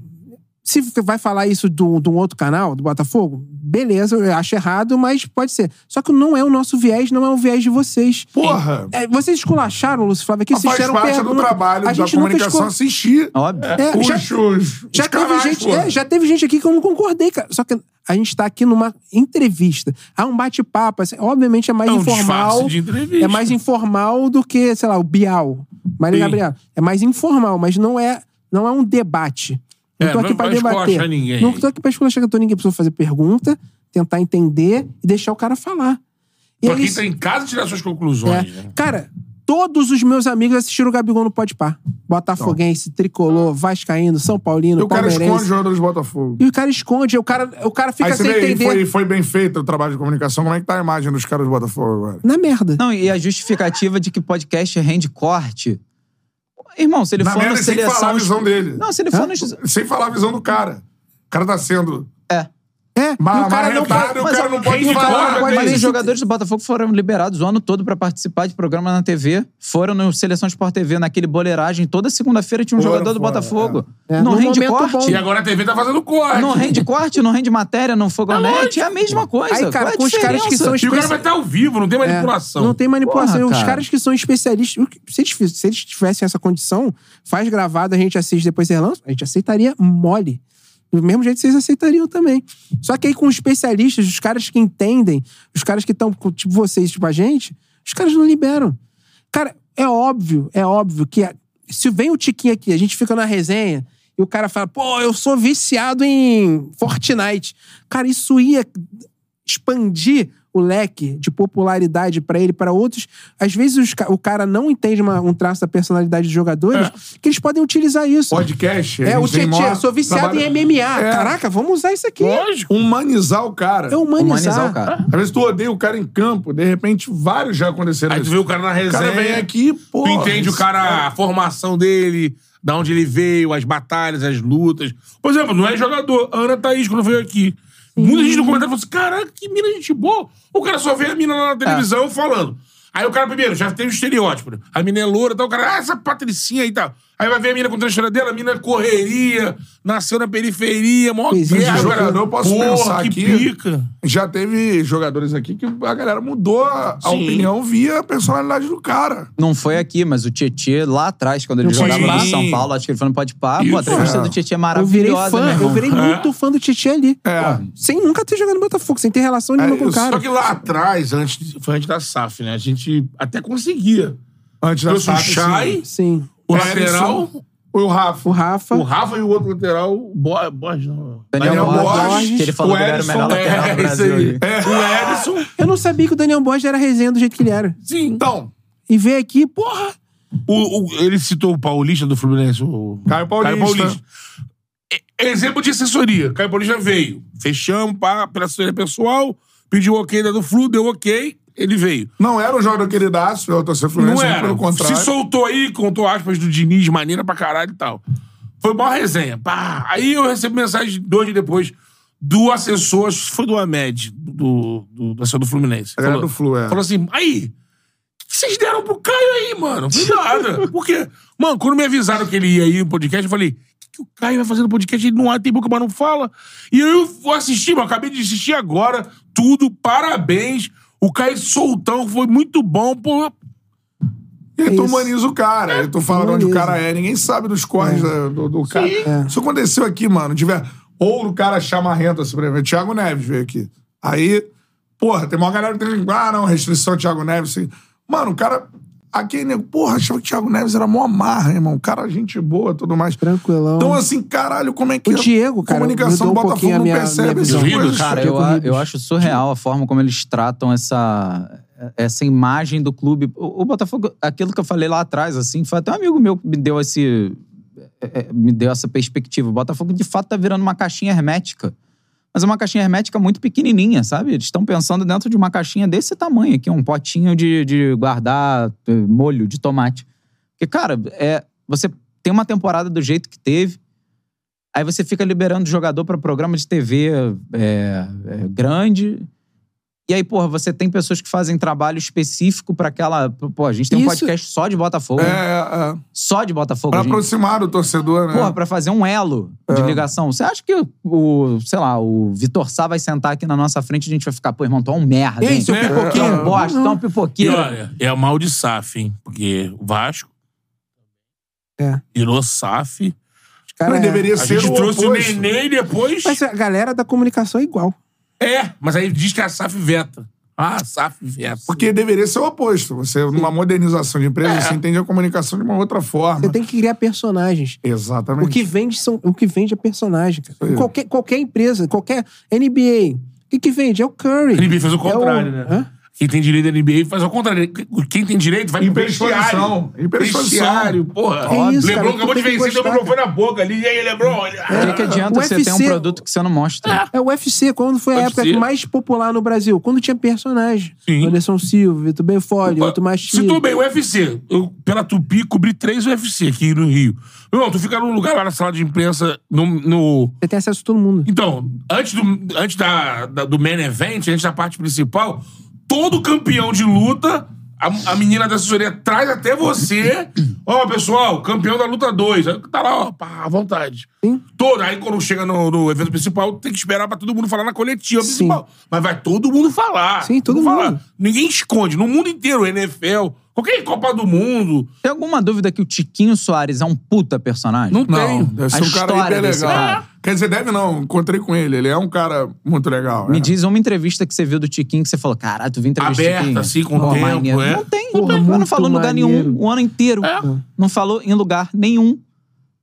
D: se você vai falar isso de um de um outro canal, do Botafogo, beleza, eu acho errado, mas pode ser. Só que não é o nosso viés, não é o viés de vocês.
A: Porra!
D: É, vocês esculacharam o Lúcio Flávio aqui,
A: Mas
D: vocês
A: faz
D: fizeram
A: parte do
D: um pergunta.
A: trabalho
D: a
A: da
D: gente nunca
A: comunicação
D: escul-
A: assistir.
C: Óbvio.
D: É,
A: os,
D: já-
A: os- os
D: já teve
A: canais,
D: gente,
A: pô.
D: é, já teve gente aqui que eu não concordei, cara. Só que a gente tá aqui numa entrevista. Há um bate-papo, assim, obviamente é mais
B: É um
D: informal.
B: disfarce de entrevista.
D: é mais informal do que, sei lá, o Bial, Maria
B: Sim.
D: Gabriela. É mais informal, mas não é, não é um debate. Não
B: É,
D: tô aqui
B: não
D: pra
B: vai esculachar
D: debater.
B: ninguém.
D: Não tô aqui pra esculachar que eu tô ninguém precisa fazer pergunta, tentar entender e deixar o cara falar. E
B: Pra
D: aí,
B: quem
D: se-
B: tá em casa tirar suas
D: é.
B: conclusões. né?
D: Cara, todos os meus amigos assistiram o Gabigol no Pode Par. Botafoguense, Tricolor, Vascaíno, São
A: E
D: Paulino,
A: o cara esconde os
D: Palmeirense.
A: jogadores do Botafogo.
D: E o cara esconde, o cara, o cara fica
A: Aí você
D: sem
A: vê, aí
D: entender.
A: foi, foi bem feito o trabalho de comunicação. Como é que tá a imagem dos caras do Botafogo agora?
D: Na merda.
C: Não, e a justificativa de que podcast rende corte. Irmão, se ele
A: Na
C: for
A: merda,
C: no
A: sem falar né? a
C: seleção.
A: visão dele.
C: Não, se ele for no.
A: Sem falar a visão do cara. O cara tá sendo
C: É.
D: É, e
A: ma-
D: o cara não
A: marretado, o
C: mas
A: cara
C: é-
A: não pode
B: rende
A: falar.
B: corda,
C: Mas
A: dele.
C: os jogadores do Botafogo foram liberados o ano todo pra participar de programa na TV. Foram no Seleção Sport TV, naquele boleiragem. Toda segunda-feira tinha um
A: Foram,
C: jogador do
A: foram,
C: Botafogo.
D: é. É,
C: Não
D: num
C: rende
D: momento
C: corte.
B: E agora a TV tá fazendo corte.
C: Não rende corte, não rende matéria, não fogonete. É a mesma coisa.
D: Aí, cara,
C: Qual é a
D: com os caras que
C: diferença?
D: são
B: E o cara vai
A: tá
B: estar ao vivo, não tem
D: É,
B: manipulação.
D: Não tem manipulação.
C: Porra,
D: Os
C: cara.
D: caras que são especialistas. o que- Se eles, fiz- se eles tivessem essa condição, faz gravado, a gente assiste depois vocês lançam, a gente aceitaria mole. Do mesmo jeito vocês aceitariam também. Só que aí com os especialistas, os caras que entendem, os caras que estão, tipo vocês, tipo a gente, os caras não liberam. Cara, é óbvio, é óbvio que a- se vem o Tiquinho aqui, a gente fica na resenha e o cara fala, pô, eu sou viciado em Fortnite. Cara, isso ia expandir o leque de popularidade pra ele, pra outros. Às vezes os ca- o cara não entende uma- um traço da personalidade dos jogadores, que eles podem utilizar isso.
A: Podcast.
D: É, o Tietchan, eu sou viciado em MMA.
A: É.
D: Caraca, vamos usar isso aqui.
A: Lógico. Humanizar o cara.
D: É humanizar.
C: Humanizar o cara.
A: Às vezes tu odeia o cara em campo. De repente, vários já aconteceram
B: Aí tu
A: isso.
B: vê o cara na
A: O
B: resenha.
A: cara vem aqui, pô. é.
B: tu entende o cara, a formação dele, da onde ele veio, as batalhas, as lutas. Por exemplo, não é jogador. A Ana Thaís, quando veio aqui. Muita gente no comentário falou assim: caraca, que mina gente boa. O cara só vê a mina lá na
A: É.
B: televisão falando. Aí o cara, primeiro, já tem o estereótipo. né? A mina é loura e tal. O cara, ah, essa patricinha aí e tal. Aí vai ver a mina contando a história dela, a mina é correria, nasceu na periferia, mó
D: Coisinha de
B: guerra.
A: jogador,
B: cara.
A: eu posso
B: Porra,
A: pensar
B: que
A: aqui.
B: pica.
A: Já teve jogadores aqui que a galera mudou a, a
B: Sim.
A: opinião via a personalidade do cara.
C: Não foi aqui, mas o Tietchan lá atrás, quando ele
D: No
C: jogava
B: Pode
C: no
B: Pá.
C: São Paulo, acho que ele foi no Pode Pá.
B: Isso.
C: Pô, a entrevista
A: É.
C: do Tietchan é
D: Eu virei
C: maravilhosa,
D: fã,
C: né,
D: eu
C: irmão?
D: virei muito fã do Tietchan ali.
A: É.
D: Pô, sem nunca ter jogado no Botafogo, sem ter relação nenhuma
A: É
D: com o
A: isso,
D: cara.
B: Só que lá atrás, antes, foi antes da SAF, né? A gente até conseguia.
A: Antes da
B: Trouxe o
A: SAF,
B: Chay,
A: sim.
D: Sim.
B: o
A: Ederson,
B: lateral,
A: Foi o Rafa.
D: O Rafa.
B: o Rafa e o outro lateral, o Bo- Borges, não.
C: Daniel
A: Daniel
C: Borges,
A: Borges,
C: que ele falou
A: o
C: que ele era o melhor
A: Ederson,
C: lateral do
B: é, isso
C: Brasil.
B: aí.
C: aí.
A: É.
B: O Ederson,
D: Eu não sabia que o Daniel Borges era resenha do jeito que ele era.
A: Sim. Então,
D: E veio aqui, porra.
B: o- o- ele citou o Paulista do Fluminense, o
A: Caio Paulista.
B: É- Exemplo de assessoria. Caio Paulista veio. Fechamos pá, pela assessoria pessoal, pediu o ok da do Flu, deu ok, ele veio.
A: não era um jogador queridaço, eu torcer
B: Não
A: Fluminense, muito
B: era.
A: pelo contrário.
B: Se soltou aí, contou aspas do Diniz, maneira pra caralho e tal. Foi uma resenha. Pá. Aí eu recebi mensagem dois dias depois do assessor, acho que foi do Amed, do, do, do assessor do Fluminense.
A: A galera do Flu, é.
B: Falou assim, aí, o que vocês deram pro Caio aí, mano? Não nada. Por quê? Mano, quando me avisaram que ele ia aí no podcast, eu falei, o que, que o Caio vai fazer no podcast? Ele não abre, tem boca, mas não fala. E eu vou assistir, mano, acabei de assistir agora, tudo, parabéns. O Caio soltão, foi muito bom, pô.
A: E aí tu
D: Isso.
A: humaniza o cara. Aí tu fala de onde o cara é. Ninguém sabe dos corres da- do, do cara. É. Isso aconteceu aqui, mano. Tiver, ou o cara chamarrento, assim, por exemplo. Thiago Neves veio aqui. Aí, porra, tem uma galera que tem... Ah, não, restrição Thiago Neves. Assim. Mano, o cara... Aqui, nego, porra, achava que o Thiago Neves era mó marra, irmão. O cara, gente boa, tudo mais.
D: Tranquilão.
A: Então, assim, caralho, como é que
D: O Diego, cara,
A: a comunicação do
D: mudou um
A: Botafogo
D: pouquinho a
A: não
D: minha-
A: percebe
D: minha
A: essas
B: visão.
A: coisas?
C: Cara,
D: Diego
C: eu, a-
D: Ribas.
C: eu acho surreal a forma como eles tratam essa, essa imagem do clube. O, o Botafogo, aquilo que eu falei lá atrás, assim, foi até um amigo meu que me deu esse. é, é, me deu essa perspectiva. O Botafogo, de fato, tá virando uma caixinha hermética. Mas é uma caixinha hermética muito pequenininha, sabe? Eles estão pensando dentro de uma caixinha desse tamanho aqui, um potinho de, de guardar eh, molho de tomate. Porque, cara, é, você tem uma temporada do jeito que teve, aí você fica liberando jogador para programa de TV é, é, grande. E aí, porra, você tem pessoas que fazem trabalho específico para aquela. Pô, a gente tem um
D: Isso.
C: podcast só de Botafogo.
A: É, é, é.
C: Só de Botafogo.
A: Pra
C: gente.
A: aproximar o torcedor, né?
C: Porra, pra fazer um elo de ligação. Você acha que o, sei lá, o Vitor Sá vai sentar aqui na nossa frente e a gente vai ficar, pô, irmão, tu é um merda.
D: Ei,
C: hein?
D: seu
C: Tu é um
D: pipoqueiro.
C: bosta, tu é um
B: E
C: pipoqueiro.
B: olha, é mal de SAF, hein? Porque o Vasco
D: É.
B: virou SAF.
D: Os caras-
A: Mas deveria
B: A
A: ser
B: gente
A: o
B: trouxe o
A: oposto.
B: Nenê e depois.
D: Mas a galera da comunicação é igual.
B: É, mas aí diz que a SAF veta. Ah, a SAF veta.
A: Porque deveria ser o oposto. Você, numa modernização de empresa, você entende a comunicação de uma outra forma.
D: Você tem que criar personagens.
A: Exatamente.
D: O que vende são, o que vende é personagem. cara.
A: aí.
D: Qualquer, qualquer empresa, qualquer NBA, o que, que vende é o Curry.
B: A NBA fez o contrário,
D: É
B: né?
D: o- Hã?
B: Quem tem direito da NBA faz o contrário. Quem tem direito vai pro
A: Hiperexposição.
B: vestiário.
A: Hiperexposição.
B: Vestiário, porra.
D: É isso, cara,
B: Lebron
D: tu
B: acabou de
D: tem
B: vencer, deu
D: que
B: o
D: gostar, É,
B: microfone na boca ali. E aí, Lebron? olha.
C: O que, que adianta
D: O
C: você ter
D: UFC
C: um produto que você não mostra?
D: É o UFC, quando foi a
B: UFC.
D: época mais popular no Brasil? Quando tinha personagem.
B: Sim.
D: Anderson Silva, Vitor Benfoli, outro Machado.
B: Citou bem, o UFC. Eu, pela Tupi, cobri três UFC aqui no Rio. Meu irmão, tu fica num lugar lá na sala de imprensa, no- no
D: Você tem acesso a todo mundo.
B: Então, antes do, antes da, da- do main event, antes da parte principal, todo campeão de luta, a, a menina da assessoria traz até você. Ó, pessoal, campeão da luta 2. Tá lá, ó, pá, à vontade. Todo. Aí quando chega no, no evento principal, tem que esperar pra todo mundo falar na coletiva
D: Sim.
B: principal. Mas vai todo mundo falar.
D: Sim, todo
B: falar.
D: mundo.
B: Ninguém esconde. No mundo inteiro, NFL, qualquer Copa do Mundo.
C: Tem alguma dúvida que o Tiquinho Soares é um puta personagem?
B: Não,
A: Não,
B: tem. é
A: deve ser
C: A
A: um cara
C: história
A: hiper
C: desse
A: legal.
C: cara.
A: Quer dizer, deve não. Encontrei com ele. Ele é um cara muito legal.
C: Me
A: é.
C: diz uma entrevista que você viu do Tiquinho que você falou, caralho, tu viu entrevista do
B: Aberta,
C: Tiquinho?
B: assim, com
C: Pô,
B: tempo,
C: maneiro.
B: é.
C: Não tem,
D: Porra,
C: não, tem. não
D: muito
C: falou em lugar
D: maneiro.
C: nenhum o ano inteiro.
B: É.
C: Não falou em lugar nenhum.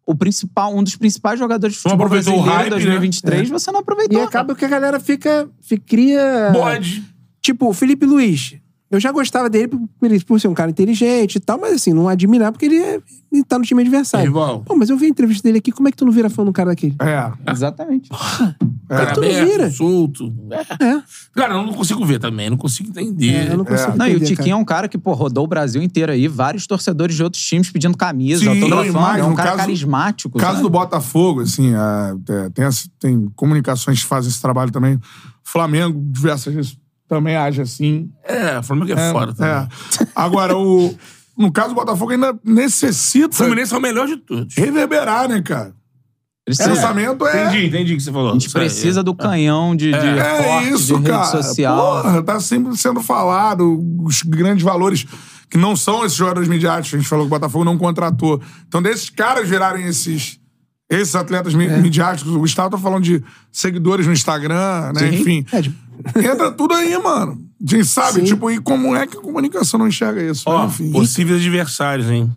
C: O principal, um dos principais jogadores de
B: Não
C: futebol
B: aproveitou o
C: brasileiro
B: hype, né?
C: 2023, você não
D: É. E
C: aproveitou.
B: então,
D: acaba que a galera fica. fica- cria.
B: Pode.
D: Tipo, o Felipe Luiz. Eu já gostava dele por, por- por ser um cara inteligente e tal, mas assim, não admirar porque ele, é, ele tá no time adversário.
B: Rival.
D: Pô, mas eu vi a entrevista dele aqui, como é que tu não vira fã de um cara daquele?
A: É.
C: Exatamente.
D: Cara, tudo
B: Tá aberto,
D: vira.
B: solto. É. Cara, eu não consigo ver também, não consigo entender.
D: É, eu não consigo
C: Não, e o
D: entender,
C: Tiquinho
D: cara.
C: é um cara que, pô, rodou o Brasil inteiro aí, vários torcedores de outros times pedindo camisa,
A: Sim,
C: autografando.
A: mas
C: É um
A: no
C: cara
A: caso-
C: carismático.
A: caso
C: sabe?
A: do Botafogo, assim, a- é, tem, as- tem comunicações que fazem esse trabalho também. Flamengo, diversas vezes, também age assim.
B: É, o Flamengo é, fora também.
A: É. Agora, o, no caso do Botafogo, ainda necessita
B: O Fluminense é o melhor de todos.
A: reverberar, né, cara?
C: Precisa.
A: Esse Lançamento é.
B: Entendi, entendi o que você falou.
C: A gente precisa do canhão de, de
A: É
C: forte,
A: isso,
C: de rede
A: cara.
C: social.
A: Porra, tá sempre sendo falado os grandes valores que não são esses jogadores midiáticos. A gente falou que o Botafogo não contratou. Então, desses caras virarem esses, esses atletas mi- midiáticos, o Gustavo tá falando de seguidores no Instagram, né? Enfim.
D: É, tipo,
A: Entra tudo aí, mano. A gente sabe,
D: Sim.
A: tipo, e como é que a comunicação não enxerga isso? né?
B: Ó,
A: Enfim.
B: possíveis adversários, hein?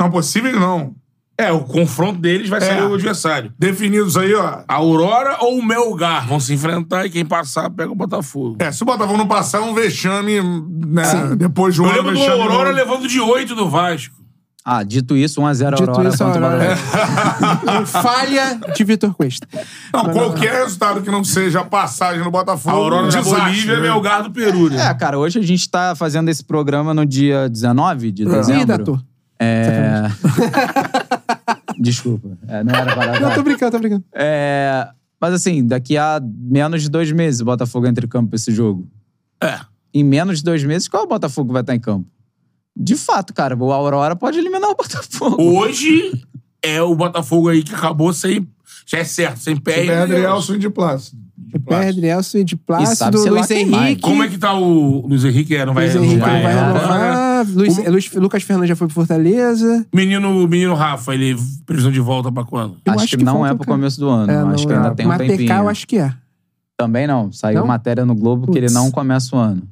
A: Não, possível não.
B: É, o confronto deles vai ser
A: É.
B: o adversário.
A: Definidos aí, ó.
B: A Aurora ou o Melgar vão se enfrentar e quem passar pega o Botafogo.
A: É, se o Botafogo não passar, é um vexame, né? Depois de um
B: Eu
A: ano,
B: lembro do
A: vexame
B: Aurora
A: novo.
B: levando de 8 do Vasco.
C: Ah, dito isso, 1x0
D: Dito
C: Aurora
D: isso,
C: contra o
D: Aurora.
C: Bahia.
D: falha de Vitor Cuesta.
A: Não, qualquer resultado que não seja a passagem no Botafogo.
B: A Aurora
A: Um
B: da
A: desastre,
B: Bolívia e
A: né?
B: Melgar do Peru, né?
C: É, cara, hoje a gente tá fazendo esse programa no dia 19 de dezembro.
D: Ih, Dator.
C: É... Desculpa. É, não era para
D: Não, tô brincando, tô brincando.
C: É, mas assim, daqui a menos de dois meses o Botafogo entra em campo pra esse jogo.
B: É.
C: Em menos de dois meses, qual Botafogo vai estar em campo? De fato, cara, o Aurora pode eliminar o Botafogo.
B: Hoje é o Botafogo aí que acabou sem. Já é certo, sem pé e
A: Pedro e
B: Nelson.
A: Elson de Plácido.
D: Perde Nelson de
C: E sabe,
D: Plácido,
C: sei lá
D: Luiz
C: quem mais.
D: Henrique.
B: Como é que tá o Luiz Henrique? É, Não vai
D: Luiz Henrique
B: renovar,
D: não vai
B: é.
D: renovar. Luiz, Luiz- Lucas Fernandes já foi pro Fortaleza.
B: Menino, menino Rafa, ele previsão de volta pra quando?
D: Eu
C: acho, que, não
D: falta
C: é
D: um
C: pro
D: cara.
C: começo do ano.
D: É, não
C: acho que
D: é.
C: ainda tem um
D: Mas
C: tempinho.
D: PK eu acho que é.
C: Também não. Saiu
D: Não?
C: matéria no Globo que ele
D: Putz.
C: não começa o ano.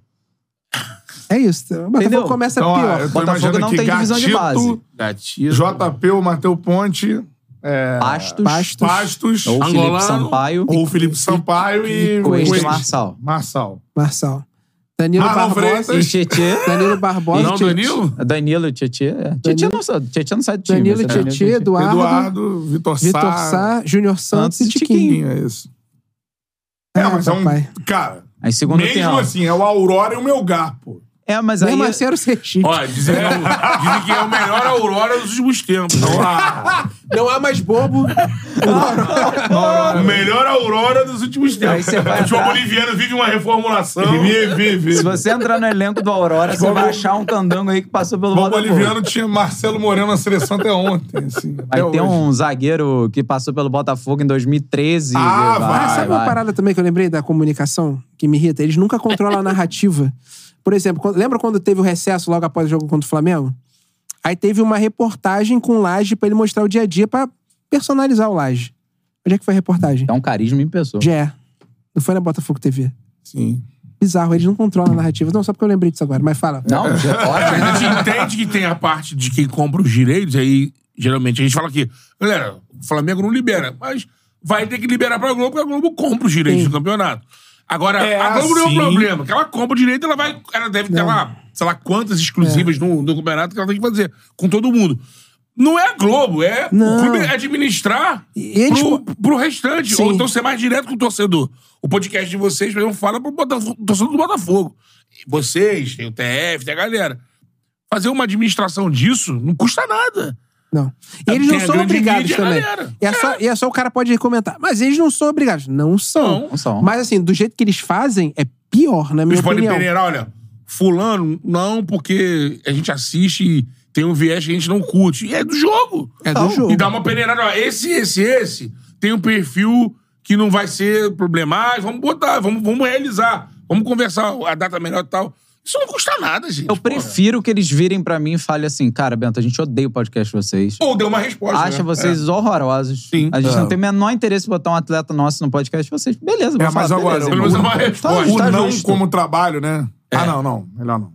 D: É isso. O
C: Entendeu?
D: Botafogo começa
A: Então, ó,
D: pior.
A: eu tô
C: Botafogo
A: imaginando
C: não
A: aqui,
C: tem divisão de
A: Gatito,
B: Gatilho.
A: JP, o Mateu Ponte, é,
C: Pastos,
D: Bastos.
A: Pastos,
C: ou
B: Angolano,
C: Felipe Sampaio,
A: ou Felipe Sampaio e,
C: Coelho e
A: Coelho.
C: Marçal.
A: Marçal.
D: Marçal. Danilo
A: Marlon
D: Barbosa.
C: E
A: Freitas.
C: Tietê.
D: Danilo Barbosa.
B: Não, Danilo?
C: Danilo e Tietê. É. Tietê, não, sa- Tietê não sai do time.
D: Danilo
C: esse é
D: Tietê,
C: e
D: Eduardo,
A: Eduardo, Vitor Sá.
D: Vitor Sá, Júnior Santos e Tiquinho.
A: Tiquinho, é isso. É, mas é um...
D: papai.
A: Cara,
C: Aí segundo
A: mesmo
C: tempo.
A: assim, é o Aurora e o Melgar, pô.
C: É, mas
D: Nem
C: aí...
D: Marcelo Sergipe.
B: Ó, dizem, que é o- dizem que é o melhor Aurora dos últimos tempos.
D: Não há mais bobo.
B: o melhor Aurora dos últimos
C: Aí
B: tempos.
C: você vai
B: O futebol
C: entrar.
B: boliviano vive uma reformulação.
A: Vive, vive.
C: Se você entrar no elenco do Aurora, você vai achar um candango aí que passou pelo
A: O
C: Botafogo.
A: boliviano tinha Marcelo Moreno na seleção até ontem, assim.
C: Aí
A: até
C: tem
A: hoje.
C: um zagueiro que passou pelo Botafogo em 2013.
A: Ah, vai,
D: Ah, sabe uma parada também que eu lembrei da comunicação que me irrita? Eles nunca controlam a narrativa. Por exemplo, quando- lembra quando teve o recesso logo após o jogo contra o Flamengo? Aí teve uma reportagem com o Laje pra ele mostrar o dia a dia pra personalizar o Laje. Onde é que foi a reportagem?
C: Dá um carisma em pessoa.
D: Jé. Não foi na Botafogo TV.
A: Sim.
D: Bizarro, eles não controlam a narrativa. Não, só porque eu lembrei disso agora, mas fala.
A: É.
C: Não, né? já
B: A
C: pode.
B: gente entende que tem a parte de quem compra os direitos, aí geralmente a gente fala que, galera, o Flamengo não libera, mas vai ter que liberar pra Globo, porque a Globo compra os direitos do campeonato. Agora,
A: É
B: a Globo não é um
A: assim.
B: problema, que ela compra o direito, ela vai, ela deve ter lá, sei lá, quantas
D: É.
B: exclusivas no, no campeonato que ela tem que fazer com todo mundo. Não é a Globo, é
D: Não.
B: o clube administrar
D: E eles-
B: pro, pro restante.
D: Sim.
B: Ou então ser mais direto com o torcedor. O podcast de vocês, por exemplo, fala pro Botafogo, torcedor do Botafogo. Vocês, tem o TF, tem a galera. Fazer uma administração disso não custa nada.
D: Não. E
B: É
D: eles não
B: porque a
D: são
B: grande
D: obrigados
B: mídia,
D: também.
B: galera.
D: E é, Só, e é só o cara pode comentar. Mas eles não são obrigados. Não são.
C: Não são.
D: Mas assim, do jeito que eles fazem, é pior, na minha
B: Eles podem
D: opinião.
B: peneirar, olha, fulano, não, porque a gente assiste e tem um viés que a gente não curte. E é do jogo.
D: É do
B: Então,
D: jogo.
B: E dá uma peneirada, ó, esse, esse, esse, tem um perfil que não vai ser problemático, vamos botar, vamos, vamos realizar, vamos conversar a data melhor e tal. Isso não custa nada, gente.
C: Eu
B: pô.
C: prefiro que eles virem pra mim e falem assim, cara, Bento, a gente odeia o podcast de vocês.
B: Ou deu uma resposta.
C: Acha
B: né?
C: vocês
A: É.
C: horrorosos.
B: Sim.
C: A gente não
B: É.
C: tem o menor interesse em botar um atleta nosso no podcast de vocês. Beleza, vou
A: É, mas
C: falar,
A: agora,
C: beleza.
B: Pelo menos é uma resposta.
A: O
C: Tá
A: não
C: justo.
A: como trabalho, né?
B: É.
A: Ah, não, não. Melhor não.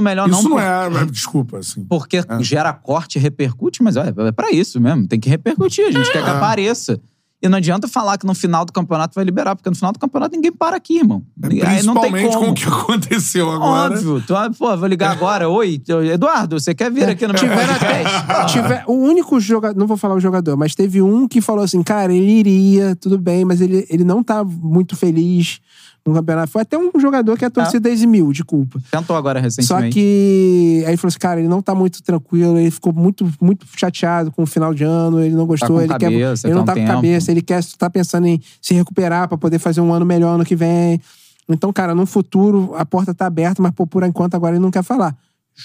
B: Ah,
C: melhor
A: Isso não
C: por-
A: é... é, Desculpa, assim.
C: porque é
A: É.
C: gera corte, repercute, mas olha, é pra isso mesmo. Tem que repercutir, a gente quer que apareça. E E não adianta falar que no final do campeonato vai liberar, porque no final do campeonato ninguém para aqui, irmão. Aí não tem
A: É, Principalmente com
C: como.
A: o né? que aconteceu agora.
C: Óbvio. Tu, ah, pô, vou ligar agora. Oi, teu- Eduardo, você quer
A: É.
C: vir aqui no meu
D: Tiveram até.
C: podcast?
D: tiver, o único jogador. Não vou falar o jogador, mas teve um que falou assim: cara, ele iria, tudo bem, mas ele, ele não tá muito feliz no campeonato. Foi até um jogador que a
C: É.
D: torcida eximiu de culpa.
C: Tentou agora
D: Só
C: recentemente.
D: que aí ele falou assim, cara, ele não tá muito tranquilo, ele ficou muito, muito chateado com o final de ano, ele não gostou,
C: Tá com
D: ele
C: cabeça,
D: quer, ele não
C: tá
D: tá
C: um
D: com
C: tempo.
D: cabeça, ele quer tá pensando em se recuperar pra poder fazer um ano melhor ano que vem. Então, cara, no futuro a porta tá aberta, mas pô, por enquanto agora ele não quer falar.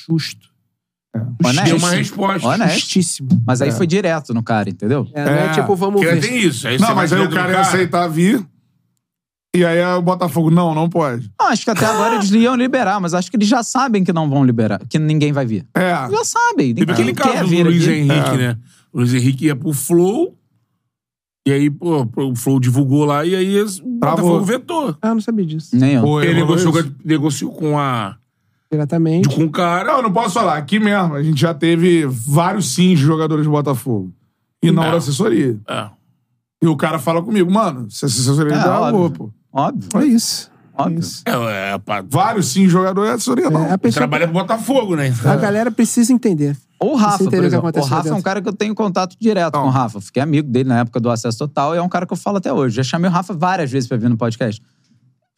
D: Justo.
C: É. Honesto.
B: Deu uma resposta.
C: Honesto.
D: Justíssimo.
C: Mas aí foi direto no cara, entendeu?
D: É, não é
A: É.
D: tipo, vamos
B: Porque
D: ver.
B: tem isso. Aí você
A: Não, mas
B: vai
A: aí o
B: dentro é do
A: cara ia aceitar vir. E aí o Botafogo, não, não pode.
C: Não, Ah, acho que até agora eles iam liberar, mas acho que eles já sabem que não vão liberar, que ninguém vai vir.
A: É.
C: Já sabem.
B: Teve
C: Ninguém
B: Ah. aquele
C: quer
B: caso do
C: vir
B: Luiz
C: aqui.
B: Henrique, né? O Luiz Henrique ia pro Flow. E aí, pô, o Flow divulgou lá e aí esse- o
A: Travou.
B: Botafogo vetou.
D: Ah, não sabia disso.
C: Nem eu.
A: Foi,
B: Ele
A: rolou
B: negociou,
A: isso.
B: com a- negociou com a.
D: Diretamente.
B: com o cara.
A: Não, não posso falar. Aqui mesmo, a gente já teve vários sims de jogadores do Botafogo. E não,
B: Não.
A: era assessoria.
B: É.
A: E o cara fala comigo, mano, se a assessoria
C: É,
A: dá, eu vou,
C: óbvio.
A: pô.
C: Óbvio,
D: É isso.
C: óbvio.
B: É, é, pá,
A: Vários sims de jogadores é assessoria, não.
D: É, a, pessoa-
B: Trabalha pro Botafogo, né?
D: a galera precisa entender.
C: Ou o Rafa,
D: Você
C: por
D: entendeu o que
C: exemplo. O
D: aconteceu
C: Rafa é um
D: dentro?
C: cara que eu tenho contato direto com o Rafa. Fiquei amigo dele na época do Acesso Total e é um cara que eu falo até hoje. Já chamei o Rafa várias vezes pra vir no podcast.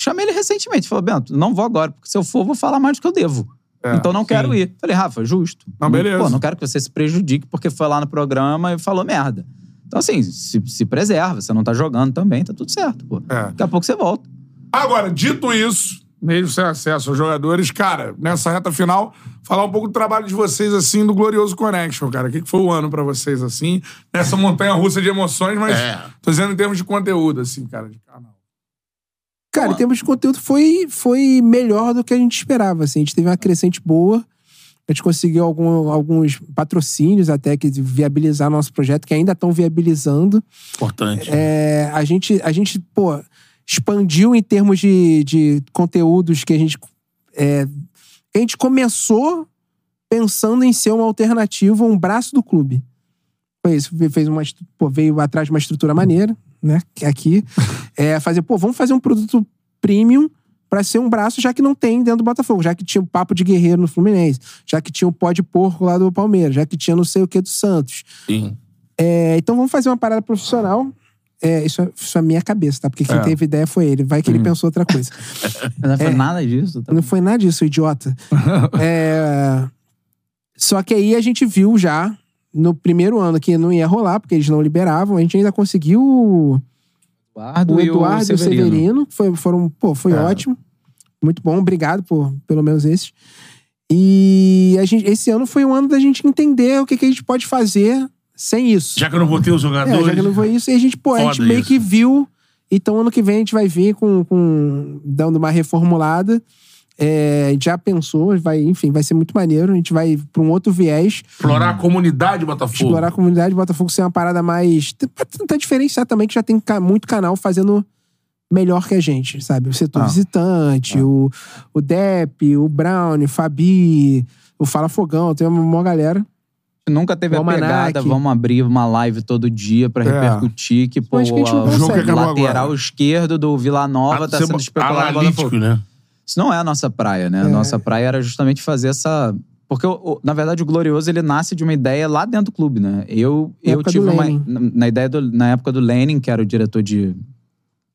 C: Chamei ele recentemente. Falei, Bento, não vou agora, porque se eu for, vou falar mais do que eu devo. então não quero ir. Falei, Rafa, justo.
A: É, Não, beleza.
C: Pô, não quero que você se prejudique porque foi lá no programa e falou merda. Então, assim, se, se preserva. Você não tá jogando também, tá tudo certo, pô.
A: É.
C: Daqui a pouco você volta.
A: Agora, dito isso, mesmo sem acesso aos jogadores, cara, nessa reta final, falar um pouco do trabalho de vocês, assim, do Glorioso Connection, cara. O que que foi o ano pra vocês, assim, nessa montanha russa de emoções, mas
B: É.
A: tô dizendo em termos de conteúdo, assim, cara, de canal.
D: Cara, em termos de conteúdo, foi, foi melhor do que a gente esperava. Assim. A gente teve uma crescente boa. A gente conseguiu algum- alguns patrocínios até que viabilizar nosso projeto, que ainda estão viabilizando.
B: Importante.
D: É, a, gente, a gente, pô, expandiu em termos de, de conteúdos que a gente. é, a gente começou pensando em ser uma alternativa, um braço do clube. Foi isso, fe- fez uma, estru- pô, veio atrás de uma estrutura maneira, né? Aqui. É, fazer, pô, vamos fazer um produto premium pra ser um braço, já que não tem dentro do Botafogo, já que tinha o papo de guerreiro no Fluminense, já que tinha o pó de porco lá do Palmeiras, já que tinha não sei o que do Santos.
B: Sim.
D: É, então vamos fazer uma parada profissional. É, isso, é, isso é minha cabeça, tá? Porque quem
A: É.
D: teve ideia foi ele. Vai que ele pensou outra coisa.
C: Não foi nada disso. Tá?
D: É. Não foi nada disso, idiota. É, Só que aí a gente viu já, no primeiro ano, que não ia rolar, porque eles não liberavam. A gente ainda conseguiu
C: Eduardo
D: o
C: e
D: Eduardo e o Severino, que foi, foram, pô, foi
A: É.
D: ótimo. Muito bom, obrigado por pelo menos esses. E a gente, esse ano foi um ano da gente entender o que, que a gente pode fazer sem isso.
B: Já que eu não botei os
D: É, já
B: jogadores.
D: que não foi isso, e a gente, pô, a gente
B: Foda
D: meio
B: isso.
D: que viu. Então, ano que vem a gente vai vir com, com dando uma reformulada. É, a gente já pensou, vai, enfim, vai ser muito maneiro. A gente vai pra um outro viés,
B: Explorar a comunidade Botafogo.
D: explorar a comunidade Botafogo ser uma parada mais. Pra tentar diferenciar também, que já tem ca- muito canal fazendo melhor que a gente, sabe? O setor
C: Ah.
D: visitante, o, o Depp, o Brown, o Fabi, o Fala Fogão, tem uma maior galera.
C: Nunca teve
D: O
C: a pegada,
D: almanaque.
C: vamos abrir uma live todo dia pra
A: É.
C: repercutir que, pô,
D: Mas que a gente não
C: o,
D: consegue.
A: Jogo que acabou
C: lateral
A: agora.
C: esquerdo do Vila Nova tá sendo especulado. agora, pô,
B: Analítico, né?
C: Isso não é a nossa praia, né? A
D: É.
C: nossa praia era justamente fazer essa... Porque, o- o- na verdade, o Glorioso, ele nasce de uma ideia lá dentro do clube, né? Eu,
D: Na
C: eu
D: época
C: tive
D: do
C: uma...
D: Lenin.
C: Na, na ideia do, na época do Lenin, que era o diretor de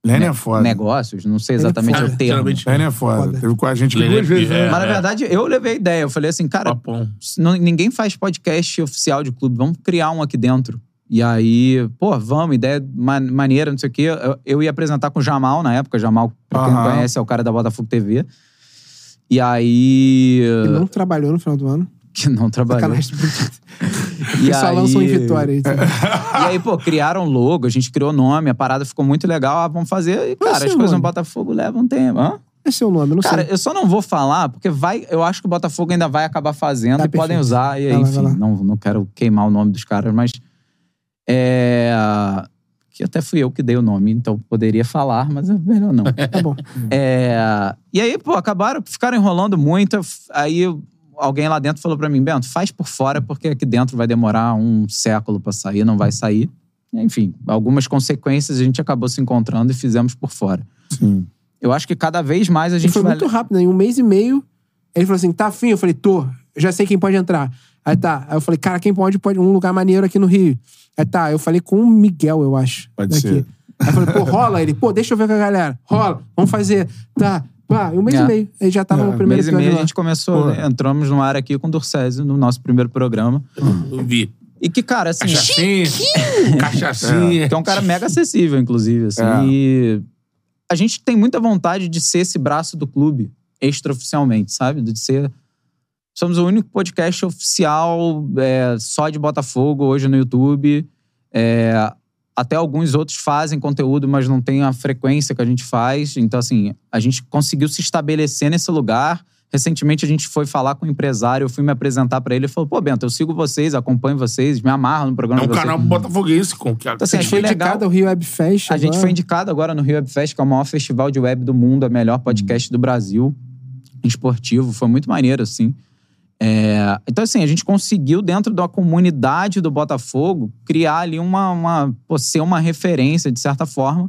A: Lênin é foda.
C: negócios, não sei
D: Ele é
C: exatamente
D: foda.
C: o termo.
B: Geralmente,
A: Lênin é foda.
D: Foda.
A: Teve com a gente aqui
B: Lênin é
A: duas vezes, né?
B: pior.
C: Mas, na verdade, eu levei a ideia. Eu falei assim, cara,
B: papão.
C: não- ninguém faz podcast oficial de clube, vamos criar um aqui dentro. E aí, pô, vamos, ideia ma- maneira, não sei o quê. Eu, eu ia apresentar com o Jamal na época, Jamal, pra quem não
A: Aham.
C: conhece, é o cara da Botafogo TV. E aí.
D: Que não trabalhou no final do ano.
C: Que não Ah. trabalhou.
D: Sacanagem.
C: E
D: E só lançou em
C: aí-
D: vitória. Então.
C: E aí, pô, criaram um logo, a gente criou nome, a parada ficou muito legal, ah, vamos fazer. E,
D: Qual é o
C: cara, as
D: seu
C: coisas no
D: nome?
C: Botafogo levam um tempo. Hã?
D: É seu nome, eu não
C: Cara,
D: sei.
C: eu só não vou falar, porque vai, eu acho que o Botafogo ainda vai acabar fazendo
D: Tá,
C: e podem
D: perfeito.
C: usar. E aí,
D: Vai lá, vai
C: enfim,
D: lá.
C: não, não quero queimar o nome dos caras, mas. É. Que até fui eu que dei o nome, então poderia falar, mas é melhor não.
D: Tá bom.
C: É, e aí, pô, acabaram, ficaram enrolando muito. eu f- Aí alguém lá dentro falou pra mim, Bento, faz por fora, porque aqui dentro vai demorar um século pra sair, não vai sair. Enfim, algumas consequências a gente acabou se encontrando e fizemos por fora.
A: Sim.
C: Eu acho que cada vez mais a
D: E
C: gente
D: foi
C: vai-
D: muito rápido, né? Em um mês e meio, ele falou assim: tá afim? Eu falei, tô, eu já sei quem pode entrar. Aí tá. Aí eu falei, cara, quem pode, pode um lugar maneiro aqui no Rio. Aí tá, eu falei com o Miguel, eu acho.
A: Pode
D: daqui.
A: ser.
D: Aí eu falei, pô, rola ele, pô, deixa eu ver com a galera. Rola, vamos fazer. Tá, pá, em um mês
C: É.
D: e meio. Ele já tava
A: É,
D: no
C: Um
D: primeiro
C: mês e meio
D: episódio.
C: a gente começou,
A: Pô.
C: né? entramos no ar aqui com o Dursésio no nosso primeiro programa.
B: Eu vi.
C: E que, cara, assim,
B: Cachacinha. Cachacinha.
C: que é um cara mega acessível, inclusive. Assim,
A: É.
C: E a gente tem muita vontade de ser esse braço do clube extraoficialmente, sabe? De ser. Somos o único podcast oficial é, só de Botafogo hoje no YouTube. É, até alguns outros fazem conteúdo, mas não tem a frequência que a gente faz. Então, assim, a gente conseguiu se estabelecer nesse lugar. Recentemente a gente foi falar com um empresário, eu fui me apresentar pra ele e falou: pô, Bento, eu sigo vocês, acompanho vocês, me amarro no
B: É
C: programa
B: um
C: de vocês.
B: canal botafoguense com que
C: assim,
D: A gente foi
C: achei legal.
D: indicado ao Rio Web Fest.
C: A gente
D: agora.
C: foi indicado agora no Rio Web Fest, que é o maior festival de web do mundo, é o melhor podcast do Brasil, esportivo. Foi muito maneiro, assim. É, então, assim, a gente conseguiu, dentro da comunidade do Botafogo, criar ali uma. uma pô, ser uma referência, de certa forma.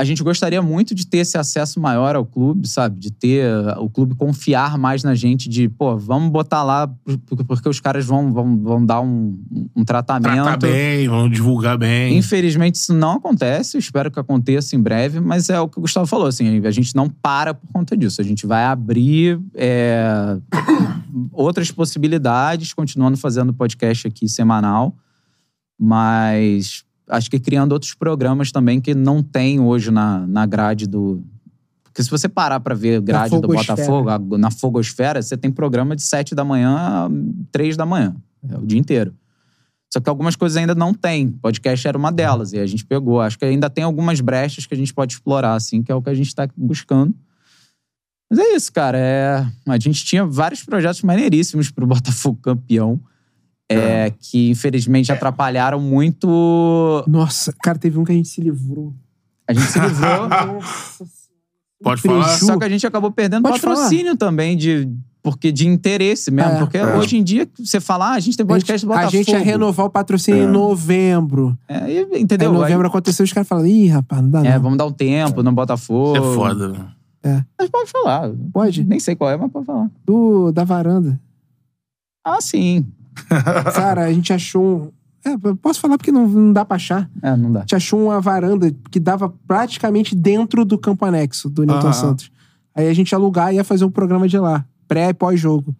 C: A gente gostaria muito de ter esse acesso maior ao clube, sabe? De ter uh, o clube confiar mais na gente, de, pô, vamos botar lá, por- porque os caras vão, vão, vão dar um, um
B: Tratar bem, vão divulgar bem.
C: Infelizmente, isso não acontece. Eu espero que aconteça em breve, mas é o que o Gustavo falou. Assim, a gente não para por conta disso. A gente vai abrir é, outras possibilidades, continuando fazendo podcast aqui semanal, mas acho que criando outros programas também que não tem hoje na, na grade do. Porque se você parar pra ver grade do
D: Fogosfera.
C: Botafogo, a- na Fogosfera, você tem programa de 7 da manhã a 3 da manhã. É o dia inteiro. Só que algumas coisas ainda não tem. Podcast era uma delas. E a gente pegou. Acho que ainda tem algumas brechas que a gente pode explorar, assim, que é o que a gente está buscando. Mas é isso, cara. É... A gente tinha vários projetos maneiríssimos pro Botafogo campeão. É, Que, infelizmente, atrapalharam muito.
D: Nossa, cara, teve um que a gente se livrou.
C: A gente se livrou.
D: Nossa
B: Pode
D: Preju-
B: falar.
C: Só que a gente acabou perdendo
D: Pode
C: patrocínio também de. Porque de interesse mesmo.
D: É.
C: porque
A: É.
C: hoje em dia, você fala, ah, a gente tem podcast do
D: a
C: Botafogo.
D: gente é ia renovar o patrocínio
A: É.
D: em novembro.
C: É, e-
D: Aí, em
C: entendeu?
D: novembro aconteceu, os caras falaram, ih, rapaz, não dá
C: Aí, é,
D: não.
C: vamos dar um tempo no Botafogo.
B: Isso é foda. né?
C: Mas pode falar.
D: Pode?
C: Nem sei qual é, mas pode falar.
D: Do, Uh, da varanda.
C: Ah, sim.
D: Cara, a gente achou um... É, eu posso falar porque não, não dá pra achar.
C: É, não
D: A
C: dá.
D: gente achou uma varanda que dava praticamente dentro do campo anexo do Newton
A: Ah.
D: Santos. Aí a gente ia alugar e ia fazer um programa de lá. Pré e pós-jogo.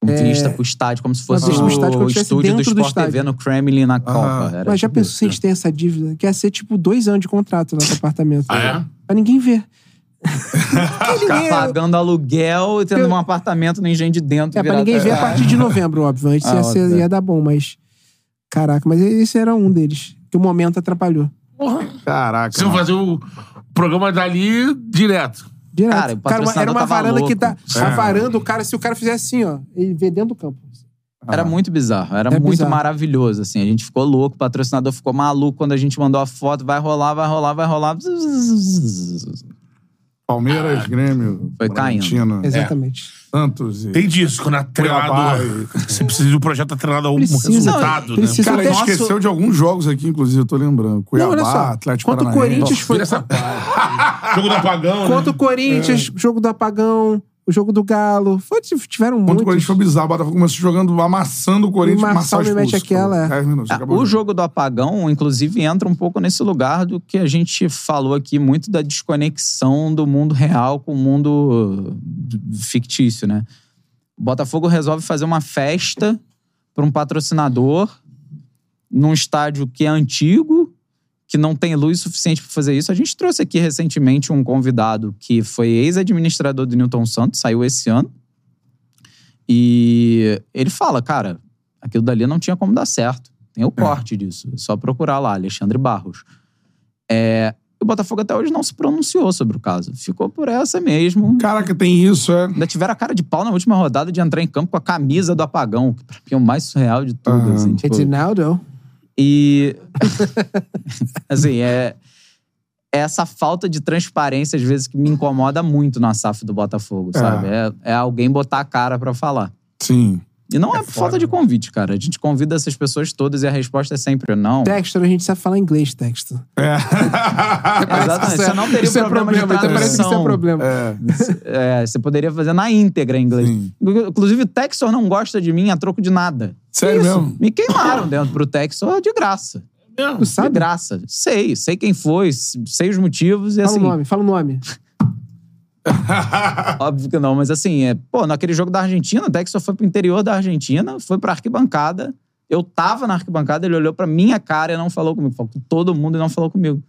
C: Com vista pro estádio, como se fosse
D: Uma vista
C: o
D: pro É. estádio, como se estivesse
C: estúdio do
D: dentro do
C: Sport
D: estádio. Ah,
C: TV no Kremlin na Copa. Era
D: Mas já
C: tipo
D: pensou se a gente tem essa dívida? Quer ser tipo dois anos de contrato nosso apartamento.
B: Ah, é?
D: Pra ninguém ver.
C: Ficar tá
D: ninguém-
C: pagando aluguel e tendo
D: Eu-
C: um apartamento no engenho de dentro.
D: É, pra
C: virado
D: ninguém ver a
C: estádio.
D: partir de novembro, óbvio. Antes
C: Ah,
D: ia, ser-
C: óbvio.
D: ia dar bom, mas. Caraca, mas esse era um deles. Que o momento atrapalhou.
A: Caraca.
B: Vocês
C: né?
B: vão fazer o programa dali direto.
D: Direto.
C: Cara, o patrocinador
D: era uma
C: tava
D: varanda
C: louco.
D: que dá. A
A: É.
D: varanda, o cara, se o cara fizer assim, ó, ele vê dentro do campo.
C: Era muito bizarro, era
D: É
C: muito
D: bizarro.
C: maravilhoso, assim. A gente ficou louco, o patrocinador ficou maluco quando a gente mandou a foto. Vai rolar, vai rolar, vai rolar. Foi
A: Palmeiras,
B: Ah,
A: Grêmio.
C: Foi
B: tá
C: caindo.
A: Bragantino,
D: Exatamente.
A: Santos e.
B: Tem disso,
A: né?
B: quando é
A: Cuiabá
B: atrelado. Você precisa de um projeto atrelado a um
D: Precisa.
B: resultado, né?
D: Precisa.
A: Cara, a gente
D: Nosso-
A: esqueceu de alguns jogos aqui, inclusive, eu tô lembrando.
D: Não,
A: Cuiabá,
D: olha só.
A: Atlético
D: Quanto o
A: Paranaense.
D: Corinthians foi.
B: Jogo do apagão.
D: Contra
B: Né?
D: o Corinthians, jogo do apagão, o jogo do Galo. Foi- tiveram
A: Quanto
D: muitos.
A: o Corinthians foi bizarro. O Botafogo começou jogando, amassando o Corinthians.
D: E o
A: Marçal
D: Marçal me mete
A: expulso,
D: aquela,
A: pô.
D: é.
A: 10 minutos,
C: Ah,
A: acabou
C: o jogo do apagão, inclusive, entra um pouco nesse lugar do que a gente falou aqui, muito da desconexão do mundo real com o mundo fictício, né? O Botafogo resolve fazer uma festa para um patrocinador num estádio que é antigo, que não tem luz suficiente para fazer isso. A gente trouxe aqui recentemente um convidado que foi ex-administrador do Newton Santos, saiu esse ano. E ele fala, cara, aquilo dali não tinha como dar certo. Tem o corte disso. É só procurar lá, Alexandre Barros. É, o Botafogo até hoje não se pronunciou sobre o caso. Ficou por essa mesmo.
A: Caraca, tem isso, é.
C: Ainda tiveram a cara de pau na última rodada de entrar em campo com a camisa do apagão, que pra mim é o mais surreal de tudo.
A: Aham.
C: assim, tipo-
D: Edinaldo.
C: e. assim, é. é Essa falta de transparência, às vezes, que me incomoda muito na SAF do Botafogo,
A: É.
C: sabe? É, é alguém botar a cara pra falar.
A: Sim.
C: E não é, por falta
D: né?
C: de convite, cara. A gente convida essas pessoas todas e a resposta é sempre não.
D: Textor, a gente sabe falar inglês, texto.
C: Exatamente.
A: Tá
C: Você não teria
D: isso é
C: problema, de
D: problema, então parece que isso é
C: tradução.
D: problema.
C: É, você poderia fazer na íntegra em inglês. Inclusive, o Texor não gosta de mim a troco de nada.
A: Sério mesmo?
C: Me queimaram dentro pro Texor de graça.
D: Tu sabe?
C: De graça. Sei, sei quem foi, sei os motivos e
D: Fala
C: assim.
D: o nome, fala o nome.
C: Óbvio que não, mas assim, é, pô, naquele jogo da Argentina, o Texor foi pro interior da Argentina, foi pra arquibancada. Eu tava na arquibancada, ele olhou pra minha cara e não falou comigo. Falou com todo mundo e não falou comigo.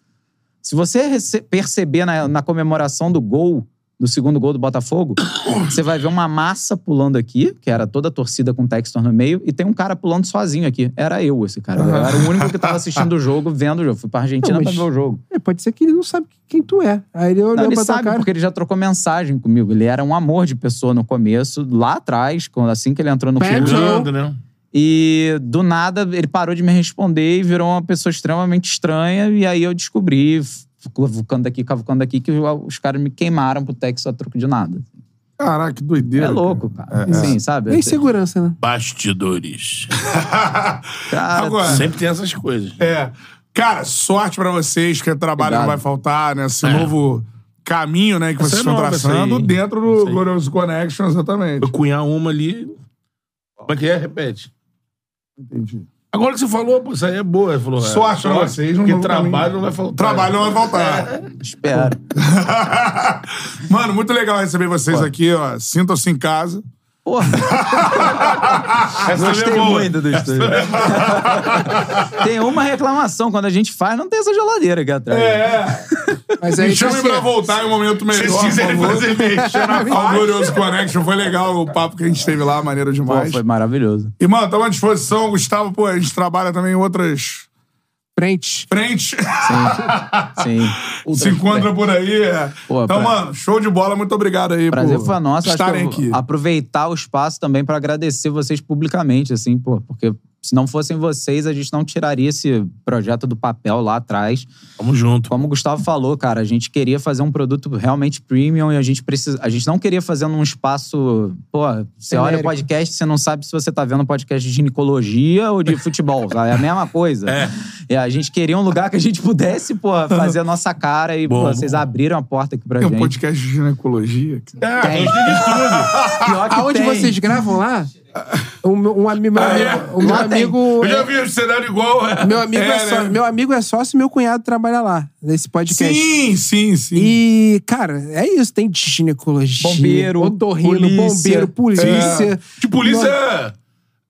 C: Se você rece- perceber na, na comemoração do gol, do segundo gol do Botafogo, você vai ver uma massa pulando aqui, que era toda a torcida com o Textor no meio, e tem um cara pulando sozinho aqui. Era eu, esse cara. Eu era o único que tava assistindo o jogo, vendo o jogo. Fui pra Argentina
D: Não, mas-
C: pra ver o jogo.
D: É, pode ser que ele não sabe quem tu é. Aí ele olhou
C: Não, ele
D: pra tua
C: sabe,
D: cara.
C: porque ele já trocou mensagem comigo. Ele era um amor de pessoa no começo, lá atrás, quando, assim que ele entrou no
D: Pede.
C: clube.
B: Jogando, né?
C: E do nada ele parou de me responder e virou uma pessoa extremamente estranha. E aí eu descobri, cavucando daqui, cavucando daqui, que os caras me queimaram pro Texas a troco de nada.
A: Caraca, que doideira.
C: É louco, cara. Sim, sabe?
D: Nem segurança, né?
B: Bastidores.
C: Cara,
A: Agora,
B: Sempre tem essas coisas.
A: É. Cara, sorte pra vocês, que trabalho não
C: Obrigado.
A: vai faltar, né? Esse novo caminho, né, que
B: É. Essa
A: vocês
B: é
A: estão
B: nova, essa
A: traçando
B: aí.
A: dentro do
B: Essa aí.
A: Glorioso Connection, exatamente.
B: Eu cunhar uma ali. Como é que é? Repete.
A: Entendi.
B: Agora que você falou, pô, isso aí é boa. Ele falou, é,
A: Sorte pra vocês, um
B: Porque
A: novo
B: trabalho
A: caminho.
B: não vai faltar.
A: Trabalho não vai faltar.
C: espera.
D: é.
A: Mano, muito legal receber vocês aqui, ó. Sintam-se em casa.
C: Porra,
B: Essa
C: gostei
B: é boa.
C: muito do estúdio. tem uma reclamação. Quando a gente faz, não tem essa geladeira aqui atrás.
B: É,
D: Mas aí
A: Me
D: tá
A: chamem
D: certo.
A: pra voltar em um momento melhor.
B: Se
A: por
B: vocês quiserem
A: favor.
B: fazer mexer na
A: Ao Glorioso Connection, foi legal o papo que a gente teve lá, maneiro
C: Pô,
A: demais.
C: foi maravilhoso.
A: E, mano, estamos à disposição. Gustavo, pô, a gente trabalha também em outras
D: frente.
A: frentes.
C: Sim.
A: Se encontra por aí. é.
C: Pô,
A: então,
C: pra-
A: mano, show de bola. Muito obrigado aí
C: Prazer
A: por
C: foi nosso. Acho que
A: Tipo, estarem
C: eu
A: aqui.
C: vou aproveitar o espaço também para agradecer vocês publicamente, assim, pô, porque se não fossem vocês, a gente não tiraria esse projeto do papel lá atrás.
B: Tamo junto.
C: Como o Gustavo falou, cara, a gente queria fazer um produto realmente premium e a gente precisa, a gente não queria fazer num espaço, pô, você olha o
D: Genérico.
C: podcast, você não sabe se você tá vendo um podcast de ginecologia ou de futebol, sabe? é a mesma coisa. É. a gente queria um lugar que a gente pudesse, pô, fazer a nossa cara e pô,
B: Bom.
C: vocês abriram a porta aqui pra
A: Tem um
C: gente.
A: podcast de ginecologia. cara.
B: É, a gente tem de tudo.
C: Pior que
D: Aonde
C: tem.
D: vocês gravam lá? O meu, um, ami- meu, amigo- o meu
C: Lá tem.
D: amigo.
B: É.
D: é-
B: Eu já vi um cenário igual. é.
D: Meu amigo é,
A: É,
D: só,
A: né?
D: meu amigo é sócio e meu cunhado trabalha lá, nesse podcast.
A: Sim, sim, sim.
D: E, cara, é isso. Tem de ginecologia,
C: Bombeiro,
D: otorrino,
C: polícia.
D: bombeiro, polícia.
A: É.
B: De polícia.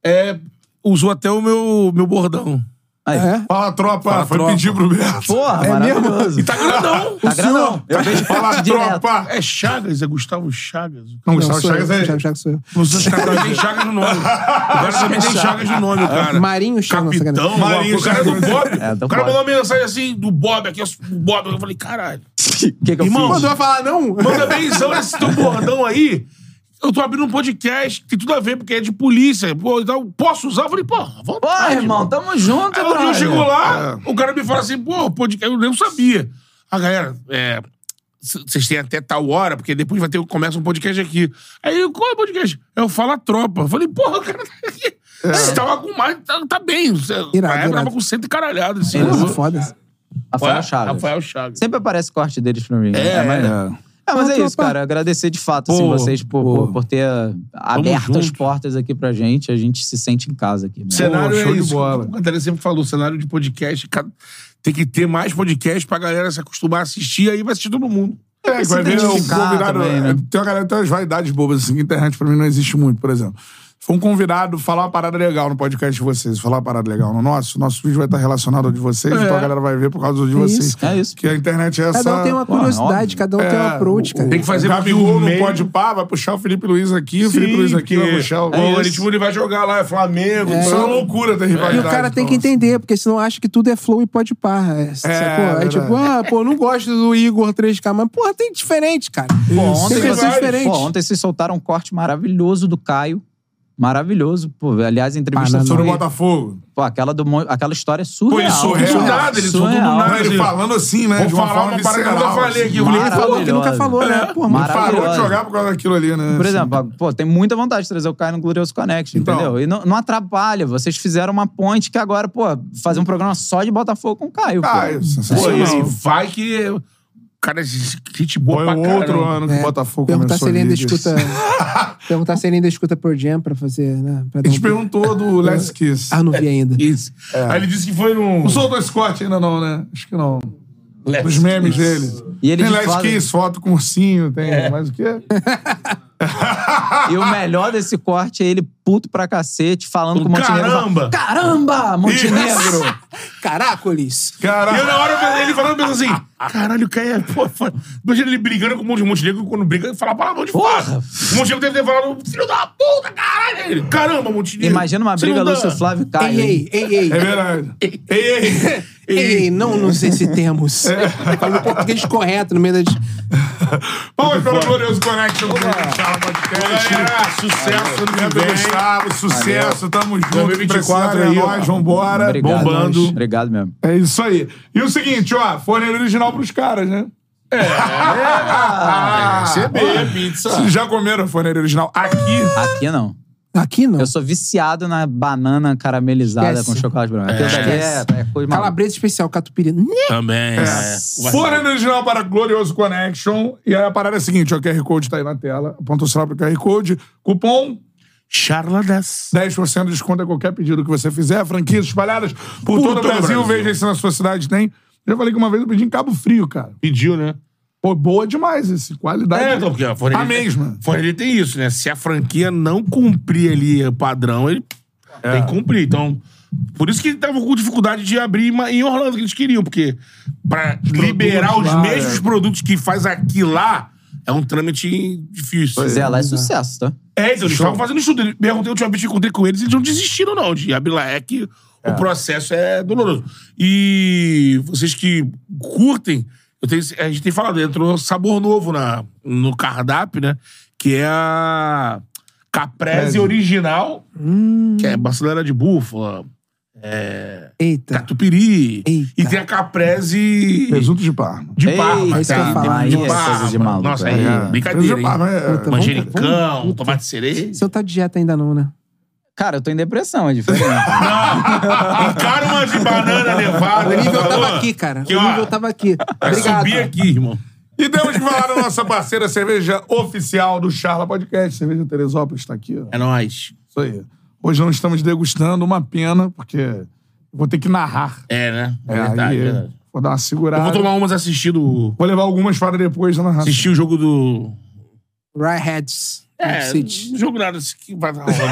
B: é, usou até o meu, meu bordão.
C: Aí.
D: É?
A: Fala, tropa.
B: Fala,
A: foi
B: tropa.
A: pedir pro Beto.
C: Porra,
D: É
C: maravilhoso.
B: E tá grandão.
C: Tá grandão. Eu vejo
A: Fala,
C: direto.
A: tropa.
B: É Chagas, é Gustavo Chagas.
A: Não,
D: Não,
A: Gustavo
D: sou eu,
A: Chagas é...
D: Gustavo Chagas sou eu.
B: Os outros caras tem Chagas no nome. Agora também tem Chagas no nome, cara.
D: Marinho Chagas. sacanagem.
B: Capitão,
A: Marinho
B: Marinho, o cara do
A: Chagas.
B: Bob.
C: É, do
B: o cara
C: Bob.
B: mandou uma mensagem assim, do Bob, aqui, o Bob. Eu falei, caralho.
C: O que que eu
B: Irmão,
C: fiz?
D: Não vai falar, não?
B: Manda benzão nesse teu bordão aí. Eu tô abrindo um podcast, que tem tudo a ver, porque é de polícia. Pô, então, posso usar? Eu falei, pô, à vontade.
C: Pô, irmão, tamo junto,
B: Aí um dia eu
C: brother.
B: chego lá,
D: É.
B: o cara me fala assim, pô, podcast, eu nem sabia. A galera, é. c- Vocês têm até tal hora, porque depois vai ter, começa um podcast aqui. Aí, eu, qual é o podcast? Eu falo a tropa. Eu falei, porra, o cara tá aqui. Você tava com mais, tá, tá bem. Você,
D: É. Irado,
B: na época
D: irado.
B: tava com cento e caralhado. Assim,
D: Porra,
B: Rafael-
D: foda-se.
C: Rafael Chagas.
B: Rafael Chagas.
C: Sempre aparece corte deles pra mim. É, maneiro.
A: É.
C: É, mas é
D: Pô,
C: isso,
D: tropa.
C: cara. Agradecer de fato assim,
B: Pô,
C: vocês por, por, por ter aberto as
B: junto.
C: portas aqui pra gente. A gente se sente em casa aqui. mesmo.
B: cenário
A: Pô, show
B: é
A: de
B: isso.
A: bola.
B: O André sempre falou, cenário de podcast. cada- Tem que ter mais podcast pra galera se acostumar a assistir, aí vai assistir todo mundo.
A: É, que vai ver um
C: identificar
A: convidado.
C: também, né?
A: Tem uma galera que tem umas vaidades bobas, assim, que internet pra mim não existe muito, por exemplo. Foi um convidado falar uma parada legal no podcast de vocês, falar uma parada legal no nosso, nosso vídeo vai estar relacionado ao de vocês,
B: É.
A: então a galera vai ver por causa do de vocês.
C: isso, é isso.
A: Que a internet é essa.
D: Cada um tem uma
C: Pô,
D: curiosidade,
C: óbvio.
D: cada um tem um
A: É,
D: approach,
A: o-
D: cara.
B: Tem que fazer
A: o Gabigol
B: por
A: não
B: meio.
A: pode pá, vai puxar o Felipe Luiz aqui, o Felipe Luiz aqui, vai puxar o.
B: o algoritmo ele vai jogar lá, é Flamengo.
A: Isso é uma
B: Só no-
A: loucura ter
D: E
A: rivalidade.
D: o cara tem
A: então.
D: que entender, porque senão acha que tudo é flow e pode parra. É, sacou? Aí,
A: verdade.
D: tipo, ah, pô, não gosto do Igor 3K, mas porra, tem diferente, cara.
C: Pô,
D: Tem
C: ontem,
D: pessoas
C: vocês, né?
D: diferentes.
C: pô, ontem vocês soltaram um corte maravilhoso do Caio. Maravilhoso, pô. Aliás, a entrevista
A: Sobre o
C: dele-
A: Botafogo.
C: Pô, aquela, do, Mon- aquela história é
B: Pô,
C: surreal.
B: ele sorriu do
A: surreal,
B: nada, ele
C: surreal.
B: sorriu do nada.
A: Ele falando assim, né?
B: Vou
A: de uma
B: falar
A: forma
B: uma parada que eu nunca
A: visceral,
B: falei aqui.
A: assim.
B: Eu falei,
C: Maravilhosa.
D: Falou que nunca falou, né? Pô,
C: Maravilhosa.
A: Parou de jogar por causa daquilo ali, né?
C: Por
A: Assim.
C: exemplo, pô, tem muita vontade de trazer o cara no Glorioso Connection,
A: Então.
C: entendeu? E não, não atrapalha. Vocês fizeram uma ponte que agora, pô, fazer um programa só de Botafogo com o Caio, pô.
A: Caio,
B: Pô,
A: sensacional.
B: e Ah, é vai que. é Cara, esse kit boa
A: Foi
B: pra
A: um
B: caralho.
A: outro ano que
C: É.
A: o Botafogo
D: Perguntar se
A: começou
D: ele ainda
A: líder.
D: escuta. perguntar se ele ainda escuta por Jam pra fazer, né? Pra
A: A
D: dar
A: gente
D: um-
A: perguntou do Last Kiss. É.
D: Ah, não vi ainda.
B: Isso. É. Aí ele disse que foi num.
A: Não soltou esse corte ainda não, né? Acho que não.
B: Let's-
A: Dos memes dele.
C: E ele
A: tem
C: de
A: Last
C: fala- É.
A: Kiss, foto com ursinho, tem mais o quê?
C: E o melhor desse corte é ele puto pra cacete, falando com o Montenegro.
B: Caramba!
C: fala, Caramba, Montenegro!
D: Caracolis!
B: E eu,
A: Caralho.
B: na hora, eu pensei- ele falando, eu pensei assim, caralho, o Caio é... Pô, foi- imagina ele brigando com um monte de Montenegro, quando briga, ele fala palavrão de fora. O Montenegro deve ter falado, filho da puta, caralho! Ele, Caramba, Montenegro!
C: Imagina uma
B: você
C: briga
B: não dá."
C: Lúcio Flávio e Caio.
D: Ei, ei, ei, ei.
A: É verdade.
D: Ei, ei, não nos excitemos. Fala um português correto no meio da.
A: Palmas para o Glorioso Connection. do Charla Podcast.
B: Galera, sucesso ano que
A: Obrigado,
B: vem.
A: Gustavo. Sucesso. Tamo junto.
B: 2024
A: 2024
B: aí,
A: é
B: ó.
A: nóis. Vambora.
C: Obrigado,
B: bombando.
C: nós. Obrigado mesmo.
A: É isso aí. E o seguinte, ó. Forneiro original pros caras, né?
B: Receber pizza.
A: Vocês já comeram forneiro original aqui?
C: Aqui não.
D: Aqui não.
C: Eu sou viciado na banana caramelizada
D: Esquece.
C: com chocolate branco. Aquilo daqui é, é coisa maluca.
D: Calabresa especial, catupiry. Né?
B: Também. é.
A: Forneiro É. original para Glorioso Connection. E aí a parada é a seguinte, ó. O QR Code tá aí na tela. Aponta o celular pro QR Code. Cupom
B: Charla 10.
A: 10% de desconto a qualquer pedido que você fizer. Franquias espalhadas por,
B: Por
A: todo o
B: todo o
A: Brasil.
B: Brasil.
A: Veja se na sua cidade tem. Já falei que uma vez eu pedi em Cabo Frio, cara.
B: Pediu, né?
A: Pô, boa demais esse. Qualidade.
B: É, então, porque a Forneria...
A: A mesma.
B: Forneria tem isso, né? Se a franquia não cumprir ali o padrão, ele
A: É.
B: tem que cumprir. Então, por isso que ele tava com dificuldade de abrir ma- em Orlando, que eles queriam, porque pra liberar os
A: lá,
B: mesmos
A: é.
B: produtos que faz aqui lá, é um trâmite difícil.
C: Pois é, lá é sucesso, tá?
B: É, então, eles estavam fazendo estudo. Eu Perguntei a última vez que encontrei com eles, eles não desistiram, não, de abrir lá. É que o processo é doloroso. E vocês que curtem, eu tenho- a gente tem falado, entrou sabor novo na, no cardápio, né? Que é a caprese original, que é bacilera de búfala,
D: Eita.
B: catupiry.
D: Tá. Eita.
B: E tem a caprese
A: Presunto de Parma.
B: de parma.
C: Eita,
D: é isso que eu
B: cara.
D: ia falar.
B: Tem
C: Aí
B: de
C: é coisa de
B: parma.
C: maluco,
B: Nossa,
C: aí
B: aí,
C: é.
B: brincadeira,
A: Presunto de Parma, é-
B: hein?
D: Puta, vamos-
B: Manjericão, tomate cereja.
D: Você não tá de dieta ainda, não, né?
C: Cara, eu tô em depressão, é diferente.
B: Não! Encara uma de banana nevada.
D: O nível
B: falou?
D: tava aqui, cara.
B: Que,
D: o
B: ó,
D: nível tava aqui.
B: Vai
D: Obrigado.
B: subir aqui, irmão.
A: E temos que falar da nossa parceira cerveja oficial do Charla Podcast. Cerveja Teresópolis está aqui, ó.
B: É nóis.
A: Isso aí. Hoje não estamos degustando, uma pena, porque eu vou ter que narrar.
B: É, né? É,
A: aí,
B: verdade, verdade.
A: Vou dar uma
B: Eu
A: segurada.
B: vou tomar umas assistindo.
A: Vou levar algumas para depois da narração.
B: Assistir o jogo do.
D: Ryheads.
B: É,
D: City.
B: não jogo nada assim que vai rolar no jogo.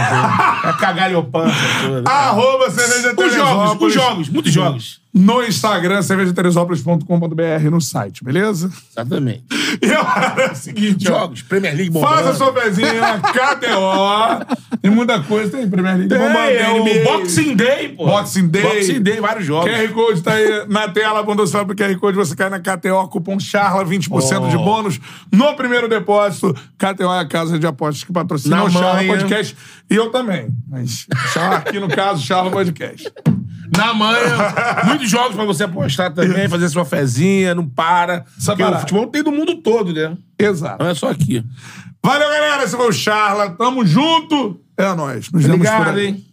B: Ah! É cagalhopã. né?
A: Arroba Cerveja
B: Os jogos, os
A: Teresópolis.
B: jogos, muitos jogos.
A: No Instagram, cervejateresópolis.com.br no site, beleza?
B: Exatamente.
A: E a parada é a seguinte, ó.
B: Jogos, Premier League, bom.
A: Faça sua pezinha na KTO. Tem muita coisa, tem Primeira Liga.
B: Tem,
A: bombando,
B: é o
A: NBA.
B: Boxing Day, pô.
A: Boxing Day.
B: Boxing Day, vários jogos.
A: QR Code tá aí na tela, mandou só pro QR Code, você cai na KTO, cupom CHARLA, 20% de
B: Oh.
A: bônus no primeiro depósito. KTO é a casa de apostas que patrocina
B: Na
A: o CHARLA
B: manhã.
A: Podcast e eu também. Mas Charla, aqui no caso, CHARLA Podcast.
B: Na manhã. Muitos jogos pra você apostar também, fazer sua fezinha, não para.
A: Essa
B: Porque o
A: parada.
B: futebol tem do mundo todo, né?
A: Exato.
B: Não é só aqui.
A: Valeu, galera, esse foi o CHARLA, tamo junto. É nóis, nos vemos por
B: Obrigado,
A: aí.
B: hein?